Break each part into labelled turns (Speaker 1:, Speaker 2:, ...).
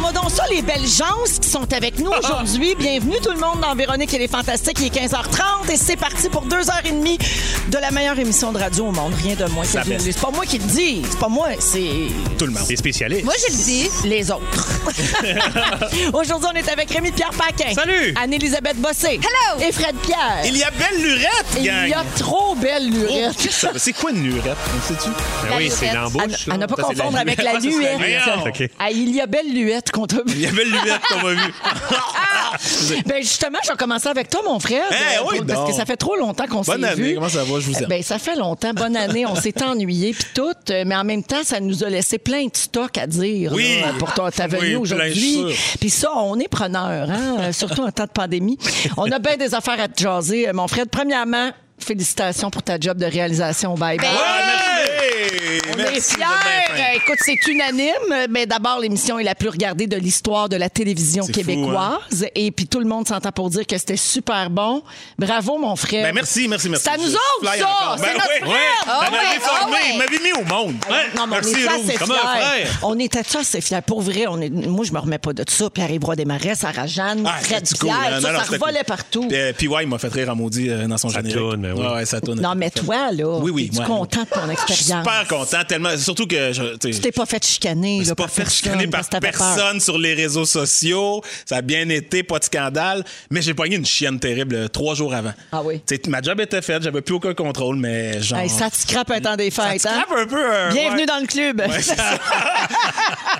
Speaker 1: Voyons ça, les belles gens qui sont avec nous aujourd'hui. Bienvenue tout le monde dans Véronique et les Fantastiques. Il est 15h30 et c'est parti pour deux heures et demie de la meilleure émission de radio au monde. Rien de moins.
Speaker 2: La
Speaker 1: Kevin
Speaker 2: best.
Speaker 1: Lee. C'est pas moi qui le dis. C'est pas moi, c'est
Speaker 2: Tout le monde. Les spécialistes.
Speaker 3: Moi, je le dis.
Speaker 1: les autres. aujourd'hui, on est avec Rémi Pierre Paquin.
Speaker 2: Salut.
Speaker 1: Anne-Elisabeth Bossé.
Speaker 3: Hello.
Speaker 1: Et Fred Pierre.
Speaker 4: Il y a belle lurette,
Speaker 1: Il
Speaker 4: gang!
Speaker 1: y a trop belle
Speaker 4: Oh,
Speaker 1: lurette.
Speaker 4: ça- c'est quoi une lurette? Sais-tu?
Speaker 2: Ben
Speaker 3: La
Speaker 2: oui, c'est
Speaker 3: lurette.
Speaker 2: l'embauche.
Speaker 1: À- à
Speaker 2: là.
Speaker 1: ne pas
Speaker 2: Ça, c'est
Speaker 1: confondre avec la
Speaker 4: Ah,
Speaker 2: Ouais, ça, c'est
Speaker 4: luette.
Speaker 2: OK.
Speaker 1: Ah, il y a belle luette qu'on t'a
Speaker 4: Il y a belle lurette qu'on m'a vue.
Speaker 1: Ben justement, je vais commencer avec toi, mon frère. euh,
Speaker 4: Eh, oui,
Speaker 1: parce
Speaker 4: donc.
Speaker 1: que ça fait trop longtemps qu'on s'est
Speaker 4: Bonne année,
Speaker 1: vu.
Speaker 4: comment ça va? Je vous aime.
Speaker 1: Ben ça fait longtemps. Bonne année. On s'est ennuyés puis tout, euh, mais en même temps, ça nous a laissé plein de stock à dire
Speaker 4: Oui.
Speaker 1: là, pour ta, ta venue
Speaker 4: Oui, plein,
Speaker 1: aujourd'hui.
Speaker 4: je suis sûr.
Speaker 1: Puis ça, on est preneur, hein, euh, surtout en temps de pandémie. On a bien des affaires à te jaser, euh, mon frère. Premièrement. Félicitations pour ta job de réalisation. Bye bye.
Speaker 4: Hey!
Speaker 1: Ah, On est
Speaker 4: Eh, Merci,
Speaker 1: fiers.
Speaker 4: vous êtes bien fins.
Speaker 1: euh, Écoute, c'est unanime. Mais d'abord, l'émission est la plus regardée de l'histoire de la télévision
Speaker 4: C'est hein?
Speaker 1: québécoise. Et puis tout le monde s'entend pour dire que c'était super bon. Bravo, mon frère.
Speaker 4: Ben, merci, merci, merci.
Speaker 1: Ça nous
Speaker 4: Je
Speaker 1: autres,
Speaker 4: fly
Speaker 1: ça!
Speaker 4: encore.
Speaker 1: C'est notre
Speaker 4: oui,
Speaker 1: frère!
Speaker 4: ouais.
Speaker 3: Ah
Speaker 4: Elle m'avait
Speaker 3: ouais,
Speaker 4: formé,
Speaker 3: ah ouais.
Speaker 4: il m'avait mis au monde. Ouais.
Speaker 1: Non, mais
Speaker 4: merci,
Speaker 1: on est
Speaker 4: Rouge,
Speaker 1: assez
Speaker 4: comme un
Speaker 1: fiers.
Speaker 4: frère.
Speaker 1: On est assez assez fiers. Pour vrai, on est... moi, je me remets pas de ça. Pierre-Yves Roy Desmarais, Sarah Jeanne,
Speaker 4: Ah,
Speaker 1: Fred
Speaker 4: c'était
Speaker 1: Pierre,
Speaker 4: cool,
Speaker 1: ça,
Speaker 4: hein. Non, non,
Speaker 1: ça
Speaker 4: c'était
Speaker 1: revolait
Speaker 4: cool.
Speaker 1: partout.
Speaker 4: Euh, Puis ouais, il m'a fait rire à maudit euh, dans son
Speaker 2: Ça
Speaker 4: générique. Ah
Speaker 2: tourne, ben oui.
Speaker 4: Ouais, ouais, ça tourne.
Speaker 1: Non, mais toi, là,
Speaker 4: Oui, oui,
Speaker 1: t'es-tu
Speaker 4: moi.
Speaker 1: content de ton
Speaker 4: Je suis
Speaker 1: expérience?
Speaker 4: super content, tellement. Surtout que. Je, tu sais,
Speaker 1: Tu t'es pas fait chicaner.
Speaker 4: Je
Speaker 1: là,
Speaker 4: suis pas
Speaker 1: par
Speaker 4: fait
Speaker 1: personne,
Speaker 4: chicaner par
Speaker 1: parce que t'avais peur.
Speaker 4: personne sur les réseaux sociaux. Ça a bien été, pas de scandale. Mais j'ai pogné une chienne terrible euh, trois jours avant.
Speaker 1: Ah oui.
Speaker 4: Tu sais, ma job était faite, j'avais plus aucun contrôle, mais genre.
Speaker 1: Hey, ça te scrape un temps des
Speaker 4: ça
Speaker 1: fêtes.
Speaker 4: te
Speaker 1: hein?
Speaker 4: scrape un peu. euh,
Speaker 1: Bienvenue
Speaker 4: ouais.
Speaker 1: dans le club.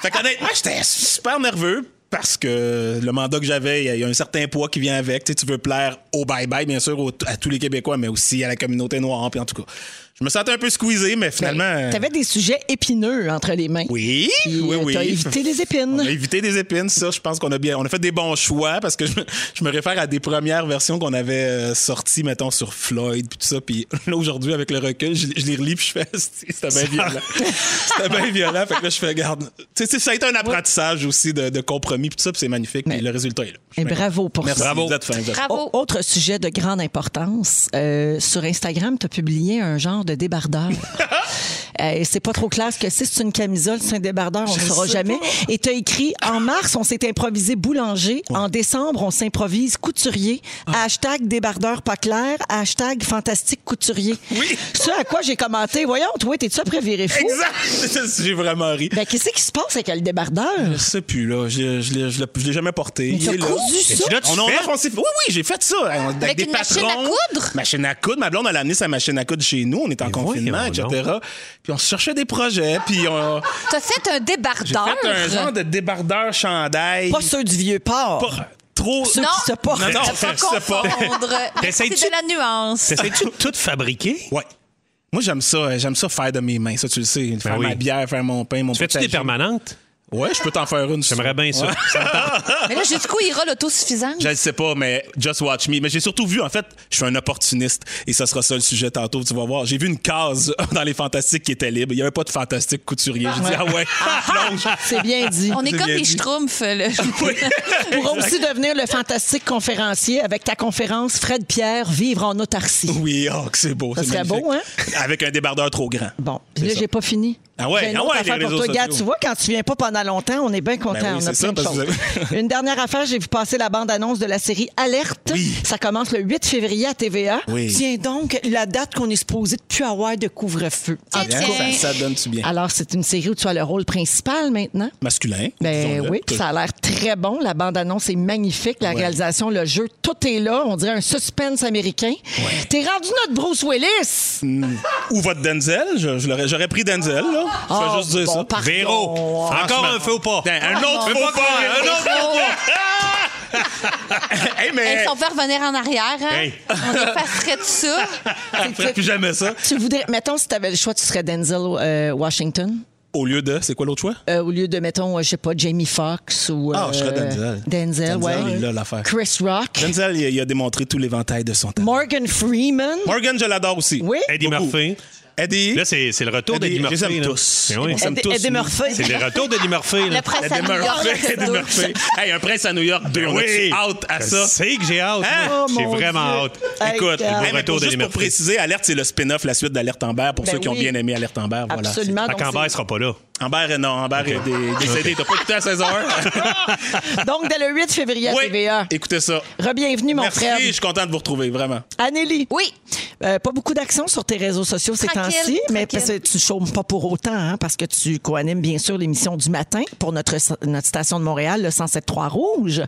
Speaker 4: fait qu'honnêtement, j'étais super nerveux parce que le mandat que j'avais, il y a- il y, a un certain poids qui vient avec. Tu sais, tu veux plaire au bye-bye, bien sûr, au- à tous les Québécois, mais aussi à la communauté noire. Puis en tout cas, je me sentais un peu squeezé, mais finalement. euh,
Speaker 1: Ben, T'avais des sujets épineux entre les mains.
Speaker 4: Oui,
Speaker 1: Puis,
Speaker 4: oui,
Speaker 1: euh,
Speaker 4: oui.
Speaker 1: t'as évité les
Speaker 4: On a
Speaker 1: épines.
Speaker 4: évité des épines, ça. Je pense qu'on a bien, on a fait des bons choix parce que je, me- je me réfère à des premières versions qu'on avait euh, sorties, mettons sur Floyd puis tout ça. Puis là aujourd'hui, avec le recul, je, je les relis puis je fais, Asti, c'était bien violent. c'était bien violent. Fait que là, je fais, garde. Tu sais, ça a été un apprentissage aussi de, de compromis puis tout ça. Puis c'est magnifique. Puis le résultat est là. Je
Speaker 1: Et
Speaker 4: suis bien
Speaker 1: bravo pour
Speaker 4: Merci.
Speaker 1: ça.
Speaker 4: Bravo. Vous êtes fin, vous êtes-
Speaker 3: Bravo.
Speaker 1: Au- autre sujet de grande importance, euh, sur Instagram, tu as publié un genre de débardeur. Euh, c'est pas trop clair ce que c'est. C'est une camisole, c'est un débardeur, on ne saura jamais. Et tu as écrit En mars, on s'est improvisé boulanger. En décembre, on s'improvise couturier.
Speaker 4: Ah.
Speaker 1: Hashtag débardeur pas clair. Hashtag fantastique couturier.
Speaker 4: Oui.
Speaker 1: Ce à quoi j'ai commenté Voyons, toi, t'es-tu après viré fou?
Speaker 4: Exact. J'ai vraiment ri.
Speaker 1: Ben, qu'est-ce qui se passe avec le
Speaker 4: Je
Speaker 1: débardeur?
Speaker 4: sais plus, là. Je, je, l'ai- je l'ai- je l'ai jamais porté. Il
Speaker 1: t'as
Speaker 4: est là.
Speaker 1: cousu
Speaker 4: Mais
Speaker 1: ça?
Speaker 4: tu l'as-tu
Speaker 2: On en
Speaker 4: fait?
Speaker 2: offre,
Speaker 4: Oui, oui, j'ai fait ça. euh, Avec,
Speaker 3: Avec
Speaker 4: des
Speaker 3: une machine
Speaker 4: patrons.
Speaker 3: à coudre?
Speaker 4: Machine à coudre. Ma blonde, elle a amené sa machine à coudre chez nous. On est en confinement,
Speaker 2: voyons
Speaker 4: etc.
Speaker 2: donc.
Speaker 4: Puis on se cherchait des projets. Puis on
Speaker 3: T'as fait un
Speaker 4: j'ai
Speaker 3: débardeur.
Speaker 4: fait un genre de débardeur chandail.
Speaker 1: Pas ceux du vieux port.
Speaker 4: Pas- trop.
Speaker 1: Ceux qui se portent.
Speaker 4: Non, non,
Speaker 3: Faut pas
Speaker 4: je sais pas.
Speaker 3: confondre. C'est
Speaker 2: T'essayes-tu-
Speaker 3: de la nuance.
Speaker 2: T'essayes-tu de tout fabriquer?
Speaker 4: Ouais. Moi, j'aime ça. euh, J'aime ça faire de mes mains. Ça, tu le sais. Faire
Speaker 2: oui.
Speaker 4: ma bière, faire mon pain, mon
Speaker 2: Fais-tu
Speaker 4: potager.
Speaker 2: des permanentes?
Speaker 4: Ouais, je peux t'en faire une.
Speaker 2: J'aimerais bien ça. Ça me tente.
Speaker 3: Mais là, jusqu'où ira l'autosuffisance?
Speaker 4: Je ne sais pas, mais Just Watch Me. Mais j'ai surtout vu, en fait, je suis un opportuniste et ça sera ça le sujet tantôt, tu vas voir. J'ai vu une case dans les fantastiques qui était libre. Il n'y avait pas de fantastique couturier. J'ai dit, ah ouais, plonge.
Speaker 1: C'est bien dit.
Speaker 3: On est
Speaker 4: C'est
Speaker 3: comme
Speaker 4: bien
Speaker 3: les
Speaker 4: dit.
Speaker 3: schtroumpfs. là.
Speaker 1: pourra aussi devenir le fantastique conférencier avec ta conférence Fred Pierre, Vivre en autarcie.
Speaker 4: Oui, oh, que c'est beau.
Speaker 1: Ça
Speaker 4: c'est
Speaker 1: serait
Speaker 4: magnifique.
Speaker 1: beau, hein?
Speaker 4: Avec un débardeur trop grand.
Speaker 1: Bon,
Speaker 4: C'est
Speaker 1: là,
Speaker 4: ça.
Speaker 1: j'ai pas fini.
Speaker 4: Ah ouais,
Speaker 1: J'ai une
Speaker 4: ah
Speaker 1: autre
Speaker 4: ouais, les
Speaker 1: affaire pour
Speaker 4: réseaux
Speaker 1: toi.
Speaker 4: sociaux.
Speaker 1: Gars, tu vois, quand tu viens pas pendant longtemps, on est bien content.
Speaker 4: Ben oui,
Speaker 1: on a
Speaker 4: c'est ça,
Speaker 1: plein de
Speaker 4: parce que
Speaker 1: choses.
Speaker 4: vous
Speaker 1: Une dernière affaire, j'ai vu passer la bande-annonce de la série Alerte.
Speaker 4: Oui.
Speaker 1: Ça commence le 8 février à TVA.
Speaker 4: Oui.
Speaker 1: Tiens donc la date qu'on est supposé de plus avoir de couvre-feu. En tout
Speaker 3: Tiens,
Speaker 1: cas,
Speaker 3: tiens.
Speaker 4: Ça, ça donne-tu bien?
Speaker 1: Alors, c'est une série où tu as le rôle principal maintenant.
Speaker 4: Masculin.
Speaker 1: Ben
Speaker 4: disons-le.
Speaker 1: oui, puis ça a l'air très bon. La bande-annonce est magnifique. La réalisation, le jeu, tout est là. On dirait un suspense américain. T'es rendu notre Bruce Willis!
Speaker 4: Ou votre Denzel. je- je l'aurais- J'aurais pris Denzel, là. Je vais
Speaker 1: Oh,
Speaker 4: juste dire
Speaker 1: bon,
Speaker 4: ça.
Speaker 1: pardon.
Speaker 2: Véro, encore un feu ou pas?
Speaker 4: Ben, un autre
Speaker 2: Fais
Speaker 4: faux
Speaker 2: pas
Speaker 4: pas,
Speaker 2: courir.
Speaker 4: un autre faux pas. Hey, mais.
Speaker 3: Hey, Si on peut revenir en arrière, hein,
Speaker 2: Hey.
Speaker 3: on effacerait tout ça.
Speaker 4: on ferait plus jamais ça.
Speaker 1: Tu voudrais. Mettons, si t'avais le choix, tu serais Denzel euh, Washington.
Speaker 4: Au lieu de. C'est quoi l'autre choix?
Speaker 1: Euh, au lieu de, mettons, euh, je sais pas, Jamie Foxx ou.
Speaker 4: Ah, je serais
Speaker 1: euh,
Speaker 4: Denzel.
Speaker 1: Denzel,
Speaker 4: Denzel,
Speaker 1: ouais.
Speaker 4: il a l'affaire.
Speaker 1: Chris Rock.
Speaker 4: Denzel, il a- il a démontré tout l'éventail de son talent.
Speaker 1: Morgan Freeman.
Speaker 4: Morgan, je l'adore aussi.
Speaker 1: Oui.
Speaker 2: Eddie
Speaker 4: Beaucoup.
Speaker 2: Murphy.
Speaker 4: Eddie.
Speaker 2: Là, c'est c'est le retour
Speaker 4: Eddie,
Speaker 2: d'Eddie
Speaker 4: je
Speaker 2: Murphy.
Speaker 4: les aime
Speaker 2: là.
Speaker 4: tous.
Speaker 2: Ben oui.
Speaker 4: On s'aime
Speaker 1: Eddie-
Speaker 4: tous,
Speaker 1: Eddie
Speaker 4: nous.
Speaker 1: Murphy.
Speaker 2: C'est le retour d'Eddie Murphy.
Speaker 3: Le
Speaker 2: là.
Speaker 3: prince à
Speaker 4: Eddie
Speaker 3: New York.
Speaker 4: Murphy. Eddie
Speaker 3: nous.
Speaker 4: Murphy. Hey, un prince à New York 2, on est out à
Speaker 2: Je
Speaker 4: ça.
Speaker 2: sais que j'ai hâte.
Speaker 4: Hein?
Speaker 2: moi.
Speaker 1: Oh,
Speaker 2: j'ai
Speaker 1: mon
Speaker 2: vraiment
Speaker 1: Dieu.
Speaker 2: hâte.
Speaker 1: Hey,
Speaker 2: Écoute,
Speaker 1: Gab.
Speaker 2: le
Speaker 1: Hey,
Speaker 4: Ah, mais pour-
Speaker 2: retour d'Eddie
Speaker 4: juste pour
Speaker 2: Murphy.
Speaker 4: préciser, Alerte, c'est le spin-off, la suite d'Alerte Amber, pour
Speaker 1: Ben
Speaker 4: ceux qui ont
Speaker 1: oui.
Speaker 4: bien aimé Alerte Amber. voilà.
Speaker 1: Absolument.
Speaker 2: Fait
Speaker 1: Donc,
Speaker 2: qu'Amber
Speaker 1: c'est- Ah,
Speaker 2: sera pas là.
Speaker 4: Amber, non, Amber est dé- décédé. T'as pas écouté la saison 1?
Speaker 1: donc, dès le 8 février à
Speaker 4: oui,
Speaker 1: TVA.
Speaker 4: écoutez ça.
Speaker 1: Rebienvenue, mon
Speaker 4: Merci,
Speaker 1: frère.
Speaker 4: je suis content de vous retrouver, vraiment.
Speaker 1: Anneli.
Speaker 3: Oui.
Speaker 1: Euh, pas beaucoup d'action sur tes réseaux sociaux ces
Speaker 3: Tranquille,
Speaker 1: temps-ci, mais parce
Speaker 3: tranquille.
Speaker 1: que tu chômes pas pour autant, hein, parce que tu co-animes bien sûr l'émission du matin pour notre, notre station de Montréal, le 107.3 Rouge.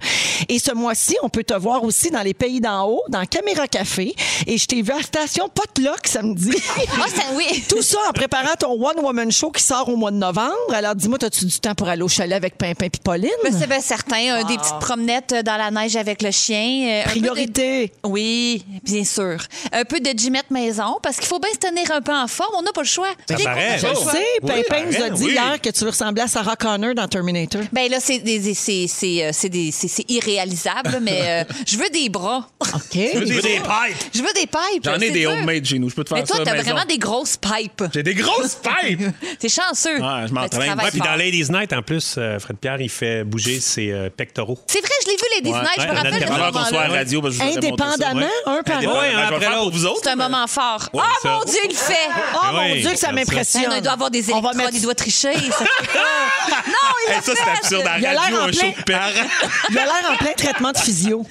Speaker 1: Et ce mois-ci, on peut te voir aussi dans les pays d'en haut, dans Caméra Café. Et je t'ai vu à Station Potluck samedi.
Speaker 3: Ah, ça, oui.
Speaker 1: Tout ça en préparant ton One Woman Show qui sort au mois de novembre. Alors dis-moi, as-tu du temps pour aller au chalet avec Pimpin puis Pauline?
Speaker 3: Ben, c'est bien certain. euh, Des petites promenettes euh, dans la neige avec le chien. euh, un peu de-
Speaker 1: Priorité.
Speaker 3: Oui, bien sûr. Un peu de gymette maison, parce qu'il faut bien se tenir un peu en forme. On n'a pas le choix.
Speaker 2: Ça
Speaker 3: Rien qu'on
Speaker 2: paraît.
Speaker 3: n'a pas
Speaker 1: Je
Speaker 3: le
Speaker 1: le
Speaker 3: choix.
Speaker 1: sais,
Speaker 2: Oui,
Speaker 1: Pimpin nous a
Speaker 2: Karen,
Speaker 1: dit
Speaker 2: oui.
Speaker 1: hier que tu ressemblais à Sarah Connor dans Terminator.
Speaker 3: Ben là, c'est des- c'est- c'est- c'est, euh, c'est des- c'est- c'est irréalisable, mais euh, je veux des bras.
Speaker 1: OK.
Speaker 2: Tu veux des pipes?
Speaker 3: Je veux des pipes.
Speaker 4: J'en ai
Speaker 3: c'est
Speaker 4: des
Speaker 3: dur.
Speaker 4: homemade chez nous, je peux te faire
Speaker 3: Mais toi,
Speaker 4: ça
Speaker 3: t'as
Speaker 4: maison.
Speaker 3: vraiment des grosses pipes.
Speaker 4: J'ai des grosses pipes!
Speaker 3: T'es chanceux.
Speaker 4: Ouais, je m'entraîne.
Speaker 3: Ben, tu travailles
Speaker 4: Ouais,
Speaker 2: Puis dans
Speaker 3: fort.
Speaker 2: Ladies Night, en plus, euh, Fred Pierre, il fait bouger ses euh, pectoraux.
Speaker 3: C'est vrai, je l'ai vu, les
Speaker 4: Ouais,
Speaker 3: Disney. je
Speaker 2: ouais,
Speaker 3: me rappelle de
Speaker 2: Nathalie
Speaker 3: ce
Speaker 4: avant qu'on soit à
Speaker 3: moment-là.
Speaker 4: la radio, parce que je vous aurais montré ça.
Speaker 1: Indépendamment, un par
Speaker 2: Indépendamment.
Speaker 1: un.
Speaker 2: Ouais, un
Speaker 4: Je vais
Speaker 2: après
Speaker 4: faire pour
Speaker 2: l'autre.
Speaker 4: vous autres.
Speaker 3: C'est un moment fort. Ah,
Speaker 2: ça.
Speaker 3: mon Dieu, il le fait!
Speaker 1: Oh
Speaker 2: Ah
Speaker 1: mon
Speaker 2: oui,
Speaker 1: Dieu, que ça
Speaker 2: regarde
Speaker 3: Ben,
Speaker 1: m'impressionne.
Speaker 3: non, il doit avoir des
Speaker 1: On
Speaker 3: électrodes,
Speaker 1: va mettre-
Speaker 3: il doit tricher. ça se fait pas. non, il
Speaker 4: Hey,
Speaker 3: l'a
Speaker 4: ça,
Speaker 3: fait.
Speaker 4: c'est absurde. À
Speaker 1: Il a
Speaker 4: la
Speaker 1: l'air
Speaker 4: radio,
Speaker 1: en
Speaker 4: un
Speaker 1: plein.
Speaker 4: show de parents.
Speaker 1: Il a l'air en plein traitement de physio.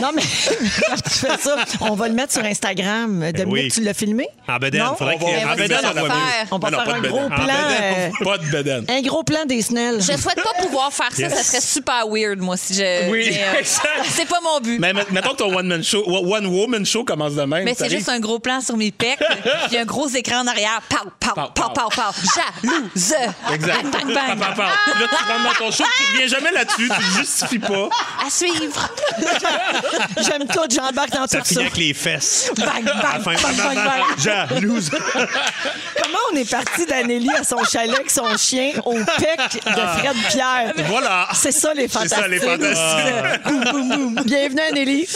Speaker 1: Non, mais quand tu fais ça, on va le mettre sur Instagram. Dominique,
Speaker 2: Eh oui.
Speaker 1: tu l'as filmé?
Speaker 2: En bedaine,
Speaker 1: Non?
Speaker 2: faudrait qu'il-
Speaker 4: va-
Speaker 3: Ben,
Speaker 2: en
Speaker 3: vas-y,
Speaker 2: bedaine,
Speaker 3: vas-y,
Speaker 2: on voit
Speaker 3: vas-le
Speaker 2: mieux.
Speaker 3: faire.
Speaker 1: On va
Speaker 4: Non, non,
Speaker 1: faire
Speaker 4: pas
Speaker 1: un
Speaker 4: de
Speaker 1: gros
Speaker 4: bedaine.
Speaker 1: plan. euh,
Speaker 4: Pas de bedaine.
Speaker 1: un gros plan des snelles.
Speaker 3: Je souhaite pas pouvoir faire ça, ça
Speaker 2: Yes.
Speaker 3: serait super weird, moi, si je.
Speaker 4: Oui,
Speaker 3: mais, euh,
Speaker 4: exact.
Speaker 3: c'est pas mon but.
Speaker 4: Mais
Speaker 3: Mais,
Speaker 4: met- mettons que ton one-man show, one-woman show commence demain.
Speaker 3: c'est juste un gros plan sur mes pecs, puis un gros écran en arrière. Pow, pow,
Speaker 4: Pow,
Speaker 3: pow, pow, pow. Jalouse.
Speaker 4: Exact.
Speaker 3: Bang, bang,
Speaker 4: Papa,
Speaker 3: bang.
Speaker 4: papa. Là, tu rentres dans ton show, tu reviens jamais là-dessus, tu le justifies pas.
Speaker 3: Ah, À suivre.
Speaker 1: J'aime tout, j'embarque dans
Speaker 2: Ça
Speaker 1: tout ça.
Speaker 2: finit avec les fesses.
Speaker 1: Bang, bang,
Speaker 2: Enfin,
Speaker 1: bang, bang, bang.
Speaker 2: Jalouse.
Speaker 1: Comment on est parti d'Anélie à son chalet avec son chien au pec de Fred Pierre?
Speaker 4: Voilà.
Speaker 1: C'est ça les
Speaker 4: C'est
Speaker 1: fantastiques.
Speaker 4: ça, les fantastiques.
Speaker 1: Bienvenue, Anneli.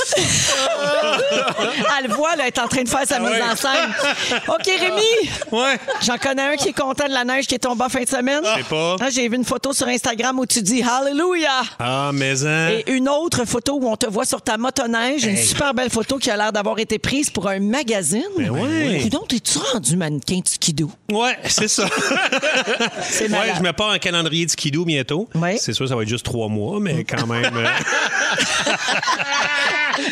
Speaker 1: Elle le voit, là, elle est en train de faire sa
Speaker 4: Ah
Speaker 1: mise
Speaker 4: oui.
Speaker 1: en scène. OK, Rémi.
Speaker 2: Ouais.
Speaker 1: J'en connais un qui est content de la neige qui est tombée en fin de semaine.
Speaker 2: Je sais pas.
Speaker 1: Ah, J'ai vu une photo sur Instagram où tu dis Hallelujah.
Speaker 2: Ah, mais hein.
Speaker 1: Et une autre photo où on te voit sur ta motoneige, une super belle photo qui a l'air d'avoir été prise pour un magazine. Mais
Speaker 2: oui.
Speaker 1: Coudon, t'es-tu rendu mannequin de skidoo?
Speaker 2: Ouais, c'est ça.
Speaker 1: C'est
Speaker 2: ouais,
Speaker 1: malade.
Speaker 2: je me pars un calendrier de skidoo bientôt.
Speaker 1: Ouais.
Speaker 2: C'est sûr, ça va être juste trois mois,
Speaker 1: Mm.
Speaker 2: mais quand même. euh,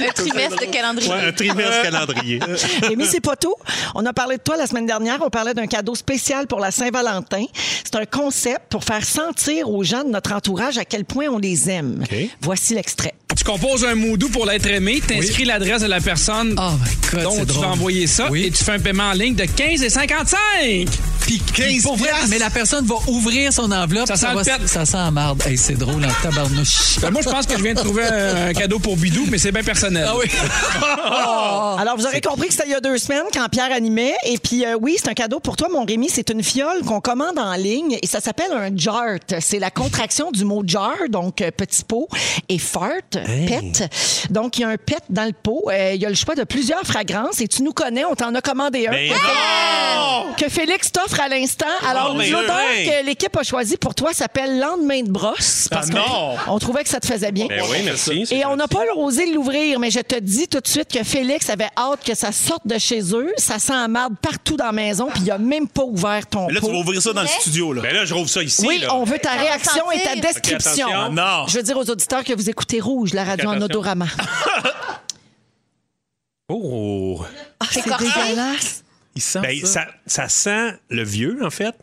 Speaker 3: Un trimestre de calendrier.
Speaker 2: ouais, un trimestre calendrier. Ben
Speaker 1: Rémi, c'est pas tout. On a parlé de toi la semaine dernière. On parlait d'un cadeau spécial pour la Saint-Valentin. C'est un concept pour faire sentir aux gens de notre entourage à quel point on les aime.
Speaker 2: OK.
Speaker 1: Voici l'extrait.
Speaker 5: Tu composes un mot doux pour l'être aimé, t'inscris l'adresse de la personne euh,
Speaker 6: Oh my God,
Speaker 5: dont
Speaker 6: c'est
Speaker 5: tu
Speaker 6: drôle.
Speaker 5: vas envoyer ça
Speaker 6: Oui.
Speaker 5: et tu fais un paiement en ligne de 15 et 55.
Speaker 6: Puis 15
Speaker 5: Pour vrai,
Speaker 6: Mais la personne va ouvrir son enveloppe.
Speaker 5: Ça
Speaker 6: Ça,
Speaker 5: sent
Speaker 6: va-
Speaker 5: le pet.
Speaker 6: ça sent la marde. Hey, c'est drôle en tabarnouche.
Speaker 5: Ben, moi, je pense que je viens de trouver un, un cadeau pour Bidou, mais c'est bien personnel.
Speaker 6: Ah oui.
Speaker 1: Alors, vous aurez compris que c'était il y a deux semaines quand Pierre animait. Et puis, euh, oui, c'est un cadeau pour toi, mon Rémi. C'est une fiole qu'on commande en ligne et ça s'appelle un jart. C'est la contraction du mot jar, donc euh, petit pot, et fart, pet. Donc, il y a un pet dans le pot. Euh, il y a le choix de plusieurs fragrances et tu nous connais, on t'en a commandé un.
Speaker 2: Ben,
Speaker 1: que Félix t'offre à l'instant. Alors,
Speaker 2: ben,
Speaker 1: l'odeur
Speaker 2: ben.
Speaker 1: que l'équipe a choisi pour toi s'appelle lendemain de brosse. Parce
Speaker 4: Ah, non.
Speaker 1: qu'on on trouvait que ça te faisait bien.
Speaker 2: Ben oui, merci.
Speaker 1: Et on n'a pas osé l'ouvrir, mais je te dis tout de suite que Félix avait hâte que ça sorte de chez eux. Ça sent la marde partout dans la maison, puis il a même pas ouvert ton
Speaker 4: Là, tu
Speaker 1: pot.
Speaker 4: vas ouvrir ça dans le
Speaker 3: Mais-
Speaker 4: studio, là.
Speaker 2: Ben là, je rouvre ça ici.
Speaker 1: Oui,
Speaker 2: là.
Speaker 1: on veut ta
Speaker 3: va
Speaker 1: réaction et ta
Speaker 3: sentir.
Speaker 1: description.
Speaker 2: Ok, attention. Ah,
Speaker 4: Non.
Speaker 1: Je veux dire aux auditeurs que vous écoutez Rouge, la radio
Speaker 2: Ok,
Speaker 1: en
Speaker 2: attention. Ah,
Speaker 1: odorama.
Speaker 2: Oh.
Speaker 3: C'est
Speaker 1: Ah, C'est
Speaker 3: corsé.
Speaker 1: dégueulasse.
Speaker 4: Il sent
Speaker 2: Ben, ça, ça sent le vieux, en fait.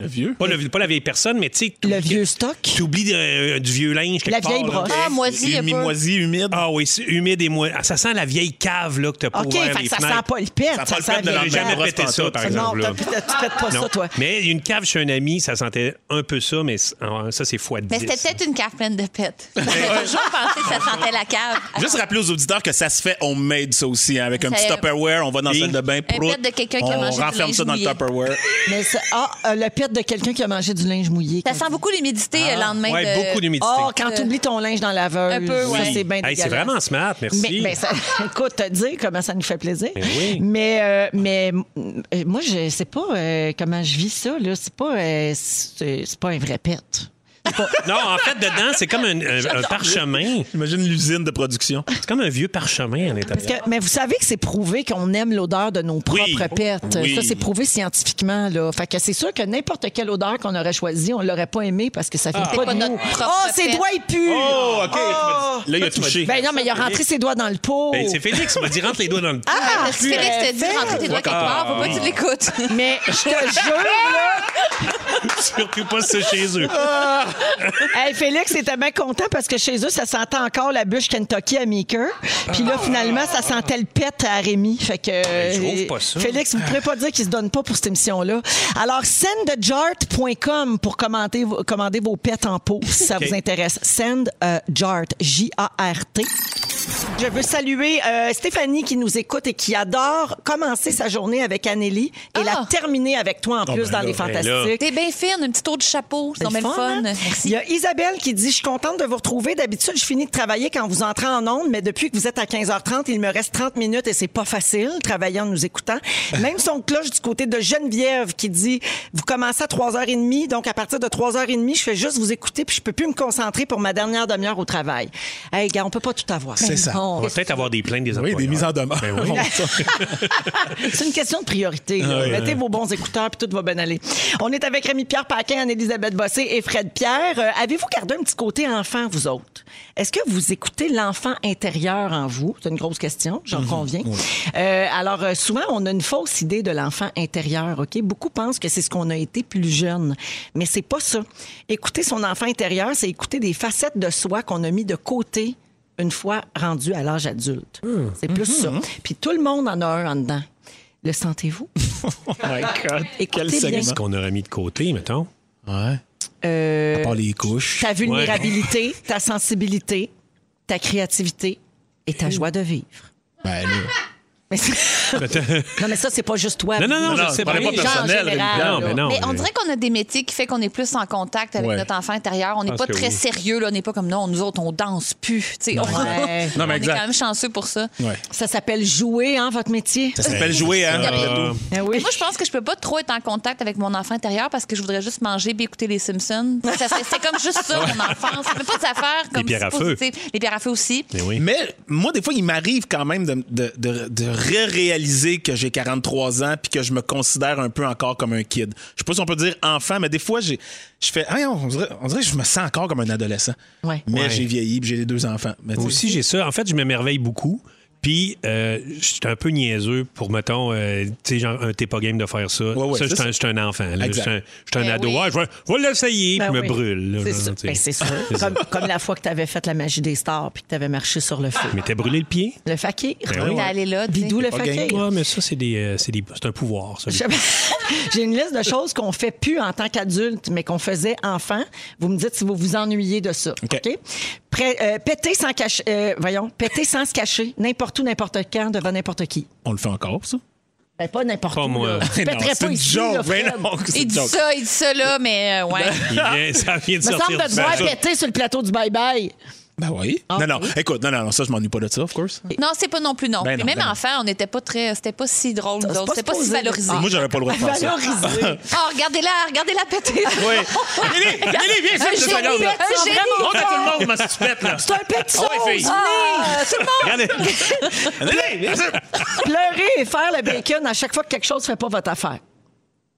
Speaker 4: Le vieux.
Speaker 2: Pas, le- pas la vieille personne, mais tu sais.
Speaker 1: Le
Speaker 2: t'oublies-
Speaker 1: vieux stock.
Speaker 2: T'oublies de- euh, du vieux linge quelque
Speaker 1: La
Speaker 2: part,
Speaker 1: vieille
Speaker 2: là.
Speaker 1: brosse.
Speaker 3: Ah, moisi un
Speaker 4: Mi-
Speaker 3: peu.
Speaker 4: moisi, humide.
Speaker 2: Ah oui, c'est humide et moisi. Ah, ça sent la vieille cave là, que t'as pas
Speaker 1: OK,
Speaker 2: ouvert
Speaker 1: fait
Speaker 2: les
Speaker 1: que ça
Speaker 2: fenêtres.
Speaker 1: sent pas le pet.
Speaker 4: Ça sent le pet de
Speaker 1: bien
Speaker 4: l'endroit.
Speaker 2: J'ai jamais
Speaker 1: clair.
Speaker 2: pété ça, par
Speaker 1: Non,
Speaker 2: exemple.
Speaker 1: t'as-
Speaker 2: là.
Speaker 1: tu fais pas
Speaker 2: Non.
Speaker 1: ça, toi.
Speaker 2: Mais une cave chez un ami, ça sentait un peu ça, mais c- ah, ça, c'est fois 10.
Speaker 3: Mais c'était peut-être une cave pleine de pètes. J'avais toujours pensé que ça sentait la cave.
Speaker 4: Juste rappeler aux auditeurs que ça se fait homemade, ça aussi, hein, avec un
Speaker 3: Ça-
Speaker 4: petit Tupperware. On va dans la
Speaker 2: Oui.
Speaker 4: salle de bain. prout,
Speaker 3: pet de quelqu'un qui a
Speaker 4: on
Speaker 3: mangé du
Speaker 4: renferme
Speaker 3: linge
Speaker 4: ça dans le
Speaker 3: mouillé.
Speaker 4: Tupperware.
Speaker 1: Mais ça- ah, euh, le pet serviette de quelqu'un qui a mangé du linge mouillé.
Speaker 3: Ça sent beaucoup l'humidité euh, le lendemain.
Speaker 2: Ouais,
Speaker 3: de-
Speaker 2: beaucoup d'humidité.
Speaker 1: Oh, quand tu oublies ton linge dans la laveuse,
Speaker 3: Un peu,
Speaker 1: ça,
Speaker 3: ouais.
Speaker 1: c'est bien
Speaker 2: Hey,
Speaker 1: dégueulasse.
Speaker 2: c'est vraiment smart, merci.
Speaker 1: Mais, mais ça, écoute, te dire comment ça nous fait plaisir.
Speaker 2: Mais oui.
Speaker 1: Mais, euh, mais, euh, moi, je sais pas euh, comment je vis ça. Là. C'est pas, euh, c'est, c'est pas un vrai pet.
Speaker 2: Non, en fait, dedans, c'est comme un, un- un parchemin.
Speaker 4: Imagine l'usine de production.
Speaker 2: C'est comme un vieux parchemin à l'intérieur.
Speaker 1: Parce que- mais vous savez que c'est prouvé qu'on aime l'odeur de nos propres
Speaker 2: Oui.
Speaker 1: pets.
Speaker 2: Oui.
Speaker 1: Ça, c'est prouvé scientifiement. Là. Fait que c'est sûr que n'importe quelle odeur qu'on aurait choisie, on l'aurait pas aimée parce que ça fait pas,
Speaker 3: Ah. pas
Speaker 1: de
Speaker 3: notre
Speaker 1: nous.
Speaker 3: propre
Speaker 1: Oh, ses
Speaker 3: pet.
Speaker 1: doigts, ils puent!
Speaker 4: Oh, OK.
Speaker 1: Oh!
Speaker 4: Là, il a touché.
Speaker 1: Ben non, mais il a rentré ses doigts dans le pot.
Speaker 2: Ben, c'est Félix, on m'a dit rentre les doigts dans le
Speaker 1: Ah,
Speaker 3: Parce que Félix t'a dit
Speaker 1: parfait.
Speaker 3: rentrer tes doigts quelque part, faut pas que tu l'écoutes.
Speaker 1: Mais je te jure, là,
Speaker 2: surtout pas ça
Speaker 1: Ah.
Speaker 2: chez eux.
Speaker 1: Hey, Félix était bien content parce que chez eux, ça sentait encore la bûche Kentucky à Meeker. Puis là, finalement, ça sentait le pet à Rémi. Fait que.
Speaker 2: je trouve
Speaker 1: euh,
Speaker 2: pas ça.
Speaker 1: Félix, vous ne pourrez pas dire qu'il se donne pas pour cette émission-là. Alors, sendjart.com pour commenter, vos- commander vos pets en pot si ça vous intéresse. euh, Sendjart, J-A-R-T. Je veux saluer euh, Stéphanie qui nous écoute et qui adore commencer sa journée avec Anneli et
Speaker 3: Ah!
Speaker 1: la terminer avec toi en plus
Speaker 4: ben
Speaker 1: dans
Speaker 4: là,
Speaker 1: Les
Speaker 2: ben là.
Speaker 1: Fantastiques.
Speaker 3: T'es bien fine, un petit tour de chapeau. C'est
Speaker 1: C'est
Speaker 3: normal
Speaker 1: le
Speaker 3: le fun.
Speaker 1: fun, hein? Il
Speaker 3: Merci.
Speaker 1: y a Isabelle qui dit Je suis contente de vous retrouver. D'habitude, je finis de travailler quand vous entrez en ondes, mais depuis que vous êtes à 15h30, il me reste 30 minutes et c'est pas facile, travailler en nous écoutant. Même son de cloche du côté de Geneviève qui dit Vous commencez à 3h30, donc à partir de 3h30, je fais juste vous écouter puis je peux plus me concentrer pour ma dernière demi-heure au travail. Hey, gars, on peut pas tout avoir.
Speaker 4: C'est ça.
Speaker 3: Oh.
Speaker 2: On
Speaker 1: Non.
Speaker 2: va peut-être avoir des plaintes des
Speaker 4: Oui,
Speaker 2: employeurs.
Speaker 4: des mises en demeure. Oh
Speaker 1: C'est une question de priorité. là.
Speaker 4: Ah oui,
Speaker 1: Mettez vos bons écouteurs, puis tout va bien aller. On est avec Rémi-Pierre Paquin, Anne-Élisabeth Bossé et Fred Pierre. Euh, Avez-vous gardé un petit côté enfant, vous autres? Est-ce que vous écoutez l'enfant intérieur en vous? C'est une grosse question, j'en conviens. Euh, alors, euh, souvent, on a une fausse idée de l'enfant intérieur, OK? Beaucoup pensent que c'est ce qu'on a été plus jeune, mais c'est pas ça. Écouter son enfant intérieur, c'est écouter des facettes de soi qu'on a mis de côté une fois rendu à l'âge adulte. C'est plus ça. Puis tout le monde en a un en dedans. Le sentez-vous? Écoutez
Speaker 4: Quel
Speaker 1: bien.
Speaker 4: segment.
Speaker 2: Ce qu'on aurait mis de côté, mettons.
Speaker 4: Ouais.
Speaker 1: Euh,
Speaker 4: À part les couches.
Speaker 1: ta vulnérabilité, ta sensibilité, ta créativité et ta joie de vivre.
Speaker 4: Ben, là.
Speaker 1: Mais c'est- non, mais ça, c'est pas juste toi.
Speaker 2: Non, non, non,
Speaker 4: Non,
Speaker 2: je
Speaker 4: non,
Speaker 2: sais
Speaker 4: prenez
Speaker 2: oui.
Speaker 1: Ah,
Speaker 4: pas
Speaker 1: Les gens en
Speaker 4: personnel,
Speaker 1: général,
Speaker 2: Non,
Speaker 1: là.
Speaker 2: mais non.
Speaker 3: Mais on dirait qu'on a des métiers qui fait qu'on est plus en contact avec
Speaker 4: euh, Ouais.
Speaker 3: notre enfant intérieur. On n'est
Speaker 2: pense
Speaker 3: pas
Speaker 2: que
Speaker 3: très
Speaker 2: oui.
Speaker 3: sérieux. Là. On n'est pas comme non, nous autres, on danse plus. Tu sais, on,
Speaker 1: Ouais.
Speaker 4: Non, mais
Speaker 3: on est
Speaker 4: exact.
Speaker 3: quand même chanceux pour ça.
Speaker 4: Ouais.
Speaker 1: Ça s'appelle jouer, hein, votre métier?
Speaker 4: Ça s'appelle jouer, hein?
Speaker 2: Ah,
Speaker 1: Eh oui.
Speaker 3: Mais moi, je pense que je peux pas trop être en contact avec mon enfant intérieur parce que je voudrais juste manger puis écouter les Simpsons. Ça serait- C'est comme juste ça, mon enfance. Mais pas des affaires comme
Speaker 2: pierres
Speaker 3: si
Speaker 2: à feu.
Speaker 3: positives. Les pierres à feu aussi.
Speaker 2: mais oui.
Speaker 4: Mais moi, des fois, il m'arrive quand même de, de, de- de ré-réaliser que j'ai 43 ans puis que je me considère un peu encore comme un kid. Je sais pas si on peut dire enfant, mais des fois, j'ai- je fais, Ah, on, dirait, on dirait que je me sens encore comme un adolescent.
Speaker 1: Ouais.
Speaker 4: Mais
Speaker 2: Ouais.
Speaker 4: j'ai vieilli puis j'ai les deux enfants. Mais tu
Speaker 2: Moi
Speaker 4: sais,
Speaker 2: aussi, j'ai ça. En fait, je m'émerveille beaucoup. Puis, euh, je suis un peu niaiseux pour, mettons, euh, tu sais, genre, un, t'es pas game de faire ça.
Speaker 4: ouais,
Speaker 2: ça, je
Speaker 4: c'est
Speaker 2: suis un- je suis un, enfant. là. Je
Speaker 4: Exact.
Speaker 2: suis un, je suis un
Speaker 3: Ben
Speaker 2: ado.
Speaker 3: oui.
Speaker 2: Ah, je vais, je vais l'essayer,
Speaker 1: Ben
Speaker 2: puis je
Speaker 1: oui.
Speaker 2: me brûle. là,
Speaker 1: C'est
Speaker 2: genre,
Speaker 1: sûr.
Speaker 2: tu sais.
Speaker 1: Ben, c'est sûr.
Speaker 2: C'est ça.
Speaker 1: Comme, comme la fois que tu avais fait la magie des stars puis que tu avais marché sur le feu.
Speaker 2: Mais t'as brûlé le pied?
Speaker 1: Le fakir.
Speaker 2: Ben oui.
Speaker 3: T'es allé là, tu sais.
Speaker 1: Bidou le
Speaker 4: Pas
Speaker 1: fakir.
Speaker 4: gagné.
Speaker 2: Ouais, mais ça, c'est des, euh, c'est des- c'est un pouvoir, ça.
Speaker 1: Je- J'ai une liste de choses qu'on fait plus en tant qu'adulte, mais qu'on faisait enfant. Vous me dites si vous vous ennuyez de ça. OK?
Speaker 4: OK.
Speaker 1: Pré- euh, péter sans cacher. euh, voyons, péter sans se cacher, n'importe où, n'importe quand, devant n'importe qui.
Speaker 4: On le fait encore, ça?
Speaker 1: Ben, pas n'importe
Speaker 2: Pas
Speaker 1: où. là.
Speaker 2: moi.
Speaker 1: Tu
Speaker 4: Non,
Speaker 1: pèterais
Speaker 4: c'est
Speaker 1: pas
Speaker 4: une
Speaker 1: ici,
Speaker 4: joke.
Speaker 1: là, Fred.
Speaker 4: Ben non, c'est
Speaker 3: Il
Speaker 4: une
Speaker 3: dit
Speaker 4: joke.
Speaker 3: ça, il dit ça là, mais euh, ouais.
Speaker 2: Il vient- ça vient de
Speaker 1: Me semble
Speaker 2: sortir.
Speaker 1: de
Speaker 2: du-
Speaker 1: te voir
Speaker 2: Ben, ça-
Speaker 1: péter sur le plateau du bye-bye.
Speaker 4: Ben oui.
Speaker 1: Ah,
Speaker 4: non, non.
Speaker 1: oui.
Speaker 4: Écoute, non, non, non, ça, je m'ennuie pas de ça, of course.
Speaker 3: Non, c'est pas non plus non.
Speaker 4: Ben
Speaker 3: Puis
Speaker 4: non,
Speaker 3: même
Speaker 4: ben non.
Speaker 3: enfant, on n'était pas très. C'était pas si drôle, nous
Speaker 1: C'est
Speaker 3: autres.
Speaker 1: pas
Speaker 3: C'était pas si
Speaker 1: supposé.
Speaker 3: valorisé.
Speaker 1: Ah.
Speaker 4: Moi, j'aurais pas le droit de faire ça.
Speaker 1: Valoriser.
Speaker 3: Oh, regardez-la, regardez-la péter.
Speaker 2: Allez, allez, viens,
Speaker 3: Un
Speaker 2: fais
Speaker 3: génie,
Speaker 2: secondes. là.
Speaker 3: un génie.
Speaker 2: Montre à tout le monde, ma stupette, là.
Speaker 1: C'est un petit
Speaker 2: Ah ouais, fille.
Speaker 3: Ah, tout le monde.
Speaker 2: Regardez.
Speaker 1: Ah, Pleurer et faire le bacon à chaque fois que quelque chose ne fait pas votre affaire.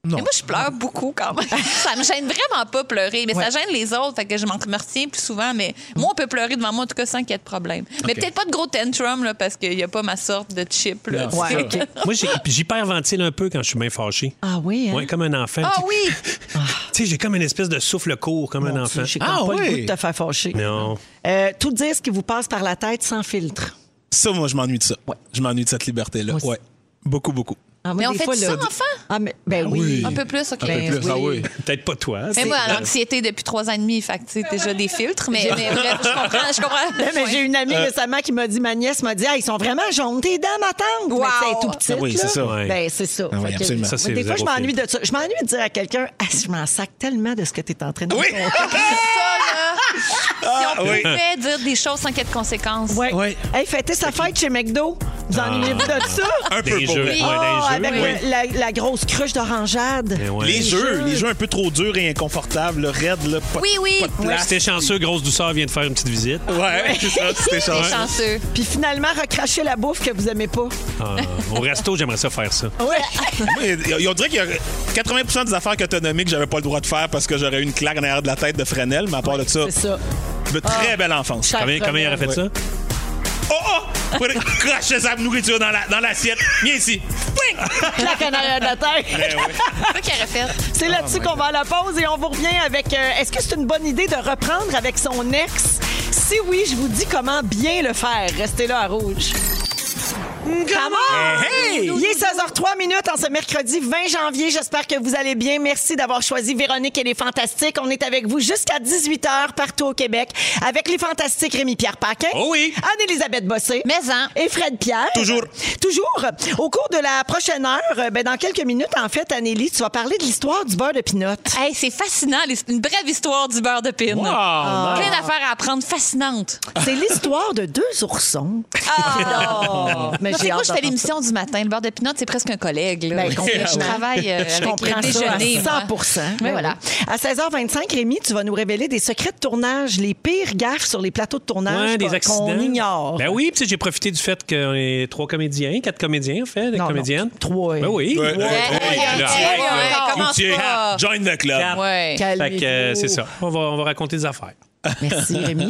Speaker 3: Mais moi, je pleure beaucoup quand même. ça me gêne vraiment pas pleurer, mais ça gêne les autres, fait que je m'en remercie plus souvent. Mais moi, on peut pleurer devant moi, en tout cas, sans qu'il y ait de problème. Mais peut-être pas de gros tantrum, là, parce qu'il n'y a pas ma sorte de chip. Là.
Speaker 4: Non,
Speaker 1: Ouais,
Speaker 4: c'est
Speaker 1: OK.
Speaker 2: Moi, j'ai- j'hyperventile un peu quand je suis bien fâché.
Speaker 1: Ah oui, hein?
Speaker 2: Ouais, comme un enfant.
Speaker 3: Ah
Speaker 2: Tu-
Speaker 3: oui!
Speaker 2: Tu sais, j'ai comme une espèce de souffle court, comme un
Speaker 1: Mon
Speaker 2: enfant.
Speaker 1: Dieu, J'ai comme
Speaker 4: Ah
Speaker 1: pas le
Speaker 4: oui.
Speaker 1: goût de te faire fâcher.
Speaker 2: Non.
Speaker 1: Euh, tout dire ce qui vous passe par la tête sans filtre.
Speaker 4: Ça, moi, je m'ennuie de ça. Je m'ennuie de cette liberté-là.
Speaker 1: Moi aussi.
Speaker 4: Ouais. Beaucoup, beaucoup.
Speaker 1: Ah, moi,
Speaker 3: Mais on
Speaker 1: des
Speaker 3: fait
Speaker 1: fois,
Speaker 3: ça,
Speaker 1: le-
Speaker 3: enfant?
Speaker 1: Ah, mais, ben oui.
Speaker 4: Oui.
Speaker 3: Un peu plus, OK.
Speaker 1: Ben
Speaker 4: Plus- Ah oui.
Speaker 2: Peut-être pas toi.
Speaker 1: Eh
Speaker 3: Mais
Speaker 2: c'est-
Speaker 3: moi, l'anxiété depuis trois ans et demi, fait que, tu sais, déjà des filtres, mais, mais bref, je comprends, je
Speaker 1: Non,
Speaker 3: comprends.
Speaker 1: mais j'ai une
Speaker 4: Euh.
Speaker 1: amie récemment qui m'a dit, ma nièce m'a dit, ah, ils sont vraiment jaunes, tes dents, ma tante.
Speaker 3: Wow.
Speaker 1: Mais tu sais, elle est tout petit.
Speaker 4: Ah oui, c'est ça, ouais.
Speaker 1: Ben, c'est ça.
Speaker 4: Ah oui,
Speaker 1: Fait que-
Speaker 4: absolument. Ça,
Speaker 2: c'est
Speaker 1: des fois, je
Speaker 2: zéro
Speaker 1: m'ennuie de ça. Je m'ennuie de dire à quelqu'un, ah, je m'en sac tellement de ce que tu es en train de
Speaker 4: Oui!
Speaker 1: me
Speaker 3: Ça, là, si on
Speaker 4: oui.
Speaker 3: pouvait dire des choses sans qu'il y ait de conséquences.
Speaker 1: Ouais.
Speaker 4: Ouais.
Speaker 1: Hey, fêtez sa fête chez McDo. Vous ennuyez-vous de ça?
Speaker 4: Ah. Un peu
Speaker 2: Des
Speaker 4: pour
Speaker 2: jeux.
Speaker 4: vrai.
Speaker 2: Ouais,
Speaker 3: Oh,
Speaker 2: dans les jeux,
Speaker 1: Avec
Speaker 2: oui.
Speaker 1: le- la, la grosse cruche d'orangeade.
Speaker 4: Eh
Speaker 2: Mais Eh ouais.
Speaker 4: Les jeux, les jeux un peu trop durs et inconfortables, le raide, le pas,
Speaker 3: Oui, oui.
Speaker 4: pas de
Speaker 3: Oui.
Speaker 2: Là,
Speaker 4: place.
Speaker 2: si t'es chanceux, Grosse Douceur vient de faire une petite visite.
Speaker 4: Ouais, c'est ça, hein. c'était
Speaker 3: T'es
Speaker 4: chanceux.
Speaker 3: chanceux.
Speaker 1: Puis finalement, recracher la bouffe que vous aimez pas.
Speaker 2: Ah, au resto, j'aimerais ça faire ça.
Speaker 4: Moi, On dirait qu'il y a 80 des affaires que t'as nommées que j'avais pas le droit de faire parce que j'aurais eu une claque en arrière de la tête de Fresnel, mais à part de ça,
Speaker 1: C'est ça.
Speaker 4: une très belle enfance.
Speaker 1: Cher
Speaker 2: Combien, combien il aurait fait
Speaker 1: Fredel.
Speaker 2: ça?
Speaker 4: Oh, oh! Faudrait que je Crache sa nourriture dans la- dans l'assiette. Viens ici.
Speaker 1: Claque en arrière de la
Speaker 2: Ben
Speaker 1: tête.
Speaker 3: C'est ça qu'il aurait fait.
Speaker 1: C'est
Speaker 2: Ah,
Speaker 1: là-dessus qu'on va à la pause et on vous revient avec. euh, Est-ce que c'est une bonne idée de reprendre avec son ex? Si oui, je vous dis comment bien le faire. Restez là à rouge. Comment? Il est 16h03 minutes en ce mercredi 20 janvier. J'espère que vous allez bien. Merci d'avoir choisi Véronique et les Fantastiques. On est avec vous jusqu'à 18h partout au Québec avec les Fantastiques Rémi-Pierre Paquin.
Speaker 2: Oh oui.
Speaker 1: Anne-Élisabeth Bossé.
Speaker 3: Mais hein, en.
Speaker 1: Ah. Et Fred Pierre.
Speaker 4: Toujours.
Speaker 1: Toujours. Au cours de la prochaine heure, euh, ben, dans quelques minutes, en fait, Anélie, tu vas parler de l'histoire du beurre de pinot.
Speaker 3: Hey, c'est fascinant, les- une brève histoire du beurre de pin. Plein d'affaires à apprendre, fascinante.
Speaker 1: C'est l'histoire de deux oursons.
Speaker 3: Ah!
Speaker 1: Mais
Speaker 3: Mais
Speaker 1: j'ai
Speaker 3: c'est quoi,
Speaker 1: hâte
Speaker 3: je fais
Speaker 1: d'entendre
Speaker 3: l'émission du matin. Le beurre de pinot, c'est presque un collègue. là.
Speaker 1: Ben,
Speaker 3: je
Speaker 1: complètement.
Speaker 3: travaille euh,
Speaker 1: Je
Speaker 3: avec
Speaker 1: comprends
Speaker 3: le
Speaker 1: ça à
Speaker 3: déjeuner. moi.
Speaker 1: 100
Speaker 3: Mais
Speaker 1: Ben
Speaker 3: voilà.
Speaker 1: oui. À 16h25, Rémi, tu vas nous révéler des secrets de tournage, les pires gaffes sur les plateaux de tournage
Speaker 2: Ouais, des
Speaker 1: qu'on-
Speaker 2: accidents.
Speaker 1: Hein, qu'on ignore.
Speaker 2: Ben oui, puis tu sais, j'ai profité du fait qu'on est trois comédiens, quatre comédiens, en fait,
Speaker 1: Non, non,
Speaker 2: comédiennes.
Speaker 1: trois, hein.
Speaker 2: Ben oui.
Speaker 4: Ouais, ouais,
Speaker 3: Hey,
Speaker 4: ouais,
Speaker 3: hey,
Speaker 4: là.
Speaker 3: hey, hey, hey, commence
Speaker 4: Routier,
Speaker 3: pas.
Speaker 4: Join the club.
Speaker 3: Ouais.
Speaker 2: Fait que euh, c'est ça. On va, on va raconter des affaires.
Speaker 1: Merci, Rémi.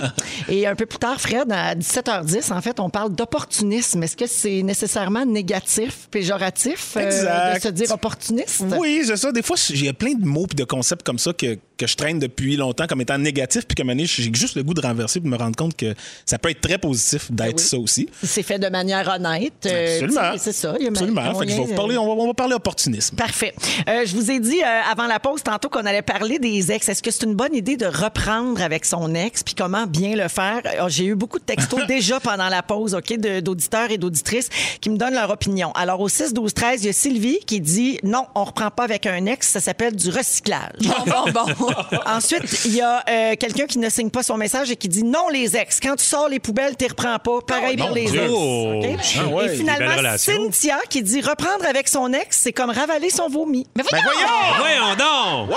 Speaker 1: Et un peu plus tard, Fred, à 17h10, en fait, on parle d'opportunisme. Est-ce que c'est nécessairement négatif, péjoratif, euh,
Speaker 4: Exact.
Speaker 1: de se dire opportuniste?
Speaker 4: Oui, c'est ça. Des fois, j'ai plein de mots et de concepts comme ça que, que je traîne depuis longtemps comme étant négatif, puis que un moment donné, j'ai juste le goût de renverser pour me rendre compte que ça peut être très positif d'être ça aussi.
Speaker 1: C'est fait de manière honnête. Ben euh,
Speaker 4: Absolument.
Speaker 1: tu sais, C'est ça. il y a
Speaker 4: Absolument. Fait que je vais
Speaker 1: moyen,
Speaker 4: vous parler,
Speaker 1: euh,
Speaker 4: on, va, on va parler opportunisme.
Speaker 1: Parfait. Euh, je vous ai dit euh, avant la pause tantôt qu'on allait parler des ex. Est-ce que c'est une bonne idée de reprendre avec son ex puis comment bien le faire? Euh, J'ai eu beaucoup de textos déjà pendant la pause, OK, de- d'auditeurs et d'auditrices qui me donnent leur opinion. Alors, au 6, 12, 13, il y a Sylvie qui dit non, on reprend pas avec un ex, ça s'appelle du recyclage.
Speaker 3: Bon, bon, bon.
Speaker 1: Ensuite, il y a euh, quelqu'un qui ne signe pas son message et qui dit non les ex. Quand tu sors les poubelles, tu reprends pas. Pareil
Speaker 4: Oh,
Speaker 1: pour
Speaker 4: mon
Speaker 1: les
Speaker 4: Dieu.
Speaker 1: ex.
Speaker 2: Oh.
Speaker 1: OK?
Speaker 4: Ah ouais,
Speaker 1: et
Speaker 4: des
Speaker 2: belles
Speaker 1: finalement,
Speaker 2: relations.
Speaker 1: Cynthia qui dit reprendre avec son ex, c'est comme ravaler son vomi. Ben,
Speaker 3: Mais voyons!
Speaker 2: Voyons donc!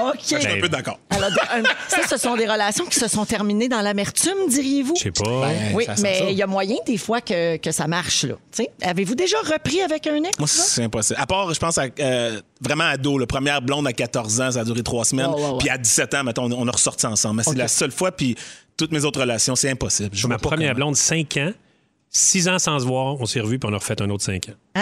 Speaker 4: Wow!
Speaker 1: OK.
Speaker 2: Ben,
Speaker 4: Je suis un peu d'accord.
Speaker 1: Alors, un- euh, ça, ce sont des relations qui se sont terminées dans l'amertume, diriez-vous?
Speaker 2: Je sais pas.
Speaker 4: Ben,
Speaker 1: Oui,
Speaker 4: ça sent ça.
Speaker 1: mais il y a moyen des fois que, que ça marche. là. Tu sais, Avez-vous déjà repris avec un ex? là?
Speaker 4: Moi, c'est impossible. À part, je pense, à, euh, vraiment ado. La première blonde à 14 ans, ça a duré trois semaines.
Speaker 1: Ouais, ouais, ouais.
Speaker 4: Puis à 17 ans, mettons, on, on a ressorti ensemble. Mais c'est la seule fois, puis toutes mes autres relations, c'est impossible. Je
Speaker 2: Ma
Speaker 4: vois pas
Speaker 2: première
Speaker 4: comment.
Speaker 2: blonde, 5 ans. 6 ans sans se voir, on s'est revus, puis on a refait un autre 5 ans.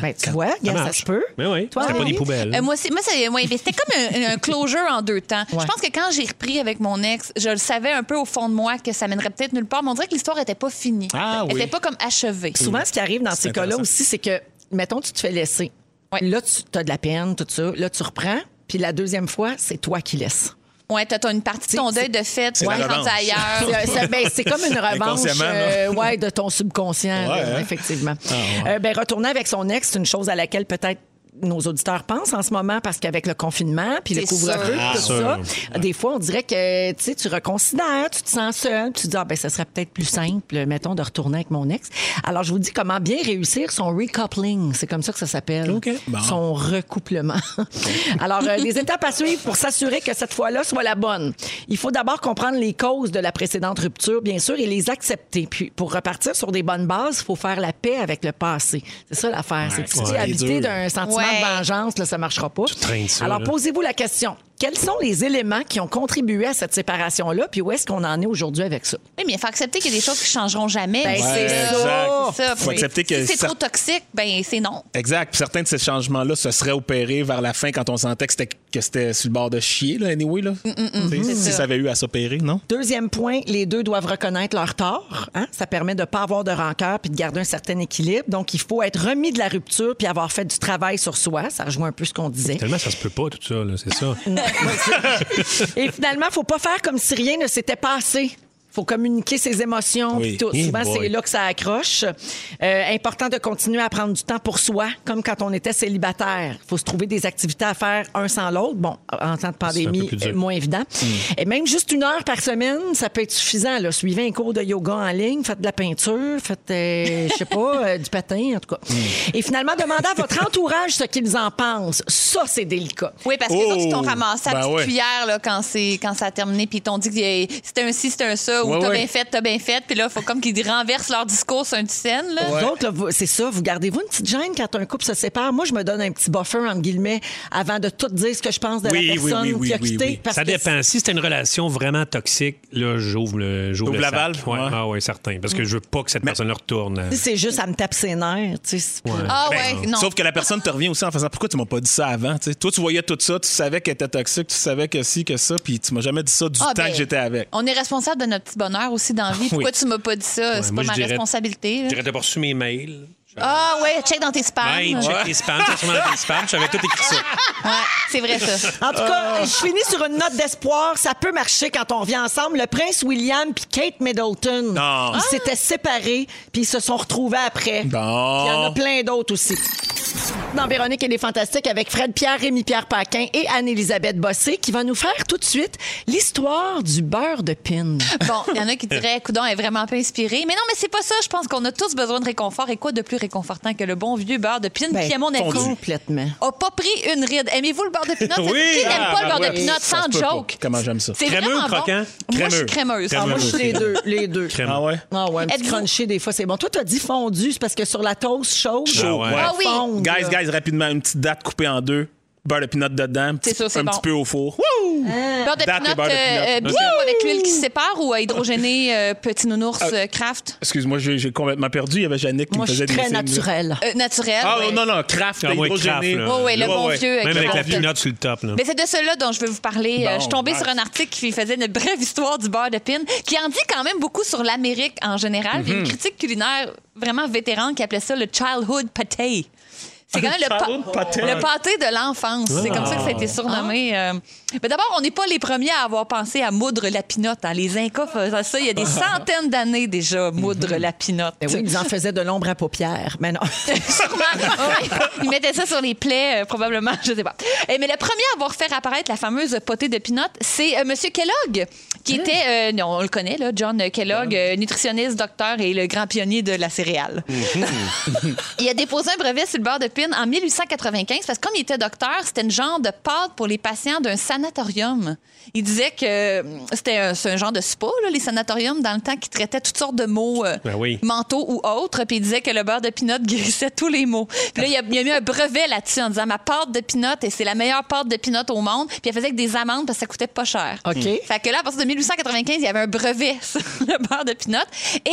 Speaker 1: Ben, tu vois, gars, ça
Speaker 2: marche.
Speaker 1: se peut.
Speaker 2: Mais oui,
Speaker 1: Toi,
Speaker 2: c'était pas
Speaker 1: oui.
Speaker 2: des poubelles.
Speaker 3: Euh, moi, c'est- moi, c'est- moi, c'était comme un, un closure en deux temps.
Speaker 1: Ouais.
Speaker 3: Je pense que quand j'ai repris avec mon ex, je le savais un peu au fond de moi que ça mènerait peut-être nulle part, mais on dirait que l'histoire n'était pas finie.
Speaker 4: Ah
Speaker 3: Elle
Speaker 4: oui.
Speaker 3: n'était pas comme achevée.
Speaker 1: Souvent, ce qui arrive dans ces cas-là
Speaker 4: intéressant.
Speaker 1: aussi, c'est que, mettons, tu te fais laisser.
Speaker 3: Ouais.
Speaker 1: Là, tu as de la peine, tout ça. Là, tu reprends. Puis la deuxième fois, c'est toi qui laisses.
Speaker 3: Ouais, t'as t'as une partie de ton deuil de fête, tu
Speaker 4: C'est la
Speaker 3: es rendu
Speaker 4: revanche.
Speaker 1: C'est-
Speaker 3: ailleurs.
Speaker 1: C'est ben, c'est comme une revanche
Speaker 4: Inconsciemment, là.
Speaker 1: euh, ouais, de ton subconscient,
Speaker 4: Ouais,
Speaker 1: là,
Speaker 4: hein?
Speaker 1: effectivement. Euh, ben, retourner avec son ex, c'est une chose à laquelle peut-être nos auditeurs pensent en ce moment parce qu'avec le confinement puis le
Speaker 3: C'est
Speaker 1: couvre-feu
Speaker 3: sûr.
Speaker 1: tout ça
Speaker 2: Ah,
Speaker 1: des fois on dirait que tu sais, tu reconsidères tu te sens seul tu te dis ah ben ce serait peut-être plus simple mettons de retourner avec mon ex alors je vous dis comment bien réussir son recoupling c'est comme ça que ça s'appelle
Speaker 2: OK.
Speaker 4: Bon.
Speaker 1: son recouplement alors euh, des étapes à suivre pour s'assurer que cette fois-là soit la bonne il faut d'abord comprendre les causes de la précédente rupture bien sûr et les accepter puis pour repartir sur des bonnes bases il faut faire la paix avec le passé c'est ça l'affaire c'est que si
Speaker 2: Ouais.
Speaker 1: tu es habité
Speaker 4: Dur.
Speaker 1: d'un sentiment
Speaker 3: Ouais.
Speaker 1: de vengeance là ça marchera pas
Speaker 2: traînes ça,
Speaker 1: alors
Speaker 2: là.
Speaker 1: posez-vous la question quels sont les éléments qui ont contribué à cette séparation là puis où est-ce qu'on en est aujourd'hui avec ça
Speaker 3: Oui, mais il faut accepter qu'il y a des choses qui changeront jamais.
Speaker 1: Ben,
Speaker 4: Ouais,
Speaker 1: c'est
Speaker 4: exact.
Speaker 1: ça.
Speaker 3: C'est ça,
Speaker 4: Faut
Speaker 3: puis
Speaker 4: accepter que
Speaker 3: si c'est
Speaker 4: ça-
Speaker 3: trop toxique, ben c'est non.
Speaker 4: Exact. Puis certains de ces changements-là se seraient opérés vers la fin quand on sentait que c'était que c'était sur le bord de chier, là, anyway, là.
Speaker 3: Mm,
Speaker 4: Tu sais, si
Speaker 3: ça.
Speaker 4: ça avait eu à s'opérer, non?
Speaker 1: Deuxième point, les deux doivent reconnaître leur tort. hein. Ça permet de ne pas avoir de rancœur puis de garder un certain équilibre. Donc, il faut être remis de la rupture puis avoir fait du travail sur soi. Ça rejoint un peu ce qu'on disait.
Speaker 2: Tellement ça se peut pas, tout ça, là, c'est ça.
Speaker 1: Et finalement, faut pas faire comme si rien ne s'était passé. faut communiquer ses émotions.
Speaker 4: Oui.
Speaker 1: puis tout.
Speaker 2: Eh
Speaker 1: Souvent,
Speaker 2: boy.
Speaker 1: c'est là que ça accroche. Euh, important de continuer à prendre du temps pour soi, comme quand on était célibataire. faut se trouver des activités à faire un sans l'autre. Bon, en temps de
Speaker 2: C'est un peu
Speaker 1: pandémie,
Speaker 2: plus dur. Mm.
Speaker 1: euh, moins évident. Et même juste une heure par semaine, ça peut être suffisant. Là. Suivez un cours de yoga en ligne, faites de la peinture, faites, euh, je sais pas, euh, du patin, en tout cas.
Speaker 2: Mm.
Speaker 1: Et finalement, demandez à votre entourage ce qu'ils en pensent. Ça, c'est délicat.
Speaker 3: Oui, parce que les
Speaker 4: Oh!
Speaker 3: autres, ils t'ont ramassé la
Speaker 4: Ben
Speaker 3: petite
Speaker 4: ouais.
Speaker 3: cuillère là, quand, c'est, quand ça a terminé, puis ils t'ont dit que eh, c'était un ci, c'était un ça, ou
Speaker 4: Ouais,
Speaker 3: t'as
Speaker 4: ouais.
Speaker 3: bien fait, t'as bien fait, puis là, faut comme qu'ils renversent leur discours sur une scène. Là.
Speaker 1: Vous autres, là, vous- c'est ça, vous gardez-vous une petite gêne quand un couple se sépare? Moi, je me donne un petit buffer, entre guillemets, avant de tout dire ce que je pense de
Speaker 4: Oui,
Speaker 1: la
Speaker 4: oui,
Speaker 1: personne
Speaker 4: oui, oui,
Speaker 1: qui a
Speaker 4: oui,
Speaker 1: quitté.
Speaker 4: oui.
Speaker 1: parce
Speaker 2: ça
Speaker 1: que
Speaker 2: dépend. Si c'était une relation vraiment toxique, là, j'ouvre le j'ouvre
Speaker 4: T'ouvres
Speaker 2: le
Speaker 4: la
Speaker 2: sac.
Speaker 4: valve,
Speaker 2: Ouais.
Speaker 4: ouais.
Speaker 2: Ah oui, certain. Parce
Speaker 3: Mm.
Speaker 2: que je veux pas que cette personne le retourne.
Speaker 1: Si c'est juste, ça me tape ses nerfs. tu sais, c'est-
Speaker 3: Ah
Speaker 4: Ben,
Speaker 3: ouais, non.
Speaker 4: Sauf que la personne te revient aussi en faisant Pourquoi tu m'as pas dit ça avant? Tu sais, toi, tu voyais tout ça, tu savais qu'elle était toxique, tu savais que si, que ça, puis tu m'as jamais dit ça du
Speaker 3: Ah,
Speaker 4: temps
Speaker 3: ben,
Speaker 4: que j'étais avec. Ah
Speaker 3: On est responsable de notre petit bonheur aussi dans la vie. Pourquoi tu m'as pas dit ça? c'est pas
Speaker 2: moi, je
Speaker 3: ma
Speaker 2: dirais-
Speaker 3: responsabilité. là.
Speaker 2: J'aurais d'abord reçu mes mails.
Speaker 3: Ah ouais, check dans tes spams.
Speaker 4: Ben,
Speaker 2: Hey, check les spams, check sûrement les spams. J'avais tout écrit ça.
Speaker 3: Ouais, c'est vrai ça.
Speaker 1: En tout cas,
Speaker 4: Euh.
Speaker 1: je finis sur une note d'espoir. Ça peut marcher quand on revient ensemble. Le prince William puis Kate Middleton,
Speaker 4: Non.
Speaker 1: ils s'étaient séparés puis ils se sont retrouvés après. Puis Il y en a plein d'autres aussi. Dans Véronique et les Fantastiques avec Fred Pierre, Rémi Pierre Paquin et Anne-Élisabeth Bossé qui va nous faire tout de suite l'histoire du beurre de pin.
Speaker 3: Bon, il y en a qui diraient, Coudon est vraiment pas inspiré. Mais non, mais c'est pas ça. Je pense qu'on a tous besoin de réconfort. Et quoi de plus réconfortant que le bon vieux beurre de pin
Speaker 1: Ben,
Speaker 3: qui, à mon avis,
Speaker 1: Complètement.
Speaker 3: a pas pris une ride. Aimez-vous le beurre de pinot?
Speaker 2: Oui!
Speaker 3: Qui n'aime
Speaker 2: Ah,
Speaker 3: pas le beurre
Speaker 4: ben
Speaker 3: de
Speaker 4: ouais,
Speaker 3: pinot
Speaker 4: ça
Speaker 3: sans
Speaker 4: se peut pas.
Speaker 3: joke?
Speaker 4: Comment j'aime ça.
Speaker 3: C'est
Speaker 2: Crémeux,
Speaker 3: vraiment bon.
Speaker 2: croquant?
Speaker 3: Moi, je suis
Speaker 2: Crémeux.
Speaker 3: crémeuse.
Speaker 1: Ah, moi, je suis les deux. Les deux.
Speaker 4: Ah ouais?
Speaker 1: Ah ouais, un petit
Speaker 3: Êtes-vous-
Speaker 1: crunchy des fois, c'est bon. Toi, t'as dit fondu, c'est parce que sur la toast chaude,
Speaker 4: Chaud,
Speaker 2: Ah
Speaker 4: ouais.
Speaker 2: ouais.
Speaker 3: Ah oui.
Speaker 1: fond,
Speaker 4: Guys,
Speaker 1: là.
Speaker 4: guys, rapidement, une petite date coupée en deux. Beurre de pinot dedans. Un, petit-
Speaker 3: sûr, c'est
Speaker 4: un
Speaker 3: bon.
Speaker 4: petit peu au four. Wouh!
Speaker 3: Beurre de
Speaker 4: Date et
Speaker 3: pinot,
Speaker 4: beurre de
Speaker 3: euh, euh,
Speaker 4: pinot.
Speaker 3: bio avec l'huile qui se sépare ou euh, hydrogéné euh, petit nounours euh, craft
Speaker 4: Excuse-moi, j'ai j'ai complètement perdu. Il y avait Yannick qui
Speaker 1: Moi,
Speaker 4: me
Speaker 1: je suis
Speaker 4: faisait des
Speaker 1: très
Speaker 4: signes, là.
Speaker 1: naturelle.
Speaker 3: euh, naturel.
Speaker 4: Ah
Speaker 3: ouais.
Speaker 4: non, non, craft,
Speaker 2: Ah ouais,
Speaker 4: hydrogéné.
Speaker 2: Kraft, là.
Speaker 3: Oh, ouais, le
Speaker 4: Ouais,
Speaker 3: bon
Speaker 4: ouais.
Speaker 3: vieux.
Speaker 2: Même avec la
Speaker 3: craft.
Speaker 2: pinotte sur le top. Là.
Speaker 3: Mais c'est de cela dont je veux vous parler. Euh,
Speaker 4: Bon,
Speaker 3: je suis tombée
Speaker 4: nice.
Speaker 3: sur un article qui faisait une brève histoire du beurre de pin, qui en dit quand même beaucoup sur l'Amérique en général. Puis Une
Speaker 4: Mhm.
Speaker 3: critique culinaire vraiment vétérante qui appelait ça le childhood pâté. C'est quand même le, pa-
Speaker 4: Childhood pâté. Ah.
Speaker 3: le pâté de l'enfance. C'est comme ça que ça a été surnommé. euh. Mais d'abord, on n'est pas les premiers à avoir pensé à moudre la pinotte. hein. Les Incas faisaient ça il y a des centaines d'années déjà,
Speaker 4: Mhm.
Speaker 3: moudre la pinotte.
Speaker 1: Ben oui, ils en faisaient de l'ombre à paupières. Mais non.
Speaker 3: Sûrement. Ils mettaient ça sur les plaies, euh, probablement, je sais pas. Eh, mais le premier à avoir fait apparaître la fameuse potée de pinot, c'est M. Kellogg, qui était, euh, non, on le connaît, là, John Kellogg, euh, nutritionniste, docteur et le grand pionnier de la céréale. Il a déposé un brevet sur le beurre de pin en 1895 parce que comme il était docteur, c'était une genre de pâte pour les patients d'un sanatorium. Il disait que hum, c'était un, c'est un genre de spa, là, les sanatoriums, dans le temps, qui traitaient toutes sortes de maux euh,
Speaker 2: Ben oui.
Speaker 3: mentaux ou autres. Puis il disait que le beurre de pinot guérissait tous les maux. Puis là, il a, il a mis un brevet là-dessus en disant ma pâte de pinot, et c'est la meilleure pâte de pinot au monde. Puis elle faisait avec des amandes parce que ça coûtait pas cher.
Speaker 1: OK.
Speaker 3: Fait que là, à partir de 1895, il y avait un brevet sur le beurre de pinot. Et,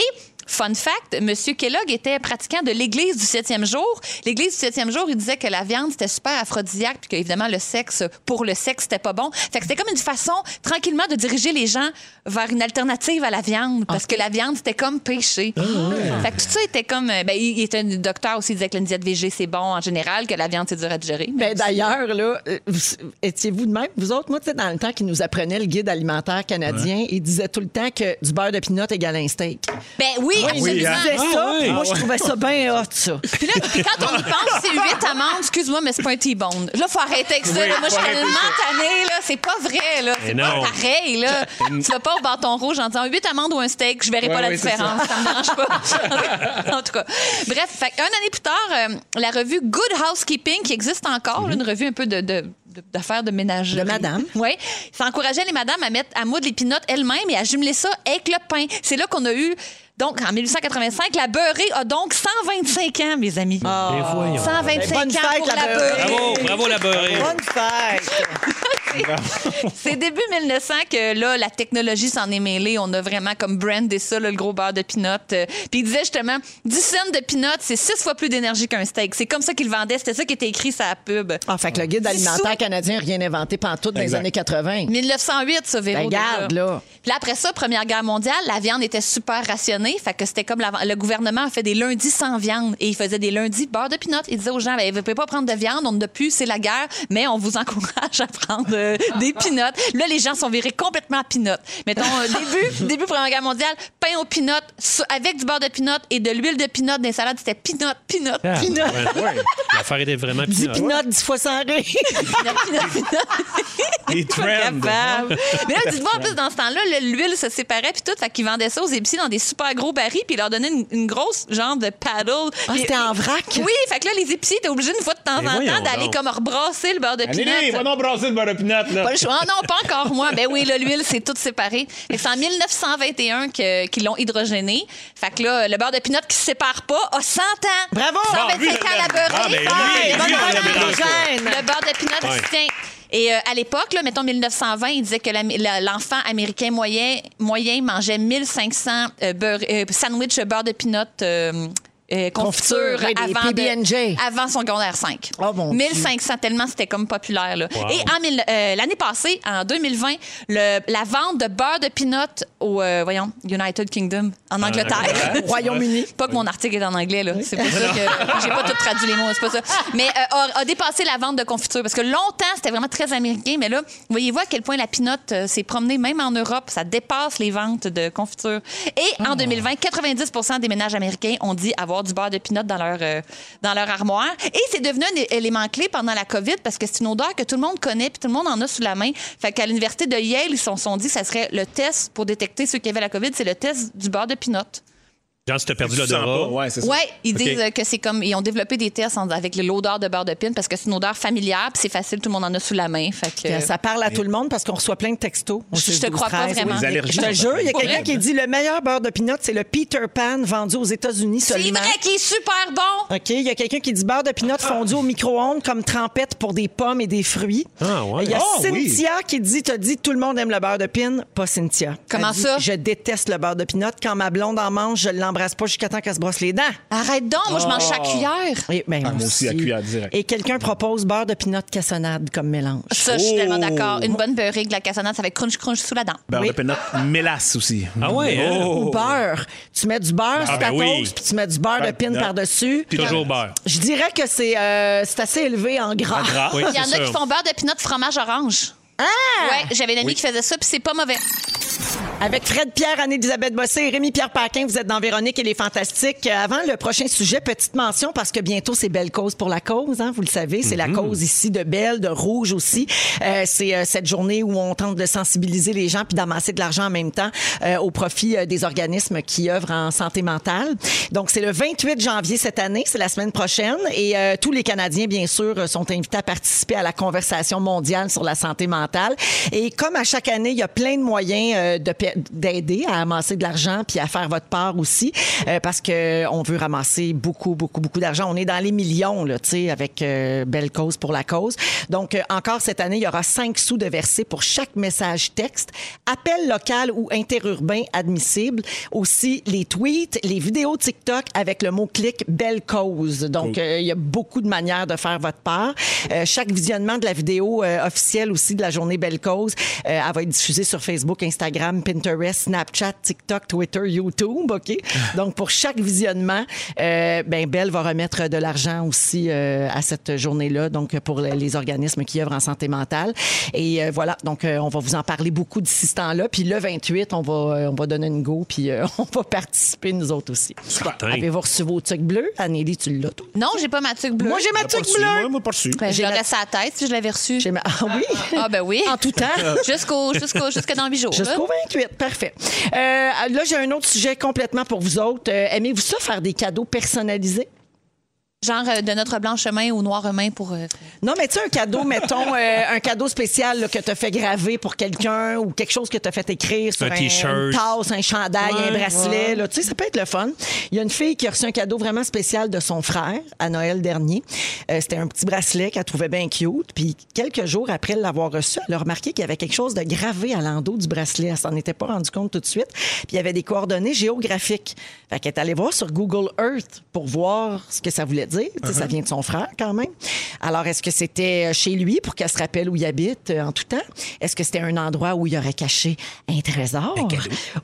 Speaker 3: fun fact, M. Kellogg était pratiquant de l'Église du septième jour. L'Église du septième jour, il disait que la viande, c'était super aphrodisiaque, puis qu'évidemment, le sexe, pour le sexe, c'était pas bon. Fait que c'était comme une façon, tranquillement, de diriger les gens vers une alternative à la viande, parce que la viande, c'était comme péché. Fait que tout ça était comme... euh, Ben, il il était un docteur aussi, il disait que la diète végé, c'est bon en général, que la viande, c'est dur à digérer. mais-
Speaker 1: Ben, D'ailleurs, là, euh, vous- étiez-vous de même? Vous autres, moi, tu sais, dans le temps qu'ils nous apprenaient le guide alimentaire canadien, ils disaient tout le temps que du beurre de pinot égale un steak.
Speaker 3: Ben oui, absolument.
Speaker 1: Ils disaient
Speaker 2: Ah
Speaker 1: ça,
Speaker 2: ouais.
Speaker 1: puis moi, je trouvais ça bien hot, ça.
Speaker 3: Puis là, puis quand on y pense, c'est huit amendes. Excuse-moi, mais c'est pas un T-bone. Là, faut arrêter avec ça. là. moi, je suis tellement tannée, là. C'est pas vrai, là. C'est
Speaker 2: Mais
Speaker 3: pas
Speaker 2: non.
Speaker 3: pareil, là. tu vas pas au bâton rouge en disant huit amendes ou un steak, je verrai pas la
Speaker 4: ouais, c'est
Speaker 3: différence. Ça. me dérange pas. en tout cas. Bref, fait, un année plus tard, euh, la revue Good Housekeeping, qui existe encore, là, une revue un peu de. de- de- d'affaires de ménagerie.
Speaker 1: De madame.
Speaker 3: Oui. Ça encourageait les madames à mettre à moudre les pinottes elles-mêmes et à jumeler ça avec le pain. C'est là qu'on a eu, donc, en 1885, la beurrée a donc 125 ans, mes amis.
Speaker 2: Mais voyons.
Speaker 3: 125
Speaker 1: Ah. Bonne
Speaker 3: ans
Speaker 1: fête,
Speaker 3: pour
Speaker 1: la
Speaker 3: la
Speaker 1: beurrée.
Speaker 3: beurrée.
Speaker 2: Bravo, bravo la beurrée.
Speaker 1: fête!
Speaker 3: C'est- C'est début 1900 que là, la technologie s'en est mêlée. On a vraiment comme brandé ça, là, le gros beurre de peanut. Euh, Puis il disait justement, 10 cents de peanut, c'est 6 fois plus d'énergie qu'un steak. C'est comme ça qu'il le vendait. C'était ça qui était écrit sur la pub.
Speaker 1: Ah, fait que le guide alimentaire canadien n'a rien inventé pantoute dans les
Speaker 4: Exact.
Speaker 1: années 80.
Speaker 3: 1908, ça,
Speaker 1: Ben,
Speaker 3: Véro.
Speaker 1: garde,
Speaker 3: déjà.
Speaker 1: là.
Speaker 3: Puis là, après ça, Première Guerre mondiale, la viande était super rationnée. Fait que c'était comme la- le gouvernement a fait des lundis sans viande et il faisait des lundis beurre de pinot. Il disait aux gens, ben, vous pouvez pas prendre de viande, on ne plus, c'est la guerre, mais on vous encourage à prendre euh, des pinottes. Là, les gens sont virés complètement à pinottes. Mettons, euh, début, début Première Guerre mondiale, pain aux pinottes sou- avec du beurre de pinot et de l'huile de pinot des salades, c'était pinot, pinot,
Speaker 2: Ah,
Speaker 3: pinot,
Speaker 2: ouais, ouais. L'affaire était vraiment
Speaker 1: Dix
Speaker 2: pinotte.
Speaker 1: pinottes, dix fois sans rire.
Speaker 3: pinot, pinot, pinot.
Speaker 2: Les trends.
Speaker 3: capable. Mais là, dites-moi, en plus, dans ce temps-là, le- l'huile se séparait, puis tout. Fait qu'ils vendaient ça aux épiciers dans des super gros barils, puis ils leur donnaient une, une grosse genre de paddle.
Speaker 1: Ah,
Speaker 3: Puis-
Speaker 1: c'était en vrac?
Speaker 3: Oui, fait que là, les épiciers étaient obligés, une fois de temps
Speaker 2: Mais
Speaker 3: en
Speaker 2: voyons
Speaker 3: temps, d'aller
Speaker 2: donc.
Speaker 3: comme rebrasser le beurre de
Speaker 4: Allez, va
Speaker 3: pinot.
Speaker 4: donc brasser le beurre de pinot, là.
Speaker 3: Pas le choix. Ah non, pas encore moi. Ben oui, là, l'huile, c'est tout séparé. Et c'est en 1921 que- qu'ils l'ont hydrogéné. Fait que là, le beurre de pinot qui se sépare pas a 100 ans.
Speaker 1: Bravo!
Speaker 3: 125 ans à la
Speaker 2: Ah,
Speaker 3: beurrer.
Speaker 2: ben
Speaker 3: Ah,
Speaker 2: lui,
Speaker 3: bonne
Speaker 2: lui, on
Speaker 3: valeur.
Speaker 2: l'avait dans ça.
Speaker 3: Le beurre de pinot
Speaker 2: Ouais.
Speaker 3: tient. Et euh, à l'époque, là, mettons 1920, il disait que la- la- l'enfant américain moyen, moyen mangeait 1500 euh, beurre- euh, sandwichs beurre de pinot euh, euh, confiture
Speaker 1: Confiture, ouais, des
Speaker 3: avant,
Speaker 1: PB&J.
Speaker 3: de, avant secondaire 5.
Speaker 1: Oh, mon Dieu.
Speaker 3: 1500, tellement c'était comme populaire. là.
Speaker 2: Wow.
Speaker 3: Et en mille- euh, l'année passée, en 2020, le- la vente de beurre de pinot au euh, voyons, United Kingdom, en Angleterre,
Speaker 2: Angleterre.
Speaker 1: Royaume-Uni.
Speaker 3: pas que mon article est en anglais, là. C'est pas ça que. J'ai pas tout traduit les mots, c'est pas ça. Mais euh, a, a dépassé la vente de confiture. Parce que longtemps, c'était vraiment très américain. Mais là, voyez-vous à quel point la pinotte euh, s'est promenée, même en Europe. Ça dépasse les ventes de confiture. Et en 2020, 90 des ménages américains ont dit avoir du beurre de pinotte dans leur, euh, dans leur armoire. Et c'est devenu un é- élément clé pendant la COVID parce que c'est une odeur que tout le monde connaît puis tout le monde en a sous la main. Fait qu'à l'université de Yale, ils se sont, sont dit que ça serait le test pour détecter ceux qui avaient la COVID, c'est le test du beurre de pinotte.
Speaker 2: Genre, si t'as perdu
Speaker 4: Tu sens pas,
Speaker 2: l'odorat.
Speaker 4: Ouais, c'est ça.
Speaker 3: Oui, ils
Speaker 2: OK.
Speaker 3: disent euh, que c'est comme. Ils ont développé des tests en- avec l'odeur de beurre de pin parce que c'est une odeur familière, puis c'est facile, tout le monde en a sous la main. Fait que,
Speaker 1: Puis, Ça parle à tout le monde parce qu'on reçoit plein de textos. au
Speaker 3: Euh, Je- je te
Speaker 1: 16,
Speaker 3: crois pas
Speaker 1: 12, 13.
Speaker 3: vraiment.
Speaker 4: Les allergies.
Speaker 1: Je te jure, il y a
Speaker 3: Pour
Speaker 1: quelqu'un
Speaker 3: vrai?
Speaker 1: qui dit le meilleur beurre de pinot, c'est le Peter Pan vendu aux États-Unis
Speaker 3: c'est
Speaker 1: seulement.
Speaker 3: vrai qu'il est super bon!
Speaker 1: OK, il y a quelqu'un qui dit beurre de pinot fondu au micro-ondes comme trempette pour des pommes et des fruits.
Speaker 2: Ah, ouais.
Speaker 1: Il y a
Speaker 4: Ah, oui.
Speaker 1: Cynthia qui dit t'as dit tout le monde aime le beurre de pin, pas Cynthia.
Speaker 3: Comment
Speaker 1: Elle dit,
Speaker 3: ça?
Speaker 1: Je déteste le beurre de pinot. Quand ma blonde en mange, je l'embrasse pas jusqu'à temps qu'elle se brosse les dents.
Speaker 3: Arrête donc, moi, je mange chaque cuillère.
Speaker 1: Et, ben,
Speaker 4: Ah, moi aussi, à cuillère direct.
Speaker 1: Et quelqu'un propose beurre de pinot cassonade comme mélange.
Speaker 3: Ça, je suis
Speaker 4: Oh!
Speaker 3: tellement d'accord. Une bonne beurrée de la cassonade, ça fait crunch crunch sous la dent.
Speaker 4: Beurre
Speaker 1: Oui.
Speaker 4: de pinot, mélasse aussi. Oh,
Speaker 2: Ah ouais, hein?
Speaker 1: Ou beurre. Tu mets du beurre sur
Speaker 2: Ah,
Speaker 1: ta
Speaker 2: ben oui.
Speaker 1: toast, puis tu mets du beurre de
Speaker 4: Beurre de
Speaker 1: pin
Speaker 4: pinot.
Speaker 1: par-dessus.
Speaker 4: Puis
Speaker 2: Toujours beurre.
Speaker 1: Je dirais que c'est euh, c'est assez élevé en gras.
Speaker 4: Gras.
Speaker 2: Oui,
Speaker 3: Ah, Il y en
Speaker 2: c'est
Speaker 3: a
Speaker 2: sûr.
Speaker 3: qui font beurre de pinot fromage orange. Ah! Ouais, j'avais une amie qui faisait ça, puis c'est pas mauvais.
Speaker 1: Avec Fred Pierre, Anne-Elisabeth Bossé et Rémi-Pierre Paquin, vous êtes dans Véronique et les Fantastiques. Euh, Avant le prochain sujet, petite mention, parce que bientôt, c'est Belle Cause pour la cause, hein, vous le savez. C'est la cause ici de Belle, de Rouge aussi. Euh, c'est euh, cette journée où on tente de sensibiliser les gens puis d'amasser de l'argent en même temps euh, au profit euh, des organismes qui œuvrent en santé mentale. Donc, c'est le 28 janvier cette année, c'est la semaine prochaine. Et euh, tous les Canadiens, bien sûr, euh, sont invités à participer à la conversation mondiale sur la santé mentale. Et comme à chaque année, il y a plein de moyens euh, de pa- d'aider à amasser de l'argent puis à faire votre part aussi, euh, parce que on veut ramasser beaucoup, beaucoup, beaucoup d'argent. On est dans les millions, là, tu sais, avec euh, Belle Cause pour la cause. Donc, euh, encore cette année, il y aura 5 sous de versés pour chaque message texte, appel local ou interurbain admissible. Aussi, les tweets, les vidéos TikTok avec le mot-clic Belle Cause. Donc, euh, il y a beaucoup de manières de faire votre part. Euh, chaque visionnement de la vidéo euh, officielle aussi de la journée Belle Cause, euh, elle va être diffusée sur Facebook, Instagram, Pinterest, Snapchat, TikTok, Twitter, YouTube, OK? Donc, pour chaque visionnement, euh, ben Belle va remettre de l'argent aussi euh, à cette journée-là, donc pour les- les organismes qui œuvrent en santé mentale. Et euh, voilà, donc euh, on va vous en parler beaucoup d'ici ce temps-là. Puis le 28, on va, euh, on va donner une go, puis euh, on va participer nous autres aussi.
Speaker 3: Ah,
Speaker 2: Certain.
Speaker 3: ben
Speaker 1: Avez-vous reçu vos trucs bleus? Anneli, tu l'as, toi?
Speaker 3: Non, j'ai pas ma tuque bleue.
Speaker 1: Moi, j'ai ma
Speaker 4: Pas
Speaker 1: tuque
Speaker 4: reçu,
Speaker 1: bleue!
Speaker 4: moi, Moi, pas reçu.
Speaker 3: Ben, je
Speaker 1: j'ai
Speaker 3: l'aurais
Speaker 1: la-
Speaker 3: sur la tête si je l'avais reçue.
Speaker 1: J'ai ma- Ah oui?
Speaker 3: Ah, ben oui.
Speaker 1: En tout temps.
Speaker 3: Jusqu'au, jusqu'au, jusqu'à dans huit jours. là.
Speaker 1: Jusqu'au 28, parfait. Euh, là, j'ai un autre sujet complètement pour vous autres. Euh, Aimez-vous ça, faire des cadeaux personnalisés?
Speaker 3: Genre euh, de notre blanc chemin ou noir humain pour. euh,
Speaker 1: Non, mais tu sais, un cadeau, mettons, euh, un cadeau spécial là, que t'as fait graver pour quelqu'un ou quelque chose que t'as fait écrire sur
Speaker 2: Un
Speaker 1: un,
Speaker 2: t-shirt.
Speaker 1: une tasse, un chandail,
Speaker 2: Ouais,
Speaker 1: un bracelet.
Speaker 2: ouais.
Speaker 1: là. Tu sais, ça peut être le fun. Il y a une fille qui a reçu un cadeau vraiment spécial de son frère à Noël dernier. Euh, C'était un petit bracelet qu'elle trouvait bien cute. Puis quelques jours après l'avoir reçu, elle a remarqué qu'il y avait quelque chose de gravé à l'endos du bracelet. Elle s'en était pas rendue compte tout de suite. Puis il y avait des coordonnées géographiques. Fait qu'elle est allée voir sur Google Earth pour voir ce que ça voulait dire. Tu sais, Ça vient de son frère quand même. Alors, est-ce que c'était euh, chez lui pour qu'elle se rappelle où il habite euh, en tout temps? Est-ce que c'était un endroit où il aurait caché un trésor?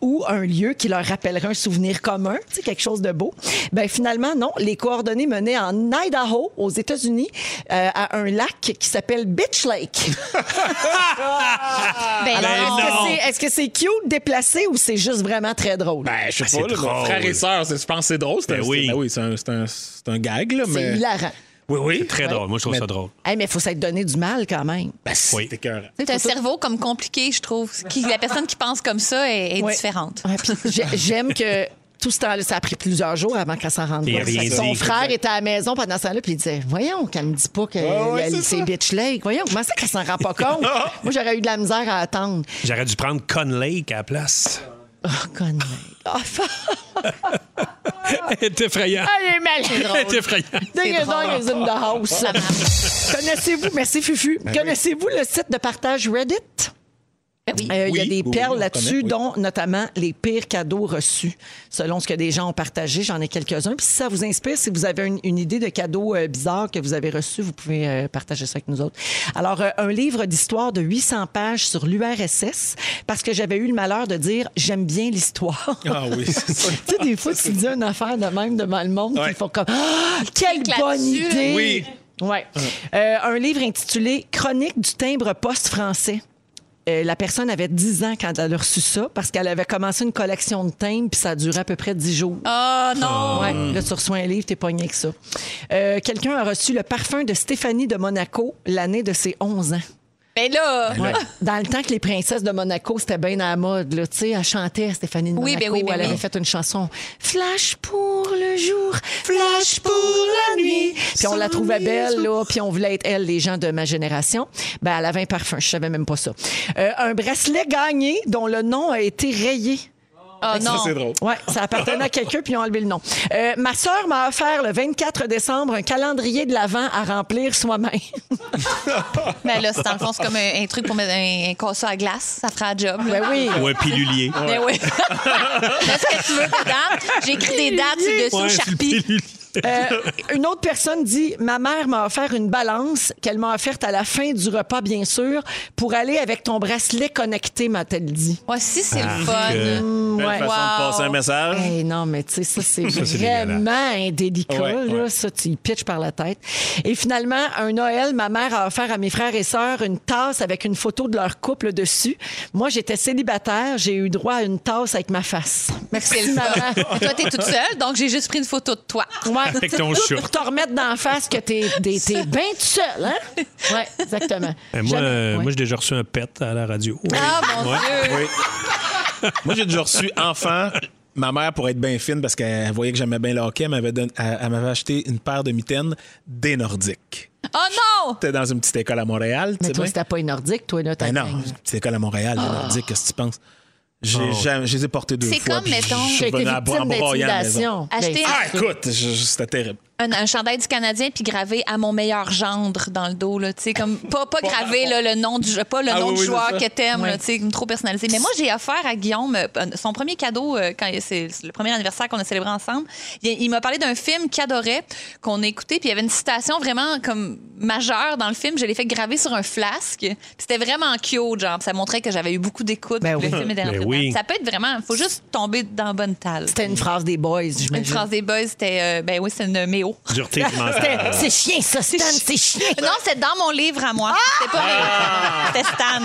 Speaker 1: Ou un lieu qui leur rappellerait un souvenir commun? Tu sais, quelque chose de beau. Ben finalement, non. Les coordonnées menaient en Idaho, aux États-Unis, euh, à un lac qui s'appelle Bitch Lake.
Speaker 3: Ben
Speaker 1: Alors,
Speaker 2: non.
Speaker 3: non.
Speaker 2: non.
Speaker 1: est-ce que c'est- est-ce que c'est cute, déplacé ou c'est juste vraiment très drôle?
Speaker 4: Ben, je
Speaker 2: Ben,
Speaker 4: sais
Speaker 2: c'est
Speaker 4: pas, là,
Speaker 2: drôle.
Speaker 4: frère et sœur, c'est- je pense que c'est drôle. C'est
Speaker 2: Ben
Speaker 4: un,
Speaker 2: oui.
Speaker 4: c'est- ben oui, c'est un, c'est un- c'est un gag, là,
Speaker 1: C'est
Speaker 4: mais.
Speaker 1: hilarant.
Speaker 4: Oui, oui.
Speaker 2: Très drôle. Moi, je trouve
Speaker 4: Mais-
Speaker 2: ça drôle.
Speaker 1: Hey, mais il faut s'être donné du mal quand même.
Speaker 4: Ben, c'est
Speaker 2: Oui.
Speaker 4: écœurant.
Speaker 3: C'est un cerveau comme compliqué, je trouve. Qui- la personne qui pense comme ça est, est
Speaker 1: Ouais.
Speaker 3: différente.
Speaker 1: Ouais, puis j'ai- J'aime que tout ce temps-là, ça a pris plusieurs jours avant qu'elle s'en rende
Speaker 2: Et
Speaker 1: compte.
Speaker 2: rien
Speaker 1: Son
Speaker 2: dit.
Speaker 1: frère était à la maison pendant ce temps-là, puis il disait Voyons, qu'elle me dit pas que
Speaker 4: Ouais, ouais,
Speaker 1: la-
Speaker 4: c'est
Speaker 1: c'est
Speaker 4: ça.
Speaker 1: Bitch Lake. Voyons, comment ça qu'elle s'en rend pas compte Moi, j'aurais eu de la misère à attendre.
Speaker 2: J'aurais dû prendre Con Lake à la place.
Speaker 1: Oh, conne. Ah, fa-
Speaker 3: Ah.
Speaker 5: Elle est effrayante.
Speaker 1: Elle est malade.
Speaker 5: Elle est effrayante.
Speaker 1: Ding
Speaker 3: C'est
Speaker 1: and dong
Speaker 3: drôle.
Speaker 1: is in the house. Connaissez-vous, merci Fufu,
Speaker 4: Ben
Speaker 1: connaissez-vous le site de partage Reddit?
Speaker 3: Ben oui.
Speaker 1: Euh, Il y a
Speaker 4: Oui,
Speaker 1: des
Speaker 4: oui,
Speaker 1: perles
Speaker 4: oui, on
Speaker 1: là-dessus,
Speaker 4: connaît, oui.
Speaker 1: dont notamment les pires cadeaux reçus, selon ce que des gens ont partagé. J'en ai quelques-uns. Puis si ça vous inspire, si vous avez une, une idée de cadeau euh, bizarre que vous avez reçu, vous pouvez euh, partager ça avec nous autres. Alors, euh, un livre d'histoire de 800 pages sur l'URSS, parce que j'avais eu le malheur de dire « j'aime bien l'histoire ».
Speaker 4: Ah oui, c'est ça.
Speaker 1: Tu sais, des fois, tu dis une affaire de même devant le monde, puis
Speaker 4: Ouais.
Speaker 1: ils font comme Ah, quelle
Speaker 3: Clique
Speaker 1: bonne
Speaker 3: là-dessus, là.
Speaker 1: idée!
Speaker 4: Oui.
Speaker 1: Ouais. Euh, un livre intitulé Chronique du timbre poste français. Euh, la personne avait 10 ans quand elle a reçu ça parce qu'elle avait commencé une collection de timbres puis ça a duré à peu près 10 jours.
Speaker 3: Oh non!
Speaker 1: Ouais, là, tu reçois un livre, t'es pogné que ça. Euh, Quelqu'un a reçu le parfum de Stéphanie de Monaco l'année de ses 11 ans.
Speaker 3: Ben là!
Speaker 1: Ouais. Dans le temps que les princesses de Monaco, c'était bien à la mode. Là. Tu sais, Elle chantait, Stéphanie de Monaco.
Speaker 3: Oui, ben oui, ben
Speaker 1: elle
Speaker 3: oui.
Speaker 1: avait fait une chanson. Flash pour le jour, flash pour la nuit. Puis on la trouvait belle, là, puis on voulait être elle, les gens de ma génération. Ben, elle avait un parfum, je savais même pas ça. Euh, un bracelet gagné dont le nom a été rayé.
Speaker 3: Oh
Speaker 4: Ça,
Speaker 3: non!
Speaker 4: c'est drôle.
Speaker 1: Ouais, ça appartenait à quelqu'un, puis ils ont enlevé le nom. Euh, ma sœur m'a offert le 24 décembre un calendrier de l'Avent à remplir soi-même.
Speaker 3: Ben là, c'est dans le fond, c'est comme un, un truc pour mettre un, un casseur à glace. Ça fera un job. là.
Speaker 1: Ben oui.
Speaker 2: Ou un pilulier.
Speaker 3: Ben oui. Fais ce que tu veux dedans. J'ai écrit des dates sur le dessous,
Speaker 2: Ouais, c'est le
Speaker 3: Sharpie.
Speaker 2: pilulier.
Speaker 1: Euh, une autre personne dit Ma mère m'a offert une balance qu'elle m'a offerte à la fin du repas, bien sûr, pour aller avec ton bracelet connecté, m'a-t-elle dit.
Speaker 3: Ouais, si, c'est
Speaker 2: Ah,
Speaker 3: le fun.
Speaker 2: que-
Speaker 1: Hum,
Speaker 4: Belle
Speaker 1: ouais.
Speaker 4: façon de
Speaker 3: Wow.
Speaker 4: passer un message.
Speaker 1: Hey, non, mais tu sais, ça, c'est
Speaker 2: c'est
Speaker 1: vraiment indélicat.
Speaker 4: Ouais,
Speaker 1: là.
Speaker 4: ouais.
Speaker 1: Ça, tu y pitches par la tête. Et finalement, un Noël, ma mère a offert à mes frères et sœurs une tasse avec une photo de leur couple dessus. Moi, j'étais célibataire. J'ai eu droit à une tasse avec ma face.
Speaker 3: C'est le fun. Mais toi, t'es toute seule, donc j'ai juste pris une photo de toi.
Speaker 1: Ouais.
Speaker 2: Avec ton
Speaker 1: Tout
Speaker 2: chat.
Speaker 1: Pour te remettre d'en face que t'es des- t'es bien tout seul, hein? Oui, exactement.
Speaker 2: Ben, moi,
Speaker 1: Jamais-
Speaker 2: euh,
Speaker 1: ouais.
Speaker 2: moi j'ai déjà reçu un pet à la radio.
Speaker 3: Ah, mon
Speaker 2: Ouais.
Speaker 3: Dieu!
Speaker 4: Oui. Moi, j'ai déjà reçu enfant. Ma mère, pour être bien fine, parce qu'elle voyait que j'aimais bien le hockey, elle m'avait, donné- elle- elle m'avait acheté une paire de mitaines des Nordiques.
Speaker 3: Oh non!
Speaker 4: T'es dans une petite école à Montréal, tu
Speaker 1: Mais
Speaker 4: sais
Speaker 1: toi,
Speaker 4: bien.
Speaker 1: c'était pas une nordique, toi, là. t'as
Speaker 4: Ben non, une petite école à Montréal, les Nordiques, qu'est-ce que tu penses? J'ai, jamais- je les ai portés deux
Speaker 3: Ah. C'est
Speaker 4: fois.
Speaker 3: comme,
Speaker 4: puis
Speaker 3: mettons,
Speaker 4: je suis
Speaker 1: J'ai été
Speaker 4: revenu en- en
Speaker 1: victime
Speaker 4: broyant à la maison.
Speaker 1: d'intimidation.
Speaker 3: Acheter
Speaker 1: Ben,
Speaker 4: Ah, écoute, je- je- c'était terrible.
Speaker 3: Un, un chandail du Canadien puis gravé à mon meilleur gendre dans le dos là, tu sais comme pas pas gravé là, le nom du pas le
Speaker 4: Ah
Speaker 3: nom
Speaker 4: oui,
Speaker 3: du
Speaker 4: oui,
Speaker 3: joueur
Speaker 4: c'est ça.
Speaker 3: que t'aimes là, tu sais comme trop personnalisé. Mais moi j'ai offert à Guillaume euh, son premier cadeau euh, quand il- c'est le premier anniversaire qu'on a célébré ensemble. Il, il m'a parlé d'un film qu'il adorait qu'on a écouté puis il y avait une citation vraiment comme majeure dans le film. Je l'ai fait graver sur un flasque. Puis C'était vraiment cute genre. Puis Ça montrait que j'avais eu beaucoup d'écoute.
Speaker 1: Ben
Speaker 3: puis
Speaker 1: oui.
Speaker 3: Le film était
Speaker 2: Ben
Speaker 3: rentré
Speaker 2: oui.
Speaker 3: dedans. Ça peut être vraiment. Faut juste tomber dans la bonne talle.
Speaker 1: C'était une phrase des boys,
Speaker 3: Une
Speaker 1: j'imagine.
Speaker 3: phrase des buzz, c'était euh, ben oui, c'est une méo.
Speaker 2: Dureté du
Speaker 1: C'était-
Speaker 2: mental.
Speaker 1: C'est chien, ça, Stan, c'est chien.
Speaker 3: Ah! Non, c'est dans mon livre à moi. C'était pas C'était Stan.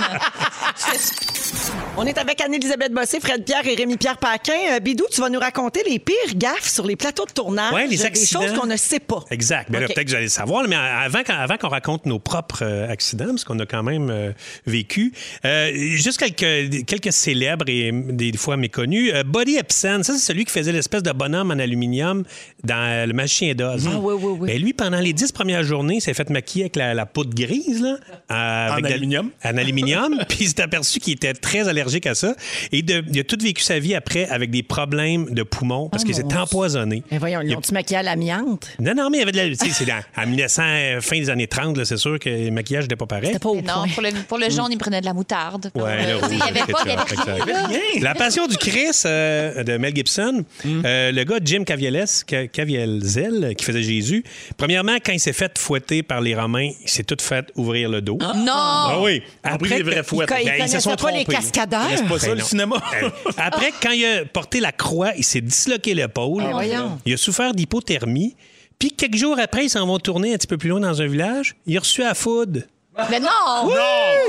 Speaker 1: On est avec Anne-Elisabeth Bossé, Fred Pierre et Rémi-Pierre Paquin. Euh, Bidou, tu vas nous raconter les pires gaffes sur les plateaux de tournage.
Speaker 2: Ouais, les accidents.
Speaker 1: Des choses qu'on ne sait pas.
Speaker 2: Exact. Mais là,
Speaker 1: OK.
Speaker 2: peut-être que vous allez le savoir, là, mais avant, qu'on- avant qu'on raconte nos propres euh, accidents, parce qu'on a quand même euh, vécu, euh, juste quelques, quelques célèbres et euh, des fois méconnus. Euh, Buddy Epson, ça, c'est celui qui faisait l'espèce de bonhomme en aluminium dans euh, Le Magicien d'Oz.
Speaker 1: Ah, oui, oui, oui.
Speaker 2: Mais lui, pendant les dix premières journées, il s'est fait maquiller avec la, la poudre grise, là. euh, avec de-
Speaker 4: aluminium.
Speaker 2: en aluminium, puis il s'est aperçu qu'il était très allergique à ça. Et de- il a tout vécu sa vie après avec des problèmes de poumons parce
Speaker 1: Ah,
Speaker 2: qu'il
Speaker 1: mon
Speaker 2: s'est
Speaker 1: Dieu. Eh
Speaker 2: empoisonné.
Speaker 1: Mais voyons,
Speaker 2: Il a-
Speaker 1: l'ont-tu maquillé à l'amiante?
Speaker 2: non, non, mais il y avait de la. Tu sais, c'est dans- en 1900, euh, fin des années 30, là, c'est sûr que le maquillage n'était pas pareil.
Speaker 1: C'était pas au
Speaker 3: Mais Non,
Speaker 1: point.
Speaker 3: pour le, pour le jaune, il prenait de la moutarde. euh,
Speaker 2: Ouais, là,
Speaker 3: Tu sais, il n'y
Speaker 2: rouge,
Speaker 3: avait pas, il y avait rien.
Speaker 2: etc. Fait que ça-
Speaker 3: là.
Speaker 2: La passion du Chris euh, de Mel Gibson,
Speaker 3: Mm.
Speaker 2: euh, le gars Jim Cavieles, Ca- Caviezel, euh, qui faisait Jésus, premièrement, quand il s'est fait fouetter par les Romains, il s'est tout fait ouvrir le
Speaker 3: Ah.
Speaker 2: dos.
Speaker 3: Non!
Speaker 2: Ah oui,
Speaker 4: a pris des vraies fouettes.
Speaker 1: Il,
Speaker 2: Ben, ils se
Speaker 1: connaissait
Speaker 2: sont
Speaker 1: pas les
Speaker 2: trompés.
Speaker 1: cascadeurs.
Speaker 4: C'est pas ça
Speaker 2: Ben
Speaker 4: le
Speaker 2: non.
Speaker 4: cinéma.
Speaker 2: Euh, Après, quand il a porté la croix, il s'est disloqué l'épaule.
Speaker 1: Ah, voyons.
Speaker 2: il a souffert d'hypothermie. Puis quelques jours après, ils s'en vont tourner un petit peu plus loin dans un village. Il a reçu à foudre.
Speaker 3: Mais non!
Speaker 4: non,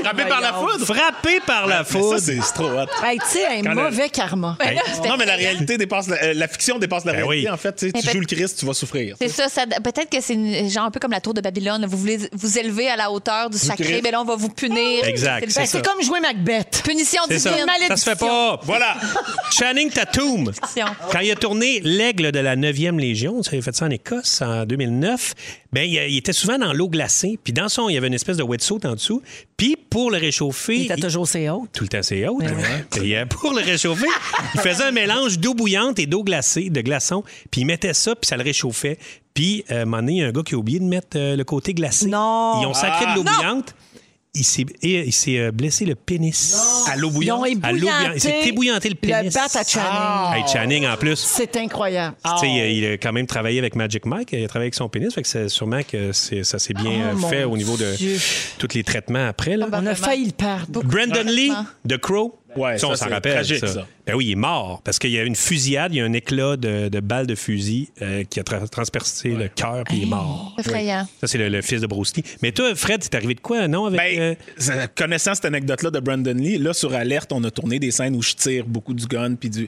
Speaker 4: frappé par la foudre.
Speaker 2: Frappé par la
Speaker 4: Mais
Speaker 2: foudre.
Speaker 4: Ça, c'est c'est trop
Speaker 3: Ben,
Speaker 4: hot.
Speaker 1: Hey, Ben, tu sais, un
Speaker 2: Quand le-
Speaker 1: mauvais karma.
Speaker 3: Mais là, c'était-
Speaker 4: Non, mais la réalité dépasse la, euh, la fiction dépasse la
Speaker 2: Ben
Speaker 4: réalité.
Speaker 2: oui.
Speaker 4: En fait, tu sais, tu
Speaker 3: Mais
Speaker 4: joues le Christ, tu vas souffrir.
Speaker 3: C'est ça, ça- peut-être que c'est une- genre un peu comme la tour de Babylone. là. Vous voulez vous élever à la hauteur du sacré,
Speaker 4: créez-
Speaker 3: mais là, on va vous punir.
Speaker 2: Exact,
Speaker 3: C'est
Speaker 1: Ben,
Speaker 3: le-
Speaker 1: c'est comme jouer Macbeth.
Speaker 3: punition
Speaker 2: C'est ça.
Speaker 3: divine.
Speaker 2: Ça se fait pas.
Speaker 4: Voilà.
Speaker 2: Channing Tatum.
Speaker 3: Malédiction.
Speaker 2: Quand il a tourné L'Aigle de la 9e Légion, ça, il a fait ça en Écosse en 2009, ben, il, il était souvent dans l'eau glacée. Puis dans son, il y avait une espèce de wetsuit en dessous. Puis pour le réchauffer...
Speaker 1: Il était toujours ses hôtes.
Speaker 2: Tout le temps, c'est haut.
Speaker 1: Ouais.
Speaker 2: Puis, euh, pour le réchauffer, il faisait un mélange d'eau bouillante et d'eau glacée, de glaçons. Puis il mettait ça, puis ça le réchauffait. Puis, euh, à un moment donné, il y a un gars qui a oublié de mettre euh, le côté glacé.
Speaker 1: Non.
Speaker 2: Ils ont sacré de l'eau
Speaker 3: Ah. Non.
Speaker 2: bouillante. Il s'est, et- il s'est, euh, blessé le pénis.
Speaker 4: À l'eau
Speaker 1: Ils ont
Speaker 4: bouillante.
Speaker 2: À l'eau bouillante.
Speaker 1: ébouillanté.
Speaker 2: Il s'est ébouillanté le pénis.
Speaker 1: Le bat à Channing. Ah.
Speaker 2: Hey, Channing, en plus.
Speaker 1: C'est incroyable.
Speaker 2: Tu sais, Il a quand même travaillé avec Magic Mike, il a travaillé avec son pénis, fait que c'est sûrement que c'est- ça s'est bien
Speaker 1: Oh,
Speaker 2: euh, fait
Speaker 1: mon
Speaker 2: au niveau de
Speaker 1: Dieu. Ah, ben,
Speaker 2: tous les traitements après. Là.
Speaker 1: On a failli le perdre.
Speaker 2: Brandon Lee de Crow.
Speaker 4: Ouais,
Speaker 2: on
Speaker 4: ça,
Speaker 2: s'en
Speaker 4: c'est
Speaker 2: rappelle.
Speaker 4: tragique,
Speaker 2: ça.
Speaker 4: ça.
Speaker 2: Ben oui, il est mort parce qu'il y a une fusillade, il y a un éclat de, de balle de fusil euh, qui a tra- transpercé le cœur puis il est mort.
Speaker 3: Effrayant.
Speaker 2: Ça, c'est le, le fils de Bruce Lee. Mais toi, Fred, c'est arrivé de quoi, non? Avec,
Speaker 4: Ben,
Speaker 2: euh,
Speaker 4: ça- connaissant cette anecdote-là de Brandon Lee, là, sur Alerte, on a tourné des scènes où je tire beaucoup du gun, puis du...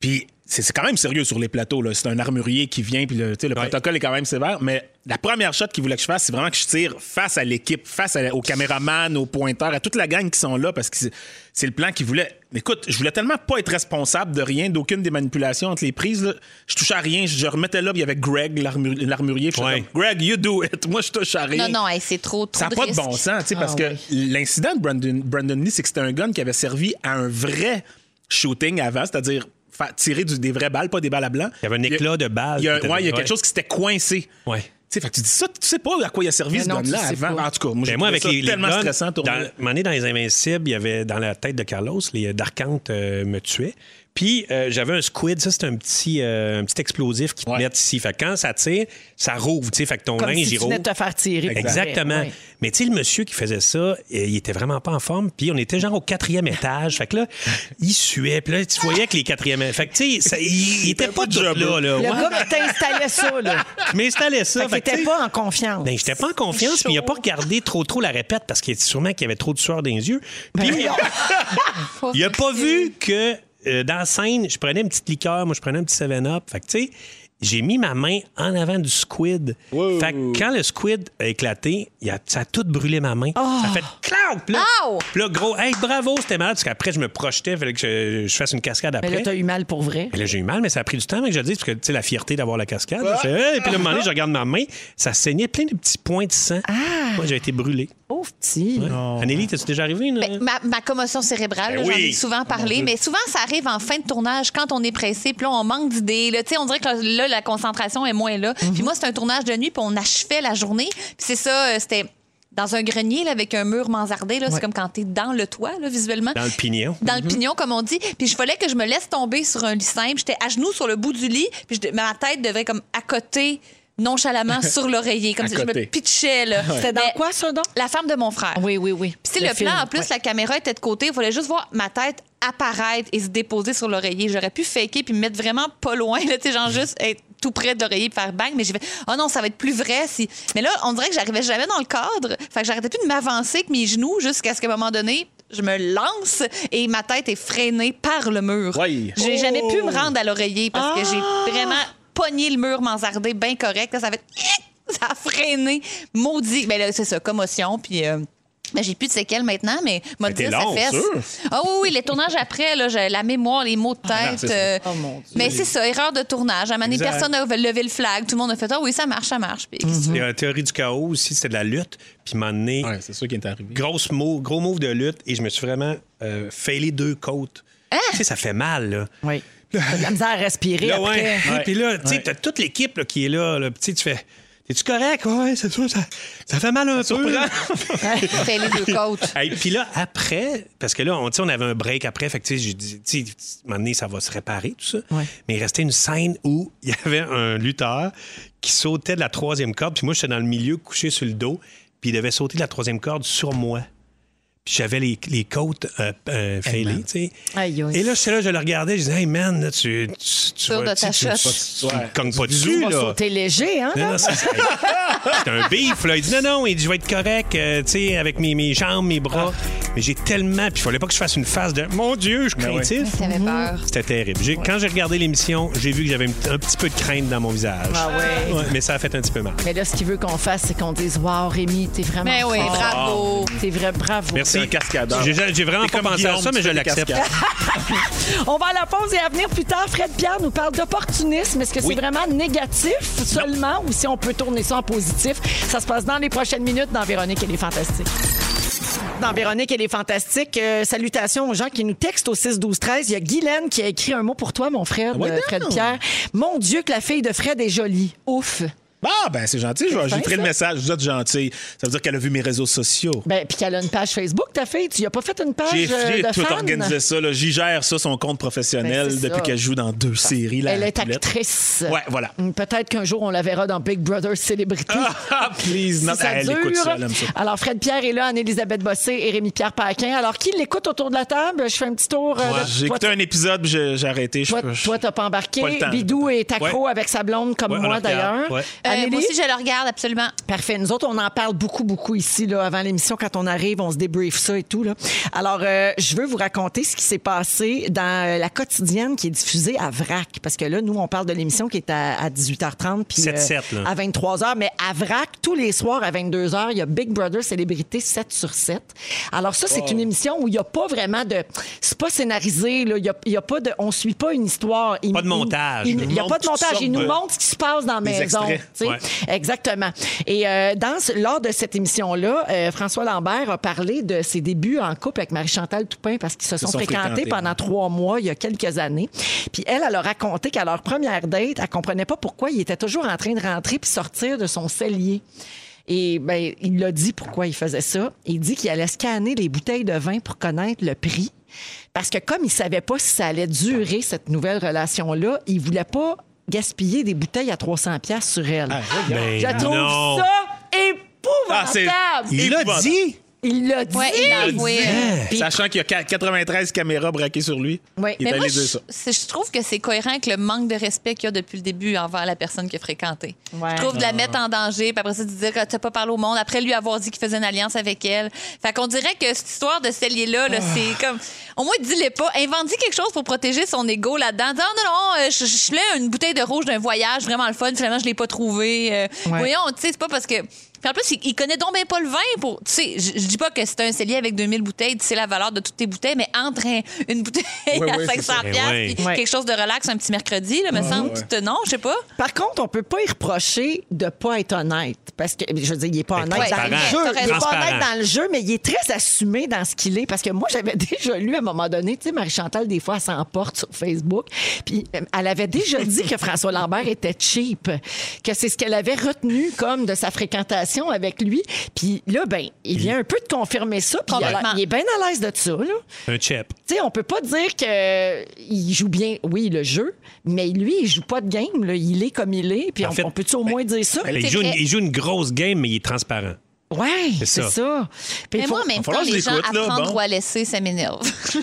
Speaker 4: Puis c'est c'est quand même sérieux sur les plateaux, là. C'est un armurier qui vient, puis le, tu sais, le
Speaker 2: Ouais.
Speaker 4: protocole est quand même sévère, mais la première shot qu'il voulait que je fasse, c'est vraiment que je tire face à l'équipe, face à la- au caméraman, au pointeur, à toute la gang qui sont là, parce que c'est- c'est le plan qu'il voulait. Mais écoute, je voulais tellement pas être responsable de rien, d'aucune des manipulations entre les prises, là. Je touchais à rien, je, je remettais là, puis il y avait Greg, l'armur- l'armurier, puis je
Speaker 2: Ouais.
Speaker 4: suis comme, Greg, you do it! Moi, je touche à rien.
Speaker 3: Non, non, hey, c'est trop, trop
Speaker 4: Ça n'a pas de
Speaker 3: risque.
Speaker 4: bon sens, tu sais,
Speaker 1: Ah
Speaker 4: parce que l'incident de Brandon, Brandon Lee, c'est que c'était un gun qui avait servi à un vrai shooting avant, c'est-à-dire fa- tirer du- des vraies balles, pas des balles à blanc.
Speaker 2: Il y avait un éclat de balles
Speaker 4: Il y a,
Speaker 2: qui était-
Speaker 4: ouais, il y a quelque
Speaker 2: ouais.
Speaker 4: chose qui s'était coincé.
Speaker 2: Ouais.
Speaker 4: Tu sais, fait que tu dis ça, tu sais pas à quoi il a servi
Speaker 1: Mais
Speaker 4: ce
Speaker 1: non, tu
Speaker 4: gun-là
Speaker 1: sais
Speaker 4: avant.
Speaker 1: pas.
Speaker 4: En tout cas, moi,
Speaker 2: Ben,
Speaker 4: j'ai trouvé
Speaker 2: moi, avec
Speaker 4: ça
Speaker 2: les, les
Speaker 4: tellement
Speaker 2: guns,
Speaker 4: stressant à
Speaker 2: dans,
Speaker 4: tourner.
Speaker 2: à un moment donné, dans Les Invincibles, il y avait dans la tête de Carlos, les Darkantes me tuaient. Puis euh, j'avais un squid, ça c'est un petit euh, un petit explosif qui te
Speaker 4: Ouais.
Speaker 2: met ici. Fait que quand ça tire, ça rouvre, tu sais, fait que ton
Speaker 1: Comme
Speaker 2: linge
Speaker 1: si
Speaker 2: il
Speaker 1: tu
Speaker 2: rouvre.
Speaker 1: venais de te faire tirer. pour
Speaker 2: Exactement.
Speaker 1: vrai, ouais.
Speaker 2: Mais tu sais, le monsieur qui faisait ça, euh, il était vraiment pas en forme. Puis on était genre au quatrième étage. Fait que là, il suait. Puis là, tu voyais que les quatrièmes. Fait que tu sais, ça- il, il était pas tout là. là.
Speaker 1: Le
Speaker 2: Ouais.
Speaker 1: gars qui t'installait ça, là.
Speaker 2: Je m'installais
Speaker 1: Fait
Speaker 2: ça.
Speaker 1: que
Speaker 2: Fait que,
Speaker 1: t'étais
Speaker 2: tu sais,
Speaker 1: pas en confiance.
Speaker 2: ben, j'étais pas en confiance, puis il a pas regardé trop trop la répète parce qu'il sûrement qu'il y avait trop de sueur dans les yeux.
Speaker 1: Ben,
Speaker 2: Puis il a pas vu que euh, dans la scène, je prenais une petite liqueur, moi je prenais un petit 7-up. Fait que tu sais, j'ai mis ma main en avant du squid. Fait que quand le squid a éclaté, il a- ça a tout brûlé ma main.
Speaker 1: Oh.
Speaker 2: Ça a fait clown! Puis là,
Speaker 3: Ow!
Speaker 2: puis là, gros, hey, bravo, c'était malade, parce qu'après, je me projetais, fallait que je, je fasse une cascade
Speaker 1: Mais
Speaker 2: après.
Speaker 1: là, t'as eu mal pour vrai.
Speaker 2: Mais là, j'ai eu mal, mais ça a pris du temps avant que je le dise, parce que, tu sais, la fierté d'avoir la cascade. là, je fais, Hey! Puis là, à un moment donné, je regarde ma main, ça saignait plein de petits points de sang. Moi, j'ai été brûlé.
Speaker 1: Pauvre petit.
Speaker 4: Oh.
Speaker 2: Anneli, t'es-tu déjà arrivé? euh, là?
Speaker 1: Mm.
Speaker 3: Ben, ma, ma commotion cérébrale, là,
Speaker 2: Ben
Speaker 3: j'en
Speaker 2: oui.
Speaker 3: ai souvent parlé, mais souvent ça arrive en fin de tournage quand on est pressé, puis là on manque d'idées. là. Tu sais, On dirait que là, la concentration est moins là.
Speaker 1: Mhm.
Speaker 3: Puis moi, c'est un tournage de nuit, puis on achevait la journée. Puis c'est ça, euh, c'était dans un grenier là, avec un mur mansardé. là. C'est comme quand t'es dans le toit, là, visuellement.
Speaker 2: Dans le pignon.
Speaker 3: dans le
Speaker 1: Mhm.
Speaker 3: pignon, comme on dit. Puis je fallait que je me laisse tomber sur un lit simple. J'étais à genoux sur le bout du lit. Puis je- ma tête devait comme accoter nonchalamment sur l'oreiller. Comme si je me
Speaker 4: Accoter.
Speaker 3: pitchais. là.
Speaker 1: C'était dans
Speaker 3: Mais
Speaker 1: quoi, ça, donc?
Speaker 3: La femme de mon frère.
Speaker 1: Oui, oui, oui.
Speaker 3: Puis si le, plan,
Speaker 1: film,
Speaker 3: en plus,
Speaker 1: ouais.
Speaker 3: la caméra était de côté, il fallait juste voir ma tête apparaître et se déposer sur l'oreiller. J'aurais pu faker puis me mettre vraiment pas loin, là, tu sais,
Speaker 1: Mm.
Speaker 3: genre juste être tout près de l'oreiller puis faire bang, mais j'ai fait « Oh non, ça va être plus vrai si... » Mais là, on dirait que j'arrivais jamais dans le cadre. Fait que j'arrêtais plus de m'avancer avec mes genoux jusqu'à ce qu'à un moment donné, je me lance et ma tête est freinée par le mur.
Speaker 4: Oui.
Speaker 3: J'ai jamais pu me rendre à l'oreiller parce que
Speaker 1: Ah!
Speaker 3: j'ai vraiment pogné le mur, mansardé, bien correct. Là, ça fait... Ça a freiné. Maudit. Ben là, c'est ça, commotion. Puis... euh, ben, j'ai plus de séquelles maintenant, mais m'a dit
Speaker 2: t'es
Speaker 3: ça
Speaker 2: long,
Speaker 3: fesse.
Speaker 2: sûr.
Speaker 3: Ah oui, oui, les tournages après, là, j'ai la mémoire, les mots de tête.
Speaker 4: c'est ça.
Speaker 3: euh,
Speaker 1: Oh, mon Dieu.
Speaker 3: Mais c'est ça, erreur de tournage. À un moment donné,
Speaker 2: Exact.
Speaker 3: personne n'a levé le flag. Tout le monde a fait Ah oui, ça marche, ça marche. Puis, qu'est-ce que tu
Speaker 2: Et, euh, théorie du chaos aussi, c'est de la lutte. Puis m'en donné,
Speaker 4: Ouais, c'est sûr qu'il est arrivé.
Speaker 2: grosse mot, gros move de lutte et je me suis vraiment euh, failé deux côtes. Tu sais, ça fait mal, là.
Speaker 1: Oui. T'as de la misère à respirer.
Speaker 2: Là,
Speaker 1: après.
Speaker 2: ouais.
Speaker 4: Ouais.
Speaker 2: Puis là, tu sais, t'as toute l'équipe là, qui est là. là. Puis tu sais, tu fais. Es-tu correct? Ouais, c'est sûr, ça, ça fait mal un peu.
Speaker 3: veux? Fais les deux côtes.
Speaker 2: Hey, puis là, après, parce que là, on, tu sais, on avait un break après, fait que tu sais, j'ai dit, tu sais, à un moment donné, ça va se réparer, tout ça.
Speaker 1: Ouais.
Speaker 2: Mais il restait une scène où il y avait un lutteur qui sautait de la troisième corde, puis moi, j'étais dans le milieu, couché sur le dos, puis il devait sauter de la troisième corde sur moi. Puis j'avais les, les côtes euh, euh, fêlées, tu sais.
Speaker 1: Aïe, aïe.
Speaker 2: Et là, c'est là, je le regardais, je disais, hey man, là, tu, tu, tu,
Speaker 3: Sûr
Speaker 2: vas-
Speaker 3: de
Speaker 2: tu sais,
Speaker 3: ta
Speaker 2: tu-
Speaker 3: shot.
Speaker 2: tu- tu me cognes pas
Speaker 1: Tu
Speaker 2: dessus,
Speaker 1: vas
Speaker 2: là.
Speaker 1: sauter léger, hein?
Speaker 2: Non, non, c'est c'est- c'est un beef. Là. Il dit non, non, il dit, je vais être correct, euh, tu sais, avec mes, mes jambes, mes bras. Mais j'ai tellement. Puis il fallait pas que je fasse une face de Mon Dieu, je
Speaker 4: Ben
Speaker 2: suis craintif.
Speaker 3: T'avais peur.
Speaker 1: Mm-hmm.
Speaker 2: C'était terrible. J'ai- Quand j'ai regardé l'émission, j'ai vu que j'avais un, un petit peu de crainte dans mon visage.
Speaker 1: Ah ouais.
Speaker 2: Ouais, mais ça a fait un petit peu mal.
Speaker 1: Mais là, ce qu'il veut qu'on fasse, c'est qu'on dise Waouh, Rémi, t'es vraiment.
Speaker 3: Mais Ben oui,
Speaker 1: fort.
Speaker 3: bravo. Euh,
Speaker 1: T'es vrai, bravo.
Speaker 2: Merci.
Speaker 4: C'est un cascadeur.
Speaker 2: J'ai j'ai vraiment pas pensé à ça, mais je l'accepte.
Speaker 1: On va à la pause et à venir plus tard. Fred Pierre nous parle d'opportunisme. Est-ce que c'est vraiment négatif seulement ou si on peut tourner ça en positif? Ça se passe dans les prochaines minutes dans Véronique et les Fantastiques. Dans Véronique et les Fantastiques, euh, salutations aux gens qui nous textent au 6 12 13. Il y a Guylaine qui a écrit un mot pour toi, mon Fred,
Speaker 4: Ah Ouais,
Speaker 1: euh,
Speaker 4: non.
Speaker 1: Fred Pierre. Mon Dieu, que la fille de Fred est jolie. Ouf.
Speaker 4: Ah, ben c'est gentil. je vais- J'ai pris le message. Vous êtes gentil. Ça veut dire qu'elle a vu mes réseaux sociaux.
Speaker 1: Ben, puis qu'elle a une page Facebook, ta fille. Tu n'as pas fait une page
Speaker 4: J'ai
Speaker 1: euh,
Speaker 4: j'ai
Speaker 1: de
Speaker 4: tout
Speaker 1: fan?
Speaker 4: organisé ça. là. J'y gère ça, son compte professionnel,
Speaker 1: Ben, c'est
Speaker 4: depuis
Speaker 1: ça.
Speaker 4: qu'elle joue dans deux séries. la
Speaker 1: Elle est
Speaker 4: poulette.
Speaker 1: actrice.
Speaker 4: Ouais, voilà.
Speaker 1: Hum, Peut-être qu'un jour, on la verra dans Big Brother Célébrité.
Speaker 4: Ah, please,
Speaker 1: Si
Speaker 4: non.
Speaker 1: ça
Speaker 4: elle
Speaker 1: dure.
Speaker 4: écoute ça, elle aime ça.
Speaker 1: Alors, Fred Pierre est là, Anne-Elisabeth Bossé et Rémi-Pierre Paquin. Alors, qui l'écoute autour de la table? Je fais un petit tour. euh,
Speaker 4: Ouais,
Speaker 1: de-
Speaker 4: J'ai
Speaker 1: toi,
Speaker 4: écouté un épisode, puis j'ai j'ai arrêté. Je-
Speaker 1: toi,
Speaker 4: je-
Speaker 1: toi, t'as pas embarqué.
Speaker 4: Pas le temps.
Speaker 1: Bidou est accro avec sa blonde, comme
Speaker 2: Ouais, on
Speaker 1: moi
Speaker 2: la regarde.
Speaker 1: d'ailleurs.
Speaker 2: Ouais.
Speaker 3: Euh,
Speaker 1: Anneli?
Speaker 3: moi aussi, je le regarde absolument.
Speaker 1: Parfait. Nous autres, on en parle beaucoup, beaucoup ici, là, avant l'émission. Quand on arrive, on se débriefe ça et tout. Là. Alors, euh, je veux vous raconter ce qui s'est passé dans euh, la quotidienne qui est diffusée à VRAC. Parce que là, nous, on parle de l'émission qui est à, à 18h30 puis euh,
Speaker 2: 7-7, là.
Speaker 1: à 23h. Mais à VRAC, tous les soirs à 22h, il y a Big Brother Célébrité 7 sur 7. Alors ça, c'est une émission où il n'y a pas vraiment de... C'est pas scénarisé. Là. Il y a, il y a pas de... On suit pas une histoire. Il-
Speaker 2: Pas de montage.
Speaker 1: Il
Speaker 2: Ils
Speaker 1: il y a
Speaker 4: nous
Speaker 1: pas de
Speaker 4: montrent
Speaker 1: montage.
Speaker 4: toutes
Speaker 1: Il nous
Speaker 4: sortes de-
Speaker 1: montre ce qui se passe dans la
Speaker 4: Des
Speaker 1: maison.
Speaker 4: extraits.
Speaker 1: tu sais.
Speaker 2: Ouais.
Speaker 1: Exactement. Et euh, dans ce- lors de cette émission-là, euh, François Lambert a parlé de ses débuts en couple avec Marie-Chantal Toupin parce qu'ils se sont,
Speaker 4: sont
Speaker 1: fréquentés,
Speaker 4: fréquentés.
Speaker 1: pendant trois mois, il y a quelques années. Puis elle, elle a raconté qu'à leur première date, elle comprenait pas pourquoi il était toujours en train de rentrer puis sortir de son cellier. Et ben, il l'a dit pourquoi il faisait ça. Il dit qu'il allait scanner les bouteilles de vin pour connaître le prix. Parce que comme il savait pas si ça allait durer, cette nouvelle relation-là, il voulait pas gaspiller des bouteilles à 300 pièces sur elle.
Speaker 2: Ben
Speaker 1: Je trouve
Speaker 2: non.
Speaker 1: ça
Speaker 4: Ah, c'est-
Speaker 1: épouvantable.
Speaker 2: Il l'a
Speaker 4: Épouvantable. Hein?
Speaker 2: dit. Hein?
Speaker 1: Il l'a dit.
Speaker 3: Ouais, il a avoué.
Speaker 1: Puis-
Speaker 4: Sachant qu'il y a qua- 93 caméras braquées sur lui.
Speaker 1: Oui.
Speaker 4: Il
Speaker 1: Mais
Speaker 4: est allé
Speaker 3: moi,
Speaker 4: dire
Speaker 3: je,
Speaker 4: ça.
Speaker 3: c'est- je trouve que c'est cohérent avec le manque de respect qu'il y a depuis le début envers la personne qu'il a fréquentée.
Speaker 1: Ouais.
Speaker 4: Ah.
Speaker 3: Je trouve de la mettre en danger, puis après ça, de dire que t'as pas parlé au monde, après lui avoir dit qu'il faisait une alliance avec elle. Fait qu'on dirait que cette histoire de cellier-là,
Speaker 4: Ah.
Speaker 3: là, c'est comme. Au moins, dis-le pas. invente quelque chose pour protéger son ego là-dedans. Dis, Ah, non, non, euh, je, je filais une bouteille de rouge d'un voyage, vraiment le fun, finalement, je l'ai pas trouvé. Euh,
Speaker 1: Ouais.
Speaker 3: Voyons, tu sais, c'est pas parce que. Puis en plus, il, il connaît donc bien pas le vin pour. Tu sais, je je dis pas que c'est un cellier avec 2000 bouteilles, c'est la valeur de toutes tes bouteilles, mais entre un- une bouteille
Speaker 4: Ouais, ouais,
Speaker 3: à
Speaker 4: c'est
Speaker 3: 500
Speaker 4: ça.
Speaker 3: piastres,
Speaker 2: Ouais.
Speaker 3: puis
Speaker 1: Ouais.
Speaker 3: quelque chose de relax un petit mercredi, là, me semble. tu te- Non, je sais pas.
Speaker 1: Par contre, on peut pas y reprocher de pas être honnête. Parce que, je veux dire, il est pas honnête dans le
Speaker 3: transparent.
Speaker 1: jeu.
Speaker 3: T'as
Speaker 1: Il est pas
Speaker 2: raison.
Speaker 1: honnête dans le jeu, mais il est très assumé dans ce qu'il est. Parce que moi, j'avais déjà lu à un moment donné, tu sais, Marie-Chantal, des fois, elle s'emporte sur Facebook. Puis euh, elle avait déjà dit que François Lambert était cheap. Que c'est ce qu'elle avait retenu comme de sa fréquentation avec lui. Puis là, ben, il vient un peu de confirmer ça. Puis il, a l'air-
Speaker 3: Complètement.
Speaker 1: il est bien à l'aise de ça, là.
Speaker 2: Un chip.
Speaker 1: Tu sais, on peut pas dire qu'il joue bien, oui, le jeu, mais lui, il joue pas de game. là. Il est comme il est. Puis
Speaker 2: En
Speaker 1: on,
Speaker 2: fait,
Speaker 1: on peut-tu au moins dire ça?
Speaker 2: Ben, Il
Speaker 3: C'est
Speaker 2: joue, une,
Speaker 3: vrai.
Speaker 2: il joue une grosse game, mais il est transparent.
Speaker 1: ouais, c'est
Speaker 2: c'est
Speaker 1: ça.
Speaker 2: ça.
Speaker 1: Puis il
Speaker 3: Mais
Speaker 1: faut-
Speaker 3: moi, en même
Speaker 4: va
Speaker 3: temps,
Speaker 4: falloir que je
Speaker 3: les gens
Speaker 4: l'écoute, là,
Speaker 3: apprendre
Speaker 4: bon.
Speaker 3: ou à laisser, ça m'énerve.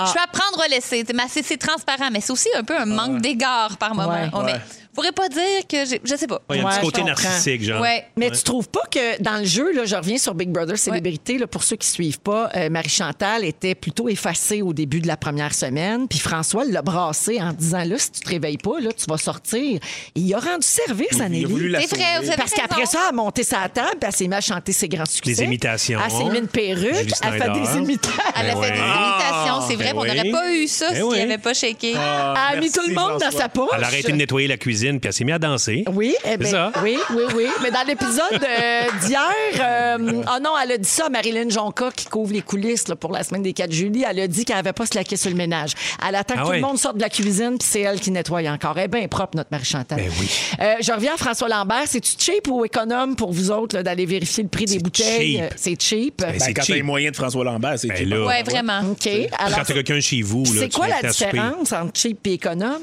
Speaker 3: Ah. Je peux apprendre ou à laisser. C'est- mais C'est c'est transparent, mais c'est aussi un peu un manque d'égard par moment.
Speaker 1: Ouais.
Speaker 3: On met- pourrais pas dire que j'ai. Je sais pas.
Speaker 2: Il y a un
Speaker 1: Ouais,
Speaker 2: petit
Speaker 1: je
Speaker 2: côté
Speaker 1: comprends.
Speaker 2: narcissique, genre.
Speaker 3: Ouais.
Speaker 1: Mais
Speaker 2: Ouais.
Speaker 1: tu trouves pas que dans le jeu, là, je reviens sur Big Brother Célébrité, là, pour ceux qui suivent pas, euh, Marie-Chantal était plutôt effacée au début de la première semaine, puis François l'a brassée en disant, là, si tu te réveilles pas, là, tu vas sortir. Il a rendu service à
Speaker 4: Il a
Speaker 1: Nelly.
Speaker 4: voulu la
Speaker 3: C'est vrai,
Speaker 4: sauver. Ben,
Speaker 3: vous avez-
Speaker 1: Parce qu'après
Speaker 3: raison.
Speaker 1: ça, elle a monté sa table, puis elle s'est mise à chanter ses grands succès.
Speaker 2: Les imitations.
Speaker 1: Elle s'est mis une perruque,
Speaker 2: Julie
Speaker 1: elle fait des
Speaker 2: Snyder.
Speaker 1: imitations.
Speaker 3: Elle a
Speaker 2: Ben
Speaker 3: fait des
Speaker 2: ouais.
Speaker 3: imitations, c'est vrai.
Speaker 2: Ben
Speaker 3: mais On
Speaker 2: oui.
Speaker 3: n'aurait pas eu ça
Speaker 2: Ben
Speaker 3: s'il
Speaker 2: oui.
Speaker 3: avait pas shaké.
Speaker 1: Elle
Speaker 4: Ah,
Speaker 1: a mis
Speaker 4: merci,
Speaker 1: tout le monde dans
Speaker 4: François.
Speaker 1: sa poche.
Speaker 2: Elle a arrêté de nettoyer la cuisine, puis elle s'est mise à danser.
Speaker 1: Oui, eh ben,
Speaker 2: C'est ça.
Speaker 1: oui, oui, oui. Mais dans l'épisode euh, d'hier, euh, ah non, elle a dit ça à Marilyn Jonca qui couvre les coulisses là, pour la semaine des 4 juillet. Elle a dit qu'elle n'avait pas slaqué sur le ménage. Elle attend que
Speaker 2: Ah
Speaker 1: tout
Speaker 2: ouais.
Speaker 1: le monde sorte de la cuisine, puis c'est elle qui nettoie encore. Elle est bien propre, notre Marie Chantal.
Speaker 2: Ben oui.
Speaker 1: Euh, je reviens à François Lambert. C'est-tu cheap ou économe pour vous autres là, d'aller vérifier le prix des
Speaker 2: C'est
Speaker 1: bouteilles?
Speaker 2: cheap.
Speaker 1: Euh, C'est cheap.
Speaker 2: Ben,
Speaker 4: Ben,
Speaker 2: c'est
Speaker 4: quand t'as
Speaker 2: cheap.
Speaker 4: les moyens de François Lambert, c'est
Speaker 2: Ben
Speaker 4: cheap.
Speaker 2: là.
Speaker 3: Ouais, vraiment.
Speaker 1: OK.
Speaker 2: Quand
Speaker 1: Alors,
Speaker 2: t'as quelqu'un chez vous, là,
Speaker 1: c'est
Speaker 2: tu
Speaker 1: quoi
Speaker 2: l'invites
Speaker 1: la
Speaker 2: à souper.
Speaker 1: différence entre cheap et économe?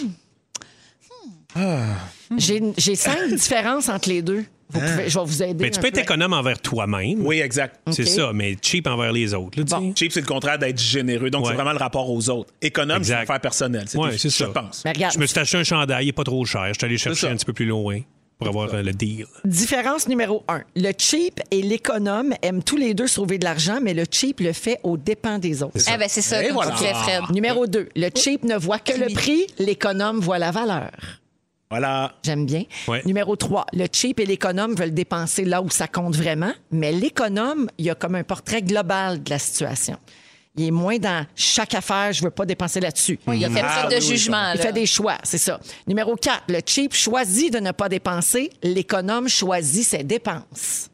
Speaker 2: Hmm.
Speaker 1: J'ai j'ai cinq différences entre les deux. Vous pouvez- je vais vous aider.
Speaker 2: Hein? Mais Ben, tu
Speaker 1: un
Speaker 2: peux être
Speaker 1: peu.
Speaker 2: économe envers toi-même.
Speaker 4: Oui, exact.
Speaker 2: C'est ça, mais cheap envers les autres. là, tu sais.
Speaker 4: Cheap, c'est le contraire d'être généreux. Donc,
Speaker 2: Ouais.
Speaker 4: c'est vraiment le rapport aux autres. Économe, c'est
Speaker 2: Exact.
Speaker 4: une affaire personnelle. C'est
Speaker 2: Ouais,
Speaker 4: tout-
Speaker 2: c'est
Speaker 4: je
Speaker 2: ça.
Speaker 4: pense.
Speaker 1: Mais ben, regarde,
Speaker 2: Je me suis acheté un chandail, il est pas trop cher. Je suis allé chercher
Speaker 4: ça.
Speaker 2: un petit peu plus loin pour avoir euh, le deal.
Speaker 1: différence numéro un. Le cheap et l'économe aiment tous les deux sauver de l'argent, mais le cheap le fait aux dépens des autres.
Speaker 3: Ah ben c'est ça,
Speaker 4: Et
Speaker 3: comme
Speaker 4: voilà.
Speaker 3: tu disais, Fred.
Speaker 1: Numéro deux. Le
Speaker 2: Oh.
Speaker 1: cheap ne voit que le prix, l'économe voit la valeur.
Speaker 4: Voilà.
Speaker 1: J'aime bien.
Speaker 2: Ouais.
Speaker 1: Numéro 3, le cheap et l'économe veulent dépenser là où ça compte vraiment, mais l'économe, il y a comme un portrait global de la situation. Il est moins dans chaque affaire, je veux pas dépenser là-dessus.
Speaker 3: Il a fait
Speaker 4: Ah,
Speaker 3: preuve de
Speaker 4: oui, oui,
Speaker 3: jugement.
Speaker 1: Il
Speaker 3: là.
Speaker 1: fait des choix, c'est ça. Numéro 4, le cheap choisit de ne pas dépenser, l'économe choisit ses dépenses.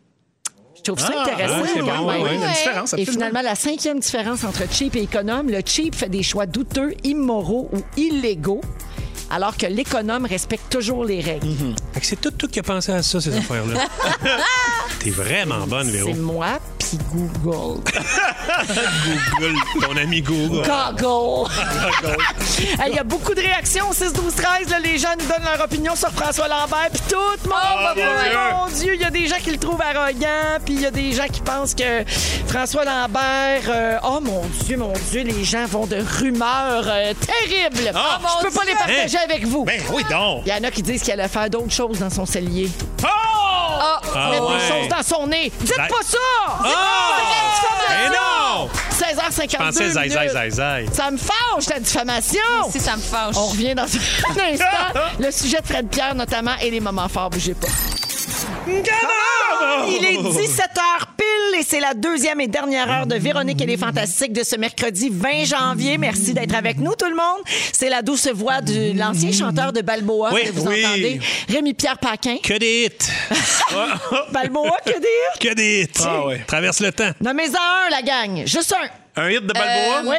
Speaker 1: Je trouve ça intéressant.
Speaker 2: ah, c'est
Speaker 1: quand
Speaker 2: bon,
Speaker 1: même.
Speaker 2: ouais, ouais.
Speaker 4: Il y a une
Speaker 1: Et
Speaker 4: différence, absolument.
Speaker 1: finalement, la cinquième différence entre cheap et économe, le cheap fait des choix douteux, immoraux ou illégaux, alors que l'économe respecte toujours les règles.
Speaker 2: Fait que c'est tout toi qui a pensé à ça, ces affaires-là. T'es vraiment bonne, Véro.
Speaker 1: C'est moi, puis Google.
Speaker 2: Google, ton ami Google.
Speaker 1: Google! Hey, Il y a beaucoup de réactions au 6, 12, 13. là, les gens nous donnent leur opinion sur François Lambert. Puis tout le monde va pas- mon Dieu! Il y a des gens qui le trouvent arrogant. Puis il y a des gens qui pensent que François Lambert. euh, oh mon Dieu, mon Dieu, les gens vont de rumeurs euh, terribles.
Speaker 4: Ah,
Speaker 1: Je peux pas les partager avec vous.
Speaker 2: Eh,
Speaker 4: Ben oui, donc.
Speaker 1: Il y en a qui disent qu'il allait faire d'autres choses dans son cellier.
Speaker 3: Ah,
Speaker 2: Oh! Ah
Speaker 1: Mettre
Speaker 2: ouais.
Speaker 1: des choses dans son nez. Dites
Speaker 2: Ben-
Speaker 1: pas ça!
Speaker 2: Ah!
Speaker 1: Diffamation!
Speaker 2: Mais non! Je
Speaker 1: 16h52.
Speaker 2: pensais zai, zai,
Speaker 1: minutes.
Speaker 2: zai, zai.
Speaker 1: Ça me fâche, la diffamation!
Speaker 3: si ça me fâche.
Speaker 1: On revient dans un instant. Le sujet de Fred Pierre, notamment, et les moments forts, bougez pas. Il est 17h pile et c'est la deuxième et dernière heure de Véronique et les Fantastiques de ce mercredi 20 janvier. Merci d'être avec nous, tout le monde. C'est la douce voix de l'ancien chanteur de Balboa
Speaker 2: Oui,
Speaker 1: que vous
Speaker 2: oui.
Speaker 1: entendez, Rémi-Pierre Paquin.
Speaker 2: Que des hits!
Speaker 1: Balboa, que dire?
Speaker 2: Que des hits!
Speaker 4: Ah ouais.
Speaker 2: Traverse le temps.
Speaker 1: Nommez-en un, la gang. Juste un.
Speaker 4: Un hit de Balboa?
Speaker 1: Ah Oui.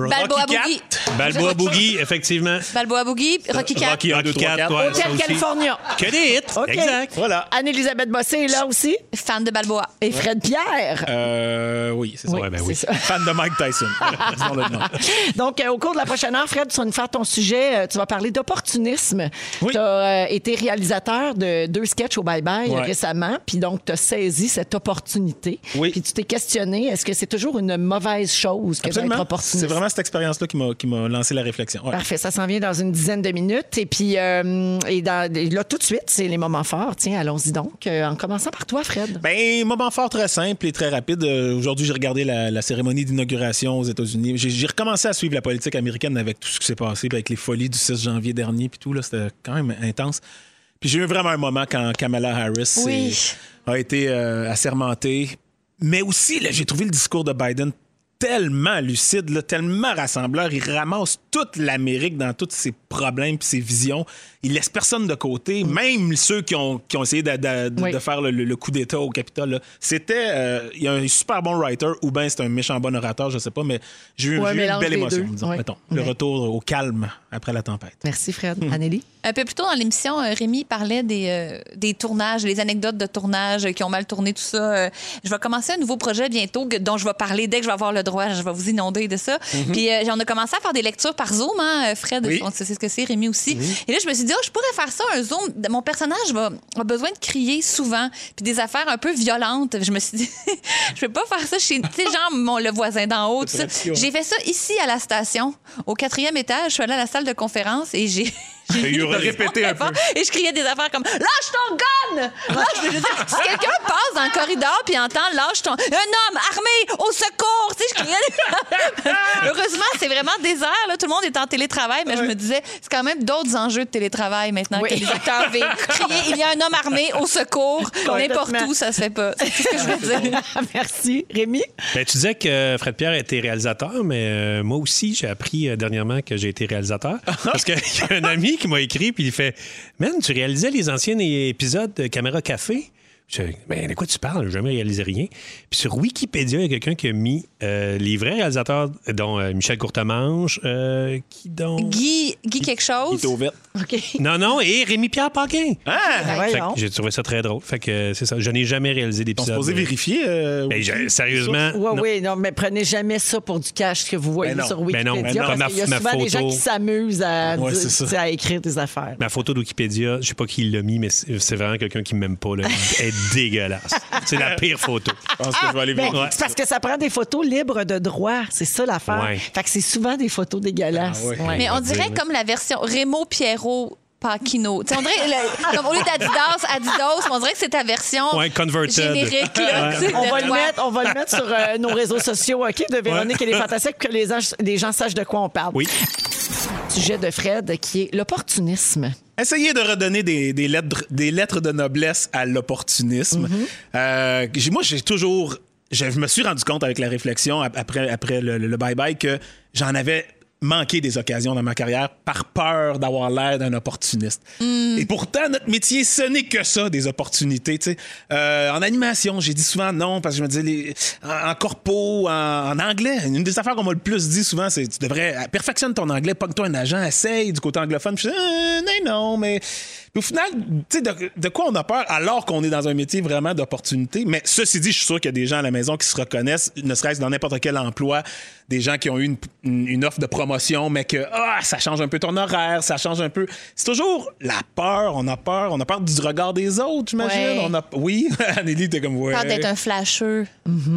Speaker 3: Balboa
Speaker 4: Rocky
Speaker 3: Boogie.
Speaker 2: Balboa Boogie, effectivement.
Speaker 3: Balboa Boogie, Rocky Cat.
Speaker 2: Rocky
Speaker 4: un, deux, trois,
Speaker 2: 4,
Speaker 4: quatre.
Speaker 2: ouais, ça
Speaker 1: Hotel
Speaker 2: aussi.
Speaker 1: California.
Speaker 2: Que des hits!
Speaker 1: OK.
Speaker 2: Exact.
Speaker 4: Voilà.
Speaker 1: Anne-Elisabeth Bossé est là aussi.
Speaker 3: Fan de Balboa.
Speaker 1: Et Fred Pierre.
Speaker 4: Euh, oui, c'est ça.
Speaker 2: Ouais, ben oui.
Speaker 1: c'est ça.
Speaker 4: Fan de Mike Tyson. Disons-le de même.
Speaker 1: Donc, euh, au cours de la prochaine heure, Fred, tu vas nous faire ton sujet. Euh, tu vas parler d'opportunisme.
Speaker 4: Oui.
Speaker 1: Tu as été réalisateur de deux sketchs au Bye Bye
Speaker 4: Ouais.
Speaker 1: récemment, puis donc tu as saisi cette opportunité.
Speaker 4: Oui.
Speaker 1: Puis tu t'es questionné, est-ce que c'est toujours une mauvaise chose que d'être
Speaker 4: Absolument.
Speaker 1: opportuniste?
Speaker 4: C'est vraiment cette expérience-là qui m'a- qui m'a lancé la réflexion. Ouais.
Speaker 1: Parfait, ça s'en vient dans une dizaine de minutes. Et puis, euh, et dans- et là, tout de suite, c'est les moments forts. Tiens, allons-y donc. Euh, en commençant par toi, Fred.
Speaker 4: Ben, moment fort très simple et très rapide. Euh, Aujourd'hui, j'ai regardé la, la cérémonie d'inauguration aux États-Unis. J'ai- J'ai recommencé à suivre la politique américaine avec tout ce qui s'est passé, puis avec les folies du 6 janvier dernier, puis tout. là, C'était quand même intense. Puis j'ai eu vraiment un moment quand Kamala Harris
Speaker 3: Oui.
Speaker 4: est- a été euh, assermentée. Mais aussi, là, j'ai trouvé le discours de Biden tellement lucide, là, tellement rassembleur. Il ramasse toute l'Amérique dans tous ses problèmes puis ses visions. Il laisse personne de côté, même ceux qui ont, qui ont essayé d'a- d'a- de,
Speaker 1: Oui.
Speaker 4: de faire le, le- le coup d'État au Capitole. là. C'était... euh, il y a un super bon writer, ou bien c'est un méchant bon orateur, je sais pas, mais j'ai eu,
Speaker 1: Ou un
Speaker 4: j'ai eu une
Speaker 1: mélange
Speaker 4: belle
Speaker 1: des
Speaker 4: émotion,
Speaker 1: deux.
Speaker 4: disons,
Speaker 1: Oui.
Speaker 4: mettons. Le
Speaker 1: Oui.
Speaker 4: retour au calme après la tempête.
Speaker 1: Merci, Fred.
Speaker 4: Hmm.
Speaker 1: Anneli?
Speaker 3: Un peu plus tôt dans l'émission, euh, Rémi parlait des, euh, des tournages, les anecdotes de tournage euh, qui ont mal tourné, tout ça. Euh, je vais commencer un nouveau projet bientôt que- dont je vais parler dès que je vais avoir le droit. Je vais vous inonder de ça. Puis euh, on a commencé à faire des lectures par Zoom, hein, Fred?
Speaker 4: Oui.
Speaker 3: On sait ce que c'est, Rémi aussi. Et là, je me suis dit, oh, je pourrais faire ça, un zoom. Mon personnage va, a besoin de crier souvent, puis des affaires un peu violentes. Je me suis dit, je vais pas faire ça chez, tu sais, genre, mon, le voisin d'en haut, tout ça. J'ai fait ça ici à la station, au quatrième étage. Je suis allée à la salle de conférence et j'ai. j'ai
Speaker 2: Et il aurait
Speaker 3: répété un peu. Et je criais des affaires comme Lâche ton gun! Lâche- je veux dire, si quelqu'un passe dans le corridor puis entend Lâche ton. Un homme armé au secours! Tu sais, je criais. des- Heureusement, c'est vraiment désert. Là. Tout le monde est en télétravail, mais je me disais, c'est quand même d'autres enjeux de télétravail maintenant
Speaker 1: Oui.
Speaker 3: que les acteurs vivent. Crier Il y a un homme armé au secours, n'importe
Speaker 1: Complètement.
Speaker 3: où, ça se fait pas. C'est ce que je veux dire.
Speaker 1: Merci. Rémi?
Speaker 2: Ben, tu disais que Fred Pierre était réalisateur, mais euh, moi aussi, j'ai appris euh, dernièrement que j'ai été réalisateur. parce qu'il y a un ami qui m'a écrit, puis il fait Man, tu réalisais les anciens é- épisodes de Caméra Café Je dis, Ben, de quoi tu parles J'ai jamais réalisé rien. Puis sur Wikipédia, il y a quelqu'un qui a mis euh, les vrais réalisateurs, dont euh, Michel Courtemanche, euh, qui donc
Speaker 3: Guy, Guy quelque chose.
Speaker 4: ouverte.
Speaker 1: OK.
Speaker 2: Non, non, et Rémi-Pierre Paquin.
Speaker 4: Ah!
Speaker 2: Fait que
Speaker 1: Ben, Voyons.
Speaker 2: J'ai trouvé ça très drôle. Fait que euh, c'est ça. Je n'ai jamais réalisé
Speaker 4: On se
Speaker 2: d'épisode.
Speaker 4: posait vérifier. euh,
Speaker 2: Mais j'ai-
Speaker 4: Wiki.
Speaker 2: sérieusement.
Speaker 1: Oui,
Speaker 2: Hein? non.
Speaker 1: oui, non, mais prenez jamais ça pour du cash ce que vous voyez
Speaker 4: Ben non,
Speaker 1: sur
Speaker 2: ben
Speaker 1: Wikipédia.
Speaker 2: non, ben non.
Speaker 1: parce
Speaker 2: Ma-
Speaker 1: qu'il y a
Speaker 2: ma
Speaker 1: souvent des gens
Speaker 2: photo.
Speaker 1: qui s'amusent à,
Speaker 4: Ouais,
Speaker 1: dire-
Speaker 4: c'est ça.
Speaker 1: tu sais, à écrire des affaires.
Speaker 2: Ma photo de Wikipédia, je sais pas qui l'a mis, mais c'est c'est vraiment quelqu'un qui m'aime pas. Là. Elle est dégueulasse. C'est la pire photo.
Speaker 4: Je pense que je vais
Speaker 3: Ah,
Speaker 4: aller
Speaker 1: Ben,
Speaker 4: vérifier.
Speaker 1: C'est parce que ça prend des photos libres de droit. C'est ça l'affaire.
Speaker 2: Ouais.
Speaker 1: Fait que c'est souvent des photos dégueulasses.
Speaker 4: Ah ouais.
Speaker 1: Ouais.
Speaker 3: Mais on
Speaker 2: on va
Speaker 3: dirait
Speaker 2: dire, là.
Speaker 3: comme la version Remo Pierrot. Paquino. Tu sais, on dirait, le- comme au lieu d'Adidas, Adidas, on dirait que c'est ta version
Speaker 2: Ouais, converted.
Speaker 3: générique. Là, tu sais,
Speaker 1: On
Speaker 3: de
Speaker 1: va, le
Speaker 3: toi.
Speaker 1: mettre, on va le mettre sur euh, nos réseaux sociaux, OK, de Véronique et les Fantastiques, pour que les, anges- les gens sachent de quoi on parle.
Speaker 2: Oui.
Speaker 1: Sujet de Fred, qui est l'opportunisme.
Speaker 4: Essayez de redonner des, des lettres, des lettres de noblesse à l'opportunisme. Euh, j'ai- moi, j'ai toujours. Je me suis rendu compte avec la réflexion ap- après, après le- le le bye-bye que j'en avais manqué des occasions dans ma carrière par peur d'avoir l'air d'un opportuniste. Et pourtant, notre métier, ce n'est que ça, des opportunités. tu sais. Euh, en animation, j'ai dit souvent non parce que je me disais, les- en, en corpo, en, en anglais, une des affaires qu'on m'a le plus dit souvent, c'est tu devrais euh, perfectionne ton anglais, pogne-toi un agent, essaye du côté anglophone. Puis je disais, Euh, non, non, mais Puis au final, tu sais, de, de quoi on a peur alors qu'on est dans un métier vraiment d'opportunité. Mais ceci dit, je suis sûr qu'il y a des gens à la maison qui se reconnaissent, ne serait-ce dans n'importe quel emploi, des gens qui ont eu une, une- une offre de promotion, mais que ah, ça change un peu ton horaire, ça change un peu. C'est toujours la peur, on a peur, on a peur du regard des autres, j'imagine.
Speaker 3: Ouais.
Speaker 4: On a, oui, Anneli, t'es comme ouais.
Speaker 3: Peur d'être un flasheux.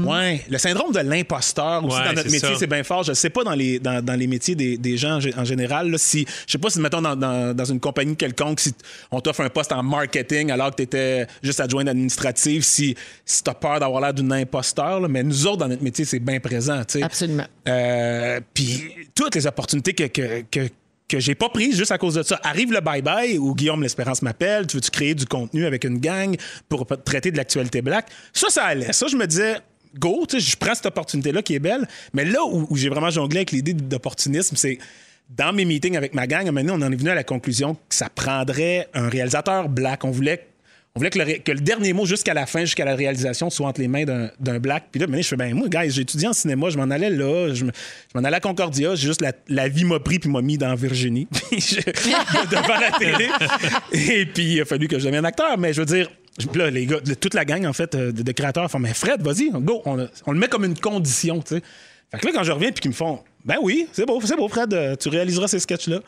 Speaker 4: Ouais, le syndrome de l'imposteur aussi
Speaker 2: Mhm. Ouais,
Speaker 4: dans notre
Speaker 2: c'est
Speaker 4: métier,
Speaker 2: ça.
Speaker 4: c'est bien fort. Je sais pas dans les dans, dans les métiers des, des gens en gé- en général. là, si je sais pas si mettons dans, dans, dans une compagnie quelconque, si t- on t'offre un poste en marketing alors que tu étais juste adjointe administrative, si si t'as peur d'avoir l'air d'une imposteur, là, mais nous autres dans notre métier, c'est bien présent. tu sais.
Speaker 1: Absolument.
Speaker 4: Euh, Puis toutes les opportunités que, que, que, que j'ai pas prises juste à cause de ça. Arrive le bye-bye où Guillaume L'Espérance m'appelle, tu veux-tu créer du contenu avec une gang pour pa- traiter de l'actualité black? Ça, ça allait. Ça, je me disais, go, tu sais, je prends cette opportunité-là qui est belle. Mais là où, où j'ai vraiment jonglé avec l'idée d'opportunisme, c'est dans mes meetings avec ma gang, maintenant, on en est venu à la conclusion que ça prendrait un réalisateur black. On voulait on voulait que le, ré- que le dernier mot jusqu'à la fin, jusqu'à la réalisation, soit entre les mains d'un- d'un black. Puis là, ben, je fais, ben moi, guys, j'ai étudié en cinéma, je m'en allais là, je me- je m'en allais à Concordia, j'ai juste la, la vie m'a pris puis m'a mis dans Virginie, Puis je- devant la télé. Et puis, il a fallu que je devienne acteur. Mais je veux dire, je- puis là, les gars, le- toute la gang, en fait, euh, de, de créateurs font, mais Fred, vas-y, go, on, on le met comme une condition, tu sais. Fait que là, quand je reviens, puis qu'ils me font, ben oui, c'est beau, c'est beau, Fred, euh, tu réaliseras ces sketchs-là.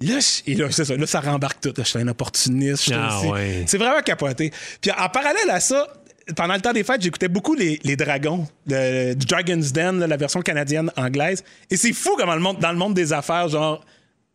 Speaker 4: Là, je- et là, c'est ça, là, ça rembarque tout. là. je suis un opportuniste. je suis
Speaker 2: Ah,
Speaker 4: aussi-
Speaker 2: ouais.
Speaker 4: C'est vraiment capoté. Puis en parallèle à ça, pendant le temps des fêtes, j'écoutais beaucoup les, les Dragons, le- du Dragon's Den, là, la version canadienne anglaise. Et c'est fou comment le monde, dans le monde des affaires, genre,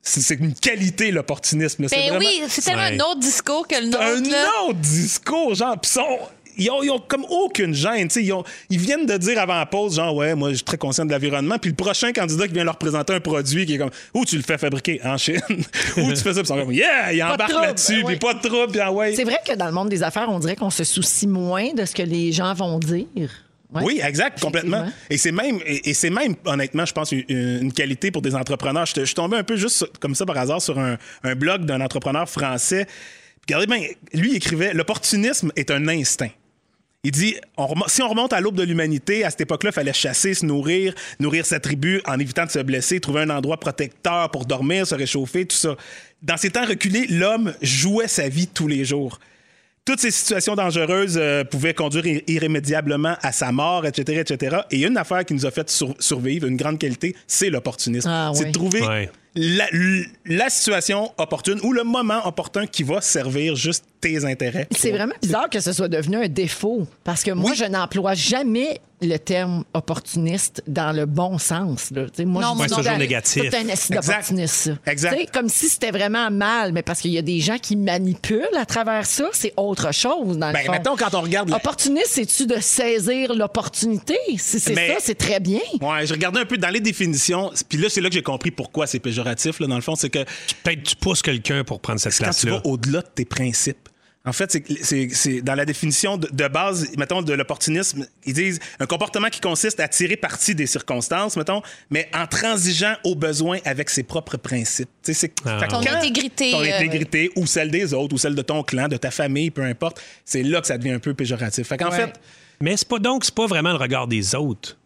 Speaker 4: c'est c'est une qualité l'opportunisme. là. C'est
Speaker 3: Ben
Speaker 4: vraiment-
Speaker 3: oui, c'est tellement
Speaker 2: Ouais.
Speaker 3: un autre discours que le nôtre.
Speaker 4: un
Speaker 3: là.
Speaker 4: autre discours, genre, pis sont- Ils ont, ils ont comme aucune gêne. tu sais, Ils, ont- ils viennent de dire avant la pause, genre, ouais, moi, je suis très conscient de l'environnement. Puis le prochain candidat qui vient leur présenter un produit qui est comme, où tu le fais fabriquer en Chine, où tu fais ça, puis ils sont comme, yeah, ils
Speaker 1: de
Speaker 4: embarquent
Speaker 1: trouble, Ben oui.
Speaker 4: là-dessus, puis pas de trouble, puis ah ouais.
Speaker 1: C'est vrai que dans le monde des affaires, on dirait qu'on se soucie moins de ce que les gens vont dire. Ouais.
Speaker 4: Oui, exact, complètement.
Speaker 1: Effectivement.
Speaker 4: Et c'est même, et et c'est même, honnêtement, je pense, une, une qualité pour des entrepreneurs. Je, te- je suis tombé un peu juste sur- comme ça par hasard sur un, un blog d'un entrepreneur français. Puis Regardez bien, lui, il écrivait L'opportunisme est un instinct. Il dit on remo- si on remonte à l'aube de l'humanité, à cette époque-là, il fallait chasser, se nourrir, nourrir sa tribu en évitant de se blesser, trouver un endroit protecteur pour dormir, se réchauffer, tout ça. Dans ces temps reculés, l'homme jouait sa vie tous les jours. Toutes ces situations dangereuses euh, pouvaient conduire ir- irrémédiablement à sa mort, etc., etc. Et une affaire qui nous a fait sur- survivre, une grande qualité, c'est l'opportunisme.
Speaker 1: Ah,
Speaker 4: c'est
Speaker 1: oui.
Speaker 4: de trouver
Speaker 2: Ouais.
Speaker 4: la, la situation opportune ou le moment opportun qui va servir juste tes intérêts.
Speaker 1: C'est vraiment bizarre que ce soit devenu un défaut parce que moi, je n'emploie jamais le terme opportuniste dans le bon sens. là. Tu sais, Moi,
Speaker 3: Non,
Speaker 1: je
Speaker 3: moi
Speaker 1: dis
Speaker 3: non
Speaker 1: tout
Speaker 3: plus.
Speaker 1: à-
Speaker 2: Négatif.
Speaker 1: tout un acide
Speaker 4: Exact.
Speaker 1: opportuniste. ça.
Speaker 4: Exact.
Speaker 1: Tu sais, Comme si c'était vraiment mal, mais parce qu'il y a des gens qui manipulent à travers ça, c'est autre chose dans
Speaker 4: Ben,
Speaker 1: le fond.
Speaker 4: mettons, quand on regarde la-
Speaker 1: Opportuniste, c'est-tu de saisir l'opportunité? Si c'est
Speaker 4: Mais-
Speaker 1: ça, c'est très bien.
Speaker 4: Ouais, je regardais un peu dans les définitions, puis là, c'est là que j'ai compris pourquoi c'est péjoratif, là, dans le fond, c'est que
Speaker 2: Peut-être tu pousses quelqu'un pour prendre cette
Speaker 4: quand tu vas
Speaker 2: place-là.
Speaker 4: au-delà de tes principes. En fait, c'est que- c'est c'est dans la définition de, de base, mettons, de l'opportunisme, ils disent un comportement qui consiste à tirer parti des circonstances, mettons, mais en transigeant aux besoins avec ses propres principes. Tu sais, c'est-
Speaker 2: Ah.
Speaker 4: fait que
Speaker 3: Ton
Speaker 4: quand-
Speaker 3: intégrité,
Speaker 4: Ton
Speaker 3: euh,
Speaker 4: intégrité, ou celle des autres, ou celle de ton clan, de ta famille, peu importe. C'est là que ça devient un peu péjoratif. Fait qu'en
Speaker 1: Ouais.
Speaker 4: fait,
Speaker 2: Mais c'est pas donc, c'est pas vraiment le regard des autres.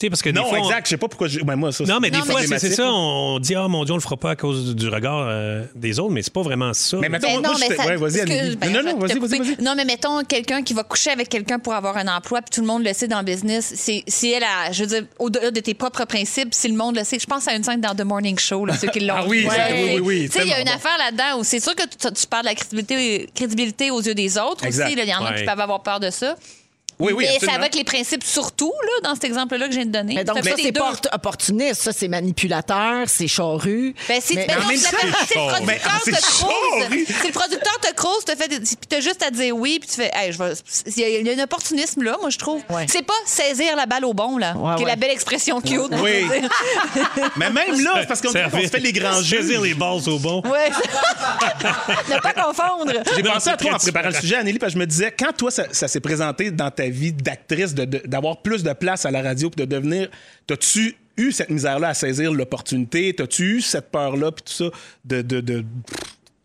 Speaker 2: Tu sais, parce que des
Speaker 4: non,
Speaker 2: fois, on-
Speaker 4: exact, je sais pas pourquoi. je- ben, moi, ça,
Speaker 2: Non,
Speaker 4: c'est-
Speaker 2: mais des
Speaker 3: Non, mais
Speaker 2: fois, c'est- c'est
Speaker 4: problématique,
Speaker 2: ça.
Speaker 4: là.
Speaker 2: On dit, ah, mon Dieu, on le fera pas à cause du regard euh, des autres, mais c'est pas vraiment ça.
Speaker 4: Mais mettons,
Speaker 3: Ben
Speaker 4: moi, je- ouais, vas-y,
Speaker 3: excuse,
Speaker 4: Annelie.
Speaker 3: ben,
Speaker 4: Non,
Speaker 3: je vais
Speaker 4: non,
Speaker 3: te
Speaker 4: vas-y, vas-y,
Speaker 3: couper.
Speaker 4: vas-y.
Speaker 3: Non, mais mettons quelqu'un qui va coucher avec quelqu'un pour avoir un emploi, puis tout le monde le sait dans le business. C'est, si elle a, je veux dire, au-delà de tes propres principes, si le monde le sait, je pense à une scène dans The Morning Show, là, ceux qui l'ont
Speaker 4: Ah oui,
Speaker 3: vu.
Speaker 4: ça, oui, oui, oui,
Speaker 3: Tu sais, il y a
Speaker 4: tellement
Speaker 3: une
Speaker 4: bon.
Speaker 3: affaire là-dedans où c'est sûr que tu, tu parles de la crédibilité, crédibilité aux yeux des autres
Speaker 4: Exact.
Speaker 3: aussi. là. Il y en a
Speaker 2: Ouais.
Speaker 3: qui peuvent avoir peur de ça.
Speaker 4: Oui, oui,
Speaker 3: mais
Speaker 4: absolument.
Speaker 3: ça va avec les principes surtout, là, dans cet exemple-là que je viens de donner.
Speaker 1: Mais donc,
Speaker 3: Ça fait
Speaker 1: ça,
Speaker 3: des
Speaker 1: c'est
Speaker 3: deux.
Speaker 1: pas opportuniste, ça, c'est manipulateur, c'est charrue.
Speaker 3: Ben, si,
Speaker 1: Mais-
Speaker 3: ben,
Speaker 4: en
Speaker 3: non,
Speaker 4: même
Speaker 3: si la
Speaker 4: temps,
Speaker 3: personne-
Speaker 4: c'est
Speaker 3: si le
Speaker 4: chaud. Mais- ah,
Speaker 3: producteur
Speaker 4: c'est
Speaker 3: te
Speaker 4: chaud, oui.
Speaker 3: crouse, si le producteur te crouse, te fait, des- puis t'as juste à dire oui, puis tu fais, hey, je vais- il y a- il y a un opportunisme là, moi je trouve.
Speaker 1: Ouais.
Speaker 3: C'est pas saisir la balle au bon là,
Speaker 1: Ouais,
Speaker 3: qui est
Speaker 1: ouais.
Speaker 3: la belle expression cute. on
Speaker 4: Oui.
Speaker 3: peut dire.
Speaker 4: Mais même là, c'est parce qu'on on se fait les grands jeux.
Speaker 2: Saisir les bases au bon.
Speaker 3: Ouais. ne pas confondre.
Speaker 4: J'ai
Speaker 2: Non,
Speaker 4: pensé à
Speaker 2: c'est
Speaker 4: toi en
Speaker 2: très
Speaker 4: préparant le
Speaker 2: différent.
Speaker 4: sujet, Anneli, parce que je me disais, quand toi, ça, ça s'est présenté dans ta vie d'actrice, de- de- d'avoir plus de place à la radio puis de devenir. T'as-tu eu cette misère-là à saisir l'opportunité? T'as-tu eu cette peur-là, puis tout ça, de. de, de-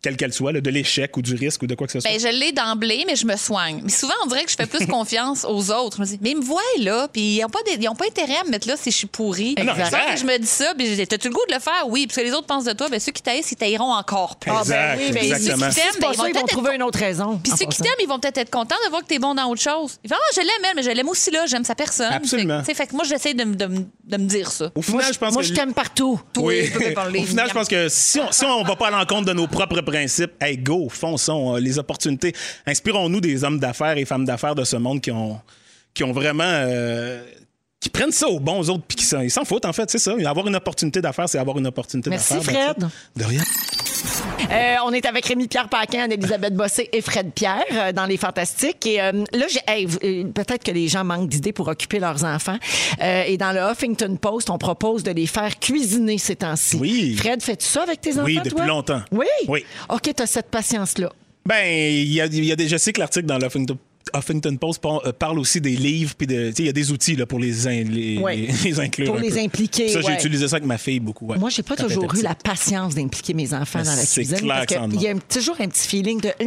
Speaker 4: quelle qu'elle soit, là, de l'échec ou du risque ou de quoi que ce soit?
Speaker 3: Ben, je l'ai d'emblée, mais je me soigne. Mais souvent, on dirait que je fais plus confiance aux autres. Je me dis, mais ils me voient là, puis ils n'ont pas, des- ils ont pas intérêt à me mettre là si je suis pourrie.
Speaker 4: Ah non,
Speaker 3: Souvent,
Speaker 4: exact.
Speaker 3: que je me dis ça, puis je dis, t'as-tu le goût de le faire? Oui, parce que les autres pensent de toi, ben, ceux qui t'haïssent, ils t'haïront encore plus.
Speaker 4: Exact,
Speaker 1: Ah, ben oui, mais
Speaker 4: exactement.
Speaker 3: si tu t'aimes,
Speaker 1: C'est pas
Speaker 3: ben, ils vont
Speaker 1: ça, ils vont
Speaker 3: peut-être être
Speaker 1: trouver une autre raison.
Speaker 3: Puis
Speaker 1: en
Speaker 3: ceux qui
Speaker 1: passant.
Speaker 3: t'aiment, ils vont peut-être être contents de voir que t'es bon dans autre chose. Ils vont, ah, je l'aime, elle, mais je l'aime aussi là, j'aime sa personne.
Speaker 4: Absolument.
Speaker 3: Fait, que- tu sais, fait que moi, j'essaie de, me- de me- de me dire ça.
Speaker 4: Au final, je pense
Speaker 1: Moi,
Speaker 4: que.
Speaker 1: je t'aime partout.
Speaker 4: Oui.
Speaker 3: Oui, peu importe les-
Speaker 4: Au final, je pense que si on si on va pas à l'encontre de nos propres principes, hey, go, fonçons, euh, les opportunités. Inspirons-nous des hommes d'affaires et femmes d'affaires de ce monde qui ont, qui ont vraiment. euh, qui prennent ça aux bons autres puis qui s'en- ils s'en foutent, en fait, c'est ça. Avoir une opportunité d'affaires, c'est avoir une opportunité
Speaker 1: Merci,
Speaker 4: d'affaires.
Speaker 1: Fred.
Speaker 4: that's it. De rien.
Speaker 1: Euh, on est avec Rémi-Pierre Paquin, Anne-Elisabeth Bossé et Fred Pierre euh, dans Les Fantastiques. Et euh, là, j'ai- hey, vous- euh, peut-être que les gens manquent d'idées pour occuper leurs enfants. Euh, et dans le Huffington Post, on propose de les faire cuisiner ces temps-ci.
Speaker 4: Oui.
Speaker 1: Fred, fais-tu ça avec tes enfants,
Speaker 4: Oui, depuis
Speaker 1: toi?
Speaker 4: longtemps.
Speaker 1: Oui?
Speaker 4: Oui.
Speaker 1: OK, t'as cette patience-là.
Speaker 4: Ben, il y a, il y a des, je sais que l'article dans le Huffington, Huffington Post par- euh, parle aussi des livres, puis de, tu sais, il y a des outils là, pour les, in- les,
Speaker 1: Ouais.
Speaker 4: les- les inclure.
Speaker 1: Pour
Speaker 4: un
Speaker 1: les
Speaker 4: peu.
Speaker 1: impliquer,
Speaker 4: Ça, j'ai
Speaker 1: ouais.
Speaker 4: utilisé ça avec ma fille beaucoup. ouais,
Speaker 1: Moi, j'ai pas
Speaker 4: quand elle
Speaker 1: toujours
Speaker 4: était
Speaker 1: eu la
Speaker 4: petite.
Speaker 1: patience d'impliquer mes enfants
Speaker 4: Mais
Speaker 1: dans la
Speaker 4: c'est
Speaker 1: cuisine.
Speaker 4: clair
Speaker 1: parce
Speaker 4: que ça en
Speaker 1: qu'il y a un- toujours un petit feeling de Eh,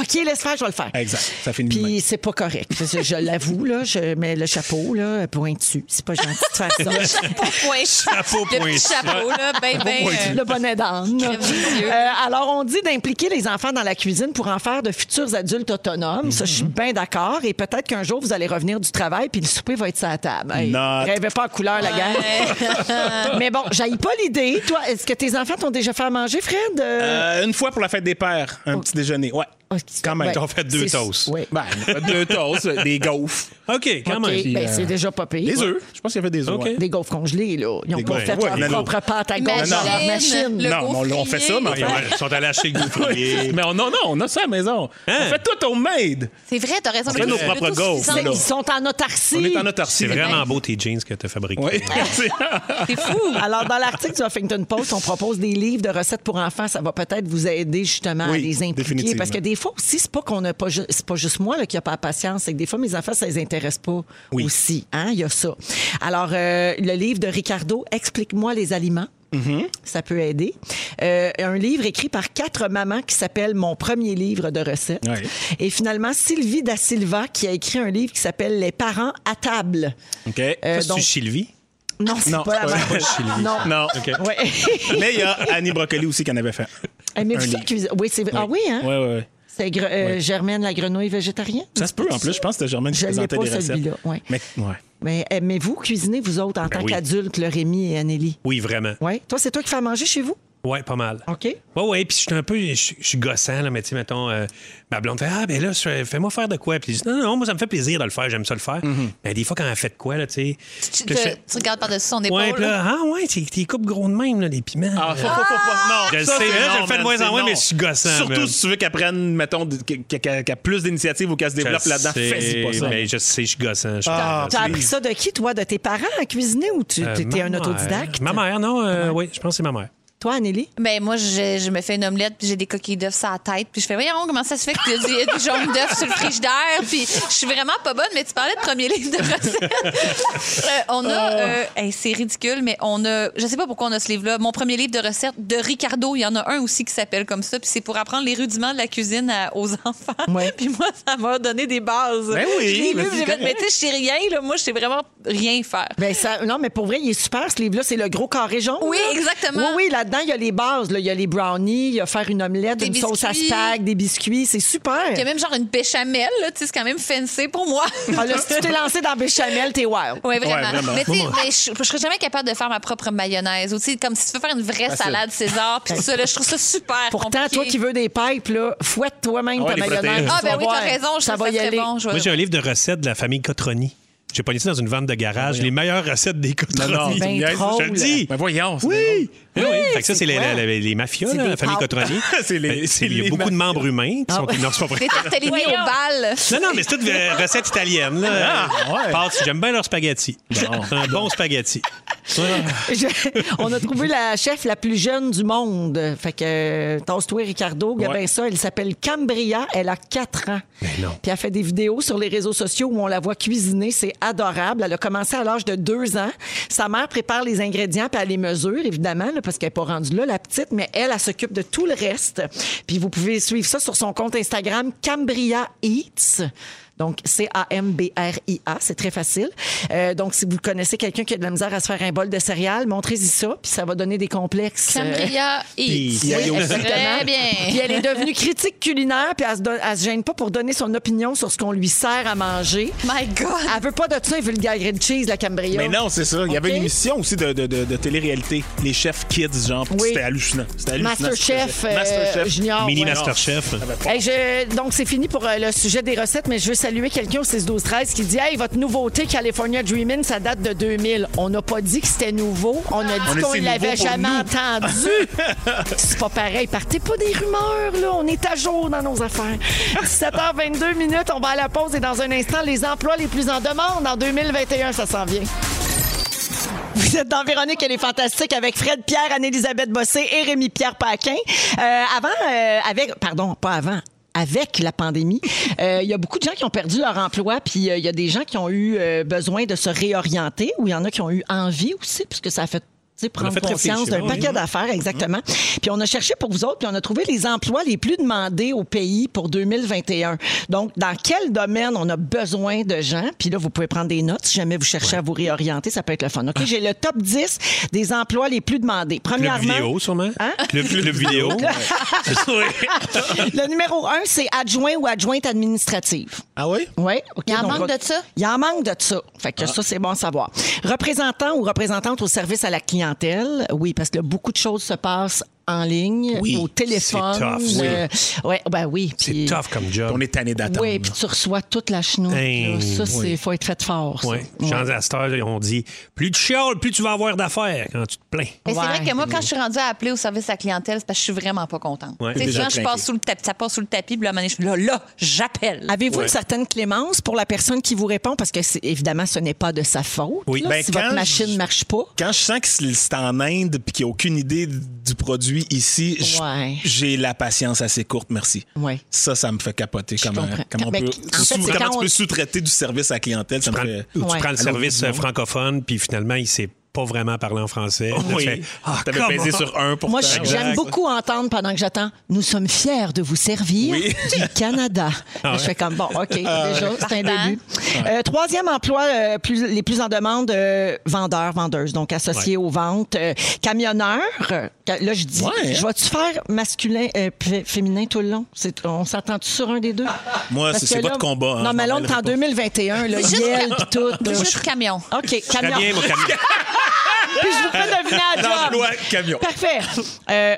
Speaker 1: OK, laisse faire, je vais le faire.
Speaker 4: Exact. Ça finit de même.
Speaker 1: Puis c'est pas correct. Je, je l'avoue, là, je mets le chapeau là, pointu. C'est pas gentil de faire ça.
Speaker 3: Chapeau point.
Speaker 2: Chapeau
Speaker 3: Le
Speaker 2: point.
Speaker 3: petit chapeau, là, ben, ben. euh,
Speaker 1: le bonnet d'âne.
Speaker 3: Merveilleux.
Speaker 1: Euh, alors, on dit d'impliquer les enfants dans la cuisine pour en faire de futurs adultes autonomes. Ça, je suis bien d'accord. Et peut-être qu'un jour, vous allez revenir du travail puis le souper va être sur la table. Hey,
Speaker 4: Not.
Speaker 1: rêvez pas en couleur,
Speaker 3: euh,
Speaker 1: la gang. Mais bon, j'aille pas l'idée. Toi, est-ce que tes enfants t'ont déjà fait à manger, Fred? Euh,
Speaker 4: Euh, une fois pour la fête des pères, un petit déjeuner. Ouais.
Speaker 1: oh,
Speaker 4: Quand même.
Speaker 1: ouais,
Speaker 2: t'en fais deux
Speaker 1: c'est-
Speaker 2: toasts.
Speaker 1: ouais.
Speaker 4: Ben, on a fait deux toasts, euh, des gaufres.
Speaker 2: OK, quand
Speaker 1: OK,
Speaker 2: même.
Speaker 1: ben,
Speaker 4: euh,
Speaker 1: c'est déjà pas pire.
Speaker 4: Des œufs. Je pense qu'il y avait des œufs.
Speaker 2: OK.
Speaker 4: ouais.
Speaker 1: Des gaufres congelées, là. Ils n'ont
Speaker 4: Des
Speaker 1: pas
Speaker 4: gaufres.
Speaker 1: fait
Speaker 4: Ouais,
Speaker 1: leur
Speaker 4: mais non.
Speaker 1: propre pâte à gauche
Speaker 3: Imagine,
Speaker 1: dans leur machine.
Speaker 3: le
Speaker 4: Non, mais on- on fait ça, mais
Speaker 2: Ah,
Speaker 3: gaufrier.
Speaker 2: ouais, Ils sont allés acheter le gaufrier.
Speaker 4: Mais on, non, non, on a ça à la maison.
Speaker 2: Hein?
Speaker 4: On fait tout au maid.
Speaker 3: C'est vrai, t'as raison.
Speaker 4: On fait nos propres gaufres,
Speaker 1: C'est-
Speaker 4: là.
Speaker 1: Ils sont en autarcie.
Speaker 4: On est en autarcie.
Speaker 2: C'est vraiment beau tes jeans que tu as fabriqués.
Speaker 4: Oui.
Speaker 3: C'est fou.
Speaker 1: Alors, dans l'article du Huffington Post, on propose des livres de recettes pour enfants. Ça va peut-être vous aider justement à
Speaker 4: Oui,
Speaker 1: les impliquer.
Speaker 4: définitivement.
Speaker 1: Parce que des fois aussi, c'est pas qu'on n'a pas, ju- c'est pas juste moi là, qui a pas la patience. C'est que des fois, mes enfants, ça les intéresse pas aussi. Hein? Il y a ça. Alors, euh, le livre de Ricardo, Explique-moi les aliments.
Speaker 4: Mm-hmm.
Speaker 1: Ça peut aider. Euh, un livre écrit par quatre mamans qui s'appelle Mon premier livre de recettes.
Speaker 4: Ouais.
Speaker 1: Et finalement, Sylvie Da Silva qui a écrit un livre qui s'appelle Les parents à table.
Speaker 4: OK.
Speaker 1: Euh,
Speaker 2: C'est
Speaker 1: donc-
Speaker 2: Sylvie.
Speaker 1: Non, c'est
Speaker 4: Non,
Speaker 1: pas la
Speaker 4: c'est
Speaker 1: même.
Speaker 4: pas
Speaker 2: Sylvie.
Speaker 1: Non.
Speaker 4: Non.
Speaker 1: Ouais.
Speaker 4: Mais il y a Annie Brocoli aussi qui en avait fait.
Speaker 1: mais
Speaker 4: Un
Speaker 1: vous
Speaker 4: livre.
Speaker 1: faites cuisine. Oui, c'est vrai. Ah oui, hein?
Speaker 4: Ouais, ouais, ouais.
Speaker 1: C'est gre- euh, Germaine la grenouille végétarienne.
Speaker 4: Ça se peut, en plus. Je pense que c'était Germaine qui
Speaker 1: Je l'ai
Speaker 4: présentait
Speaker 1: pas,
Speaker 4: des recettes.
Speaker 1: celui-là, ouais.
Speaker 4: Mais, ouais.
Speaker 1: Mais aimez-vous cuisiner, vous autres, en
Speaker 2: Ben
Speaker 1: tant
Speaker 2: oui.
Speaker 1: qu'adultes, le Rémi et Anneli?
Speaker 2: Oui, vraiment.
Speaker 1: Oui. Toi, c'est toi qui fais à manger chez vous?
Speaker 2: Ouais, pas mal.
Speaker 1: OK.
Speaker 2: Ouais, ouais, puis je suis un peu, je je suis gossant, là, mais tu sais, mettons, euh, ma blonde fait Ah, ben là, je- fais-moi faire de quoi. Puis je dis Non, non, moi, ça me fait plaisir de le faire, j'aime ça le faire.
Speaker 1: Mhm.
Speaker 2: Mais des fois, quand elle fait de quoi, là, tu sais.
Speaker 3: Tu,
Speaker 2: que je
Speaker 3: te-
Speaker 2: fais-
Speaker 3: tu regardes par-dessus son épaule.
Speaker 2: Ouais, puis là, ah, ouais, t'es t'es coupes gros de même, là, les piments.
Speaker 4: Ah, faut, faut, faut pas. Non,
Speaker 2: Je le
Speaker 4: ça,
Speaker 2: sais,
Speaker 4: c'est
Speaker 2: hein, je
Speaker 4: non,
Speaker 2: le fais de
Speaker 4: man,
Speaker 2: moins en
Speaker 4: c'est
Speaker 2: moins,
Speaker 4: non.
Speaker 2: mais je suis gossant,
Speaker 4: Surtout
Speaker 2: man.
Speaker 4: si tu veux qu'elle prenne, mettons, de- qu'elle qu'elle- qu'elle a plus d'initiatives ou qu'elle se
Speaker 2: Je
Speaker 4: développe là-dedans,
Speaker 2: sais,
Speaker 4: fais-y pas ça.
Speaker 2: Mais je sais, je suis gossant. Je suis
Speaker 4: Ah,
Speaker 1: T'as
Speaker 2: gossant.
Speaker 1: appris ça de qui, toi? De tes parents à cuisiner ou tu
Speaker 2: Euh,
Speaker 1: étais
Speaker 2: ma
Speaker 1: un
Speaker 2: mère.
Speaker 1: autodidacte?
Speaker 2: Ma mère, non, euh, oui, je pense que c'est ma mère.
Speaker 1: Toi, Anneli?
Speaker 3: Ben moi, je, je me fais une omelette, puis j'ai des coquilles d'œufs sur la tête, puis je fais voyons comment ça se fait que tu y a du jaune d'œuf sur le frigidaire, puis je suis vraiment pas bonne, mais tu parlais de premier livre de recettes. Euh, on
Speaker 4: Oh.
Speaker 3: a, euh, hey, c'est ridicule, mais on a, je sais pas pourquoi on a ce livre-là, mon premier livre de recettes de Ricardo, il y en a un aussi qui s'appelle comme ça, puis c'est pour apprendre les rudiments de la cuisine à- aux enfants.
Speaker 1: Ouais.
Speaker 3: puis moi, ça m'a donné des bases.
Speaker 4: Ben oui,
Speaker 3: Je l'ai lu,
Speaker 4: mais
Speaker 3: puis
Speaker 4: c'est
Speaker 3: j'ai fait,
Speaker 4: correct.
Speaker 3: mais tu sais, je sais rien, là, moi, je sais vraiment rien faire.
Speaker 1: Ben ça, non, mais pour vrai, il est super ce livre-là. C'est le gros carré jaune.
Speaker 3: Oui,
Speaker 1: là.
Speaker 3: exactement.
Speaker 1: Oui, oui, là-dedans, il y a les bases. là. Il y a les brownies, il y a faire une omelette,
Speaker 3: Des
Speaker 1: une sauce à
Speaker 3: biscuits.
Speaker 1: spag, des biscuits. C'est super.
Speaker 3: Il y a même genre une béchamel, là, tu sais, c'est quand même fancy pour moi.
Speaker 1: Ah, là, si tu t'es lancé dans Béchamel, t'es wild.
Speaker 3: Oui, vraiment.
Speaker 4: Ouais, vraiment.
Speaker 3: Mais tu sais, mais je je serais jamais capable de faire ma propre mayonnaise. Ou tu sais, comme si tu veux faire une vraie salade César, puis tout ça, là, je trouve ça super
Speaker 1: Pourtant,
Speaker 3: compliqué.
Speaker 1: toi qui veux des pipes, là, fouette toi-même
Speaker 4: Ah
Speaker 1: ta
Speaker 4: ouais, les
Speaker 1: mayonnaise.
Speaker 4: protéines.
Speaker 3: Ah
Speaker 1: tu
Speaker 3: ben
Speaker 1: vas
Speaker 3: oui, t'as
Speaker 1: voir.
Speaker 3: raison, je
Speaker 1: ça va y aller.
Speaker 3: Bon, je vais-
Speaker 2: Moi, j'ai un livre de recettes de la famille Cotroni. J'ai pas ça dans une vente de garage. Les meilleures recettes des
Speaker 4: Non,
Speaker 2: Cotroni.
Speaker 4: non,
Speaker 1: Ben
Speaker 4: tu me niaises,
Speaker 1: drôle.
Speaker 2: Je le dis.
Speaker 4: Ben voyons. c'est
Speaker 2: Oui! Oui, oui. Fait que
Speaker 1: c'est
Speaker 2: ça, c'est les,
Speaker 1: quoi?
Speaker 2: les- les mafias,
Speaker 1: C'est
Speaker 2: là,
Speaker 1: des
Speaker 2: la famille
Speaker 1: pâtes.
Speaker 2: Cotroni.
Speaker 4: C'est les-
Speaker 2: Ben,
Speaker 4: c'est
Speaker 2: Il y a
Speaker 4: les Ah
Speaker 2: beaucoup de
Speaker 4: mafias.
Speaker 2: membres humains qui sont. Non, c'est pas vrai.
Speaker 3: Des tartellini au bal.
Speaker 2: Non, non, mais c'est toute euh, recette italienne. Là.
Speaker 4: Ah, ouais.
Speaker 2: Pâtes, j'aime bien leur spaghetti. Un bon spaghetti.
Speaker 1: Je- on a trouvé la chef la plus jeune du monde. Fait que euh, tasse-toi Ricardo, regarde
Speaker 4: Ouais.
Speaker 1: bien ça, elle s'appelle Cambria, elle a 4 ans.
Speaker 2: non.
Speaker 1: Puis elle fait des vidéos sur les réseaux sociaux où on la voit cuisiner, c'est adorable. Elle a commencé à l'âge de 2 ans. Sa mère prépare les ingrédients puis elle les mesure évidemment là, parce qu'elle n'est pas rendue là la petite, mais elle, elle, s'occupe de tout le reste. Puis vous pouvez suivre ça sur son compte Instagram Cambria Eats. Donc, C-A-M-B-R-I-A, c'est très facile. Euh, donc, si vous connaissez quelqu'un qui a de la misère à se faire un bol de céréales, montrez-y ça, puis ça va donner des complexes. Euh,
Speaker 3: Cambria
Speaker 2: Puis,
Speaker 3: Eats.
Speaker 2: il y a
Speaker 3: Oui,
Speaker 2: aussi-
Speaker 3: Très
Speaker 1: puis
Speaker 3: bien.
Speaker 1: elle est devenue critique culinaire, puis elle se, don- elle se gêne pas pour donner son opinion sur ce qu'on lui sert à manger.
Speaker 3: My God.
Speaker 1: Elle veut pas de ça, elle veut le gars grilled cheese, la Cambria.
Speaker 4: Mais non, c'est ça. Il y avait
Speaker 1: Ok.
Speaker 4: une émission aussi de, de, de, de télé-réalité. Les chefs kids, genre. puis
Speaker 1: Oui.
Speaker 4: C'était hallucinant. C'était hallucinant.
Speaker 1: Masterchef, euh,
Speaker 4: Masterchef. Ah, ben,
Speaker 1: Junior.
Speaker 2: Mini
Speaker 1: ouais.
Speaker 2: Masterchef.
Speaker 1: Hey, je- donc, c'est fini pour euh, le sujet des recettes, mais je veux saluer quelqu'un au 6-12-13 qui dit Hey, votre nouveauté California Dreamin', ça date de 2000. On n'a pas dit que c'était nouveau, on a
Speaker 4: On
Speaker 1: dit
Speaker 4: est-
Speaker 1: qu'on
Speaker 4: c'est
Speaker 1: ne
Speaker 4: nouveau
Speaker 1: l'avait
Speaker 4: pour
Speaker 1: jamais
Speaker 4: nous.
Speaker 1: entendu. c'est pas pareil. Partez pas des rumeurs, là. On est à jour dans nos affaires. 17h22 minutes, on va à la pause et dans un instant, les emplois les plus en demande en 2021, ça s'en vient. Vous êtes dans Véronique, elle est fantastique avec Fred Pierre, Anne-Elisabeth Bossé et Rémi-Pierre Paquin. Euh, avant, euh, avec, pardon, pas avant, avec la pandémie, euh, il y a beaucoup de gens qui ont perdu leur emploi, puis euh, il y a des gens qui ont eu euh, besoin de se réorienter, ou il y en a qui ont eu envie aussi, puisque ça a fait tu sais, prendre
Speaker 2: fait
Speaker 1: conscience d'un
Speaker 2: réfléchir, oui.
Speaker 1: paquet d'affaires, exactement. Puis on a cherché pour vous autres, puis on a trouvé les emplois les plus demandés au pays pour 2021. Donc, dans quel domaine on a besoin de gens? Puis là, vous pouvez prendre des notes si jamais vous cherchez à vous réorienter, ça peut être le fun. OK, j'ai le top 10 des emplois les plus demandés.
Speaker 2: Club
Speaker 1: Premièrement,
Speaker 2: vidéo, sûrement.
Speaker 1: Hein?
Speaker 2: Club, club vidéo. C'est ça, oui.
Speaker 1: le numéro 1, c'est adjoint ou adjointe administrative.
Speaker 4: Ah oui?
Speaker 1: Oui, OK.
Speaker 3: Il en
Speaker 1: donc,
Speaker 3: manque
Speaker 1: re-
Speaker 3: de ça? Ah.
Speaker 1: Il en manque de ça. Fait que ça, c'est bon à savoir. Représentant ou représentante au service à la clientèle, oui, parce que là, beaucoup de choses se passent en ligne,
Speaker 2: Oui,
Speaker 1: au téléphone.
Speaker 2: c'est tough, oui.
Speaker 1: euh, ouais, ben oui.
Speaker 2: C'est
Speaker 1: puis-
Speaker 2: tough comme job.
Speaker 4: On est tanné d'attendre.
Speaker 1: Oui, puis tu reçois toute la chenoute.
Speaker 2: Hey,
Speaker 1: là. ça, c'est
Speaker 2: Ben oui.
Speaker 1: faut être fait fort. ça.
Speaker 2: Oui.
Speaker 1: Ouais.
Speaker 2: Jean Astor, on dit plus tu chiales, plus tu vas avoir d'affaires quand tu te plains.
Speaker 3: Mais c'est vrai
Speaker 1: Ouais.
Speaker 3: que moi, quand je suis rendue à appeler au service à la clientèle, c'est parce que je suis vraiment pas contente.
Speaker 2: Ouais.
Speaker 3: Tu sais,
Speaker 4: T'es déjà
Speaker 3: souvent, je
Speaker 4: craqué.
Speaker 3: passe sous le tapis, ça passe sous le tapis, puis là, à un moment donné, je suis là, là, j'appelle.
Speaker 1: Avez-vous une certaine clémence pour la personne qui vous répond? Parce que, c'est- évidemment, ce n'est pas de sa faute.
Speaker 2: Oui.
Speaker 1: là,
Speaker 4: Ben,
Speaker 1: si
Speaker 4: quand
Speaker 1: votre machine ne
Speaker 4: je-
Speaker 1: marche pas.
Speaker 4: Quand je sens que c'est c'est en Inde puis qu'il n'y a aucune idée du produit ici, je-
Speaker 1: Ouais.
Speaker 4: j'ai la patience assez courte, merci.
Speaker 1: Ouais.
Speaker 4: Ça, ça me fait capoter. Comment,
Speaker 1: comprends.
Speaker 4: comment, on
Speaker 1: Ben,
Speaker 4: peut,
Speaker 1: en fait,
Speaker 4: sous-
Speaker 1: c'est
Speaker 4: comment
Speaker 1: quand
Speaker 4: tu
Speaker 1: on-
Speaker 4: peux sous-traiter du service à la clientèle? Ça me
Speaker 2: Prends-
Speaker 4: fait...
Speaker 2: ou tu
Speaker 1: Ouais.
Speaker 2: prends le
Speaker 4: Allô,
Speaker 2: service
Speaker 4: bonjour.
Speaker 2: euh, francophone, puis finalement, il s'est pas vraiment parler en français. Là, tu fais, Ah,
Speaker 4: T'avais
Speaker 2: come
Speaker 4: pesé
Speaker 2: on!
Speaker 4: sur un pour
Speaker 1: Moi,
Speaker 4: faire.
Speaker 1: je- j'aime
Speaker 2: Exact.
Speaker 1: beaucoup entendre pendant que j'attends Nous sommes fiers de vous servir
Speaker 4: Oui.
Speaker 1: du
Speaker 4: Ah
Speaker 1: Canada. Je fais comme bon, OK, déjà, c'est un
Speaker 3: Partant.
Speaker 1: début. Euh, troisième emploi, euh, plus, les plus en demande euh, vendeurs, vendeuses, donc associés aux ventes. Euh, camionneurs, euh, ca- là, je dis
Speaker 4: Ouais. hein?
Speaker 1: Je vais-tu faire masculin, euh, p- féminin tout le long C'est- On s'attend-tu sur un des deux
Speaker 4: Moi,
Speaker 1: Parce
Speaker 4: Ah, c'est-
Speaker 1: que
Speaker 4: c'est pas
Speaker 1: là-
Speaker 4: de combat, hein,
Speaker 1: non,
Speaker 4: je
Speaker 1: mais là,
Speaker 4: m'en
Speaker 1: on est en
Speaker 4: mêlerai pas.
Speaker 1: 2021, le
Speaker 3: C'est juste
Speaker 1: Yel,
Speaker 3: cam-
Speaker 1: puis tout. là.
Speaker 3: Juste camion.
Speaker 1: OK,
Speaker 2: Très
Speaker 1: camion.
Speaker 2: bien, mon camion.
Speaker 1: Puis je vous fais deviner à job.
Speaker 4: L'emploi camion.
Speaker 1: Parfait. Euh,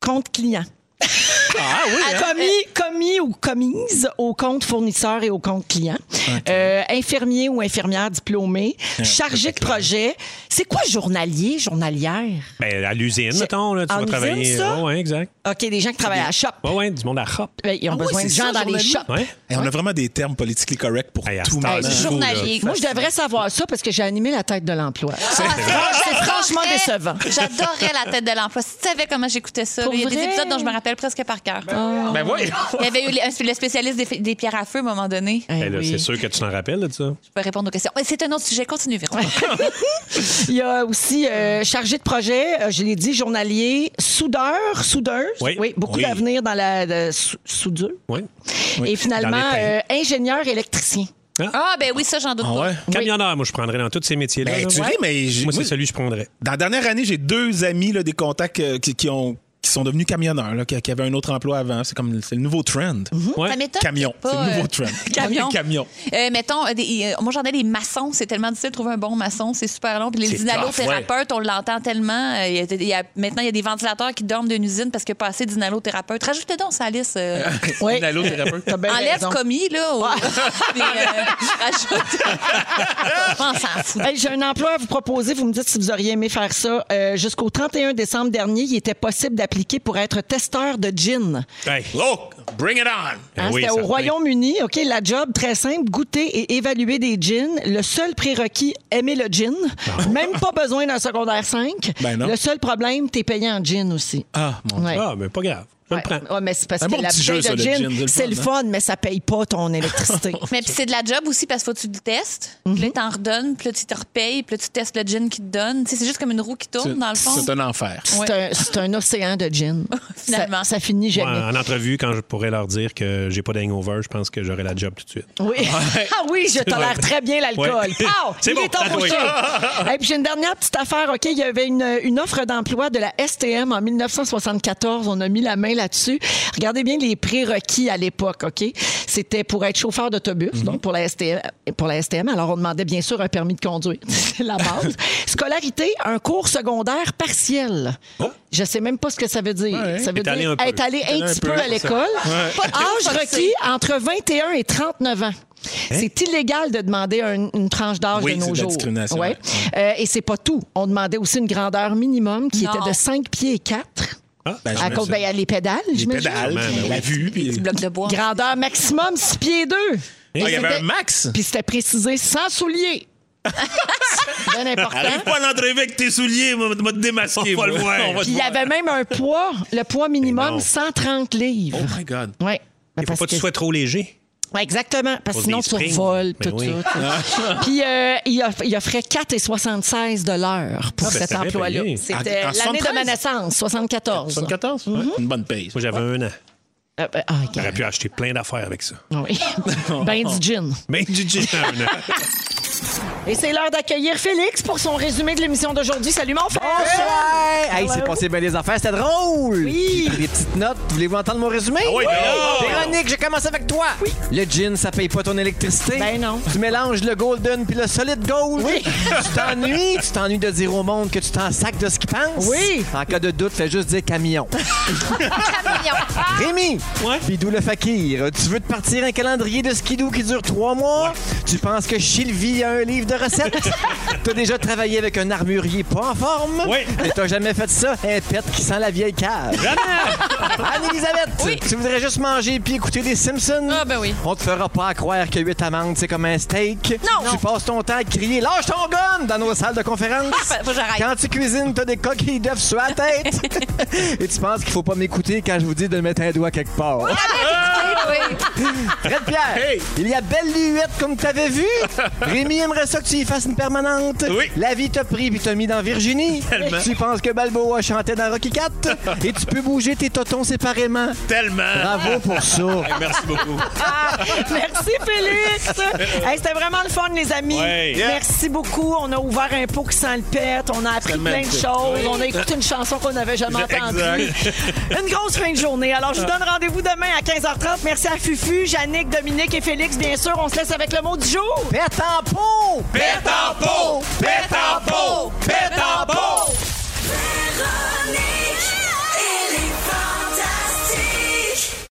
Speaker 1: compte client.
Speaker 2: Ah, hein.
Speaker 1: commis, commis ou commise au compte fournisseur et au compte client. Euh, infirmier ou infirmière diplômée. chargé de projet. C'est quoi journalier, journalière?
Speaker 2: Ben, à l'usine, mettons, là, tu
Speaker 1: en
Speaker 2: vas
Speaker 1: usine,
Speaker 2: travailler.
Speaker 1: ça?
Speaker 2: Ouais, ouais, exact.
Speaker 1: OK, des gens qui travaillent à la shop.
Speaker 2: Ouais, ouais, du monde à rap.
Speaker 1: Ben, Ils ont
Speaker 4: Ah oui,
Speaker 1: besoin de
Speaker 4: c'est
Speaker 1: gens
Speaker 4: ça,
Speaker 1: dans les
Speaker 4: journalier.
Speaker 1: shops.
Speaker 2: Ouais.
Speaker 4: Hey, on a vraiment des termes politiquement corrects pour
Speaker 2: Hey, à
Speaker 4: tout
Speaker 2: cette heure-là,
Speaker 4: le
Speaker 3: Hey,
Speaker 4: monde.
Speaker 3: journalier.
Speaker 1: Moi, je devrais savoir ça parce que j'ai animé la tête de l'emploi.
Speaker 3: Ah,
Speaker 1: c'est franchement
Speaker 3: j'adorais-
Speaker 1: décevant.
Speaker 3: J'adorais la tête de l'emploi. Si tu savais comment j'écoutais ça, là,
Speaker 1: Pour
Speaker 3: il y a des
Speaker 1: vrai?
Speaker 3: épisodes dont je me rappelle presque par cœur.
Speaker 1: Oh.
Speaker 4: Ben oui.
Speaker 3: Il y avait eu le- le spécialiste des, des pierres à feu à un moment donné.
Speaker 1: Eh
Speaker 2: Ben, là,
Speaker 1: oui.
Speaker 2: C'est sûr que tu t'en rappelles de ça.
Speaker 3: Je peux répondre aux questions. Mais c'est un autre sujet. Continue, Véron.
Speaker 1: Il y a aussi euh, chargé de projet, euh, je l'ai dit, journalier, soudeur, soudeuse.
Speaker 2: Oui.
Speaker 1: beaucoup
Speaker 4: Oui.
Speaker 1: d'avenir dans la de sou- soudure.
Speaker 2: Ouais.
Speaker 1: Et finalement,
Speaker 2: Dans les pays.
Speaker 1: euh, ingénieur électricien.
Speaker 3: Ah, ben oui, ça, j'en doute
Speaker 4: Ah
Speaker 3: pas.
Speaker 4: ouais?
Speaker 2: Camionneur, moi, je prendrais dans tous ces métiers-là.
Speaker 4: Ben,
Speaker 2: là.
Speaker 4: tu ris, mais j'ai-
Speaker 2: Moi, c'est
Speaker 4: moi-
Speaker 2: celui que je prendrais.
Speaker 4: Dans la dernière année, j'ai deux amis, là, des contacts euh, qui, qui ont, qui sont devenus camionneurs, là, qui, qui avaient un autre emploi avant. C'est comme c'est le nouveau trend.
Speaker 1: Mhm.
Speaker 2: Ouais.
Speaker 3: Ça m'étonne
Speaker 4: Camion.
Speaker 3: pas,
Speaker 4: c'est le nouveau
Speaker 3: euh,
Speaker 4: trend.
Speaker 3: Camion.
Speaker 4: Camion.
Speaker 3: Euh, mettons, euh, des- euh, moi j'en ai des maçons, c'est tellement difficile de trouver un bon maçon, c'est super long. Puis les
Speaker 4: C'est
Speaker 3: inhalothérapeutes, on l'entend tellement. Euh, il y a- il y a- maintenant, il y a des ventilateurs qui dorment d'une usine parce qu'il n'y a pas assez d'inhalothérapeutes. Rajoute-le donc, ça, Alice. euh,
Speaker 1: Oui.
Speaker 4: Inhalothérapeute.
Speaker 1: T'as bien
Speaker 3: enlève
Speaker 1: raison.
Speaker 3: commis, là. ou- puis, euh, rajoute. on s'en fout.
Speaker 1: Hey, J'ai un emploi à vous proposer. Vous me dites si vous auriez aimé faire ça. Euh, Jusqu'au 31 décembre dernier, il était possible d'appliquer pour être testeur de gin.
Speaker 2: Hey.
Speaker 4: Oh, bring it on!
Speaker 2: Ben
Speaker 1: Hein,
Speaker 2: oui,
Speaker 1: C'était au
Speaker 2: certain.
Speaker 1: Royaume-Uni. OK, la job, très simple, goûter et évaluer des gins. Le seul prérequis, aimer le gin. Même pas besoin d'un secondaire 5.
Speaker 4: Ah. Ben non.
Speaker 1: Le seul problème, t'es payé en gin aussi.
Speaker 4: Ah, mon
Speaker 1: Ouais.
Speaker 2: Ah, mais pas grave. Je
Speaker 1: Ouais.
Speaker 2: le prends.
Speaker 1: Ouais, mais c'est parce
Speaker 4: Un
Speaker 1: que
Speaker 4: bon
Speaker 1: la
Speaker 4: petit jeu,
Speaker 1: bouteille
Speaker 4: ça,
Speaker 1: de
Speaker 4: le
Speaker 1: gin,
Speaker 4: gin, c'est le
Speaker 1: c'est le
Speaker 4: fun,
Speaker 1: fun, mais ça paye pas ton électricité.
Speaker 3: Mais puis c'est de la job aussi parce qu'il faut que tu le testes. Puis là, t'en redonnes, puis là, tu te repayes, puis là, tu testes le gin qui te donne. Tu sais, c'est juste comme une roue qui tourne, dans le fond.
Speaker 4: C'est un enfer.
Speaker 1: C'est un- c'est un, océan de gin.
Speaker 3: Finalement.
Speaker 1: Ça, ça finit
Speaker 2: Moi,
Speaker 1: jamais.
Speaker 2: en entrevue, quand je pourrais leur dire que j'ai pas d'hangover, je pense que j'aurai la job tout de suite.
Speaker 1: Oui. Ah oui, je tolère très bien l'alcool.
Speaker 2: Ouais.
Speaker 1: Pow!
Speaker 2: C'est
Speaker 1: il
Speaker 2: bon,
Speaker 1: est embauché. Et puis j'ai une dernière petite affaire, OK? Il y avait une, une offre d'emploi de la STM en 1974. On a mis la main là-dessus. Regardez bien les prérequis à l'époque, OK? C'était pour être chauffeur d'autobus,
Speaker 2: Mhm.
Speaker 1: donc pour la STM. Pour la STM, alors on demandait bien sûr un permis de conduire. C'est la base. Scolarité, un cours secondaire partiel. Je sais même pas ce que ça veut dire.
Speaker 4: Ouais.
Speaker 1: Ça veut
Speaker 2: Oh. hein. Étaler
Speaker 1: dire
Speaker 2: un peu.
Speaker 1: être allé un
Speaker 4: un
Speaker 1: petit
Speaker 4: peu,
Speaker 1: peu à
Speaker 4: c'est ça.
Speaker 1: l'école. Âge requis entre 21 et 39 ans. C'est illégal de demander un- une tranche d'âge
Speaker 4: Hein? Oui,
Speaker 1: de nos
Speaker 4: c'est de la
Speaker 1: jours.
Speaker 4: discrimination,
Speaker 1: Ouais.
Speaker 4: ouais.
Speaker 1: Euh, et c'est pas tout. On demandait aussi une grandeur minimum qui
Speaker 3: Non.
Speaker 1: était de 5 pieds et 4.
Speaker 2: Ah,
Speaker 4: Ben,
Speaker 1: À
Speaker 4: j'imagine.
Speaker 1: cause ben, les pédales,
Speaker 4: Les
Speaker 1: j'imagine.
Speaker 4: pédales,
Speaker 2: Ben, ben oui.
Speaker 4: la vue. puis-
Speaker 3: Petit bloc de bois.
Speaker 1: Grandeur maximum 6 pieds 2.
Speaker 4: Ah, il y avait un max.
Speaker 1: Puis c'était précisé sans souliers. Bien important.
Speaker 4: Arrive pas à l'entrevue avec tes souliers, on va te démasquer.
Speaker 2: On va le
Speaker 4: moi.
Speaker 2: voir.
Speaker 4: On va te
Speaker 1: Puis il y
Speaker 4: voir.
Speaker 1: avait même un poids, le poids minimum
Speaker 2: non.
Speaker 1: 130 livres.
Speaker 4: Oh my God.
Speaker 1: Ouais. Ben,
Speaker 2: Il faut
Speaker 1: parce
Speaker 2: pas que
Speaker 1: que-
Speaker 2: tu sois trop léger.
Speaker 1: Ouais, exactement, parce que
Speaker 2: Pour
Speaker 1: sinon
Speaker 2: des
Speaker 1: tu
Speaker 2: strings.
Speaker 1: revoles
Speaker 2: Ben
Speaker 1: tout
Speaker 2: oui.
Speaker 1: ça. Puis euh, il, off- il offrait 4,76 de l'heure pour
Speaker 2: Ah, ben,
Speaker 1: cet
Speaker 2: ça fait
Speaker 1: emploi-là.
Speaker 2: payer.
Speaker 4: En- en
Speaker 1: C'était l'année
Speaker 4: 73?
Speaker 1: de ma naissance, 74.
Speaker 4: 74?
Speaker 1: Mhm.
Speaker 4: ouais. Une bonne paye.
Speaker 2: Moi, j'avais un an.
Speaker 1: Euh, euh, ah, OK.
Speaker 2: J'aurais pu acheter plein d'affaires avec ça.
Speaker 1: Oui. ben du gin.
Speaker 2: Mais du gin à un an.
Speaker 1: Et c'est l'heure d'accueillir Félix pour son résumé de l'émission d'aujourd'hui. Salut mon frère!
Speaker 7: Bonsoir! Hey, c'est passé bien les affaires, c'était drôle!
Speaker 1: Oui.
Speaker 7: J'ai pris des petites notes, voulez-vous entendre mon résumé?
Speaker 4: oui, ben là.
Speaker 7: Véronique, j'ai commencé avec toi! Oui! Le gin, ça paye pas ton électricité?
Speaker 1: Ben non.
Speaker 7: Tu mélanges le golden puis le solid gold?
Speaker 1: Oui.
Speaker 7: Tu t'ennuies? Tu t'ennuies de dire au monde que tu t'en sacs de ce qu'ils pensent?
Speaker 1: Oui.
Speaker 7: En cas de doute, fais juste dire camion. Rémi!
Speaker 2: Ouais.
Speaker 7: Bidou le fakir, tu veux te partir un calendrier de skidoo qui dure trois mois? Tu penses que Sylvie a un livre de recettes? T'as déjà travaillé avec un armurier pas en forme?
Speaker 2: Oui.
Speaker 7: Mais t'as jamais fait ça? Un pet qui sent la vieille cave. Anne-Elisabeth, tu voudrais juste manger puis écouter des Simpsons?
Speaker 3: Ah, ben oui.
Speaker 7: On te fera pas croire que 8 amandes, c'est comme un steak.
Speaker 3: Non.
Speaker 7: Tu passes ton temps à crier « Lâche ton gun! » dans nos salles de conférence.
Speaker 3: Faut que j'arrête.
Speaker 7: Quand tu cuisines, t'as des coquilles d'œufs sur la tête. Et tu penses qu'il faut pas m'écouter quand je vous dis de mettre un doigt quelque part.
Speaker 3: oui.
Speaker 7: Fred Pierre,
Speaker 2: Hey!
Speaker 7: il y a belle luette comme t'avais vu. Rémi aimerait ça que tu y fasses une permanente.
Speaker 2: Oui.
Speaker 7: La vie t'a pris puis t'a mis dans Virginie.
Speaker 2: Tellement.
Speaker 7: Tu penses que Balboa chantait dans Rocky 4 et tu peux bouger tes totons séparément.
Speaker 2: Tellement.
Speaker 7: Bravo pour ça.
Speaker 2: Merci beaucoup.
Speaker 8: Merci, Félix. Hey, C'était vraiment le fun, les amis.
Speaker 2: Ouais. Yeah.
Speaker 8: Merci beaucoup. On a ouvert un pot qui sent le pète. On a appris
Speaker 4: Extrêmement
Speaker 8: plein de
Speaker 4: petit.
Speaker 8: choses. On a écouté une chanson qu'on n'avait jamais entendue. Une grosse fin de journée. Alors, je vous donne rendez-vous demain à 15h30. Merci à Fufu, Yannick, Dominique et Félix. Bien sûr, on se laisse avec le mot du jour.
Speaker 7: Pète en pot!
Speaker 2: Pète en pot! Pète en pot! Pète en pot!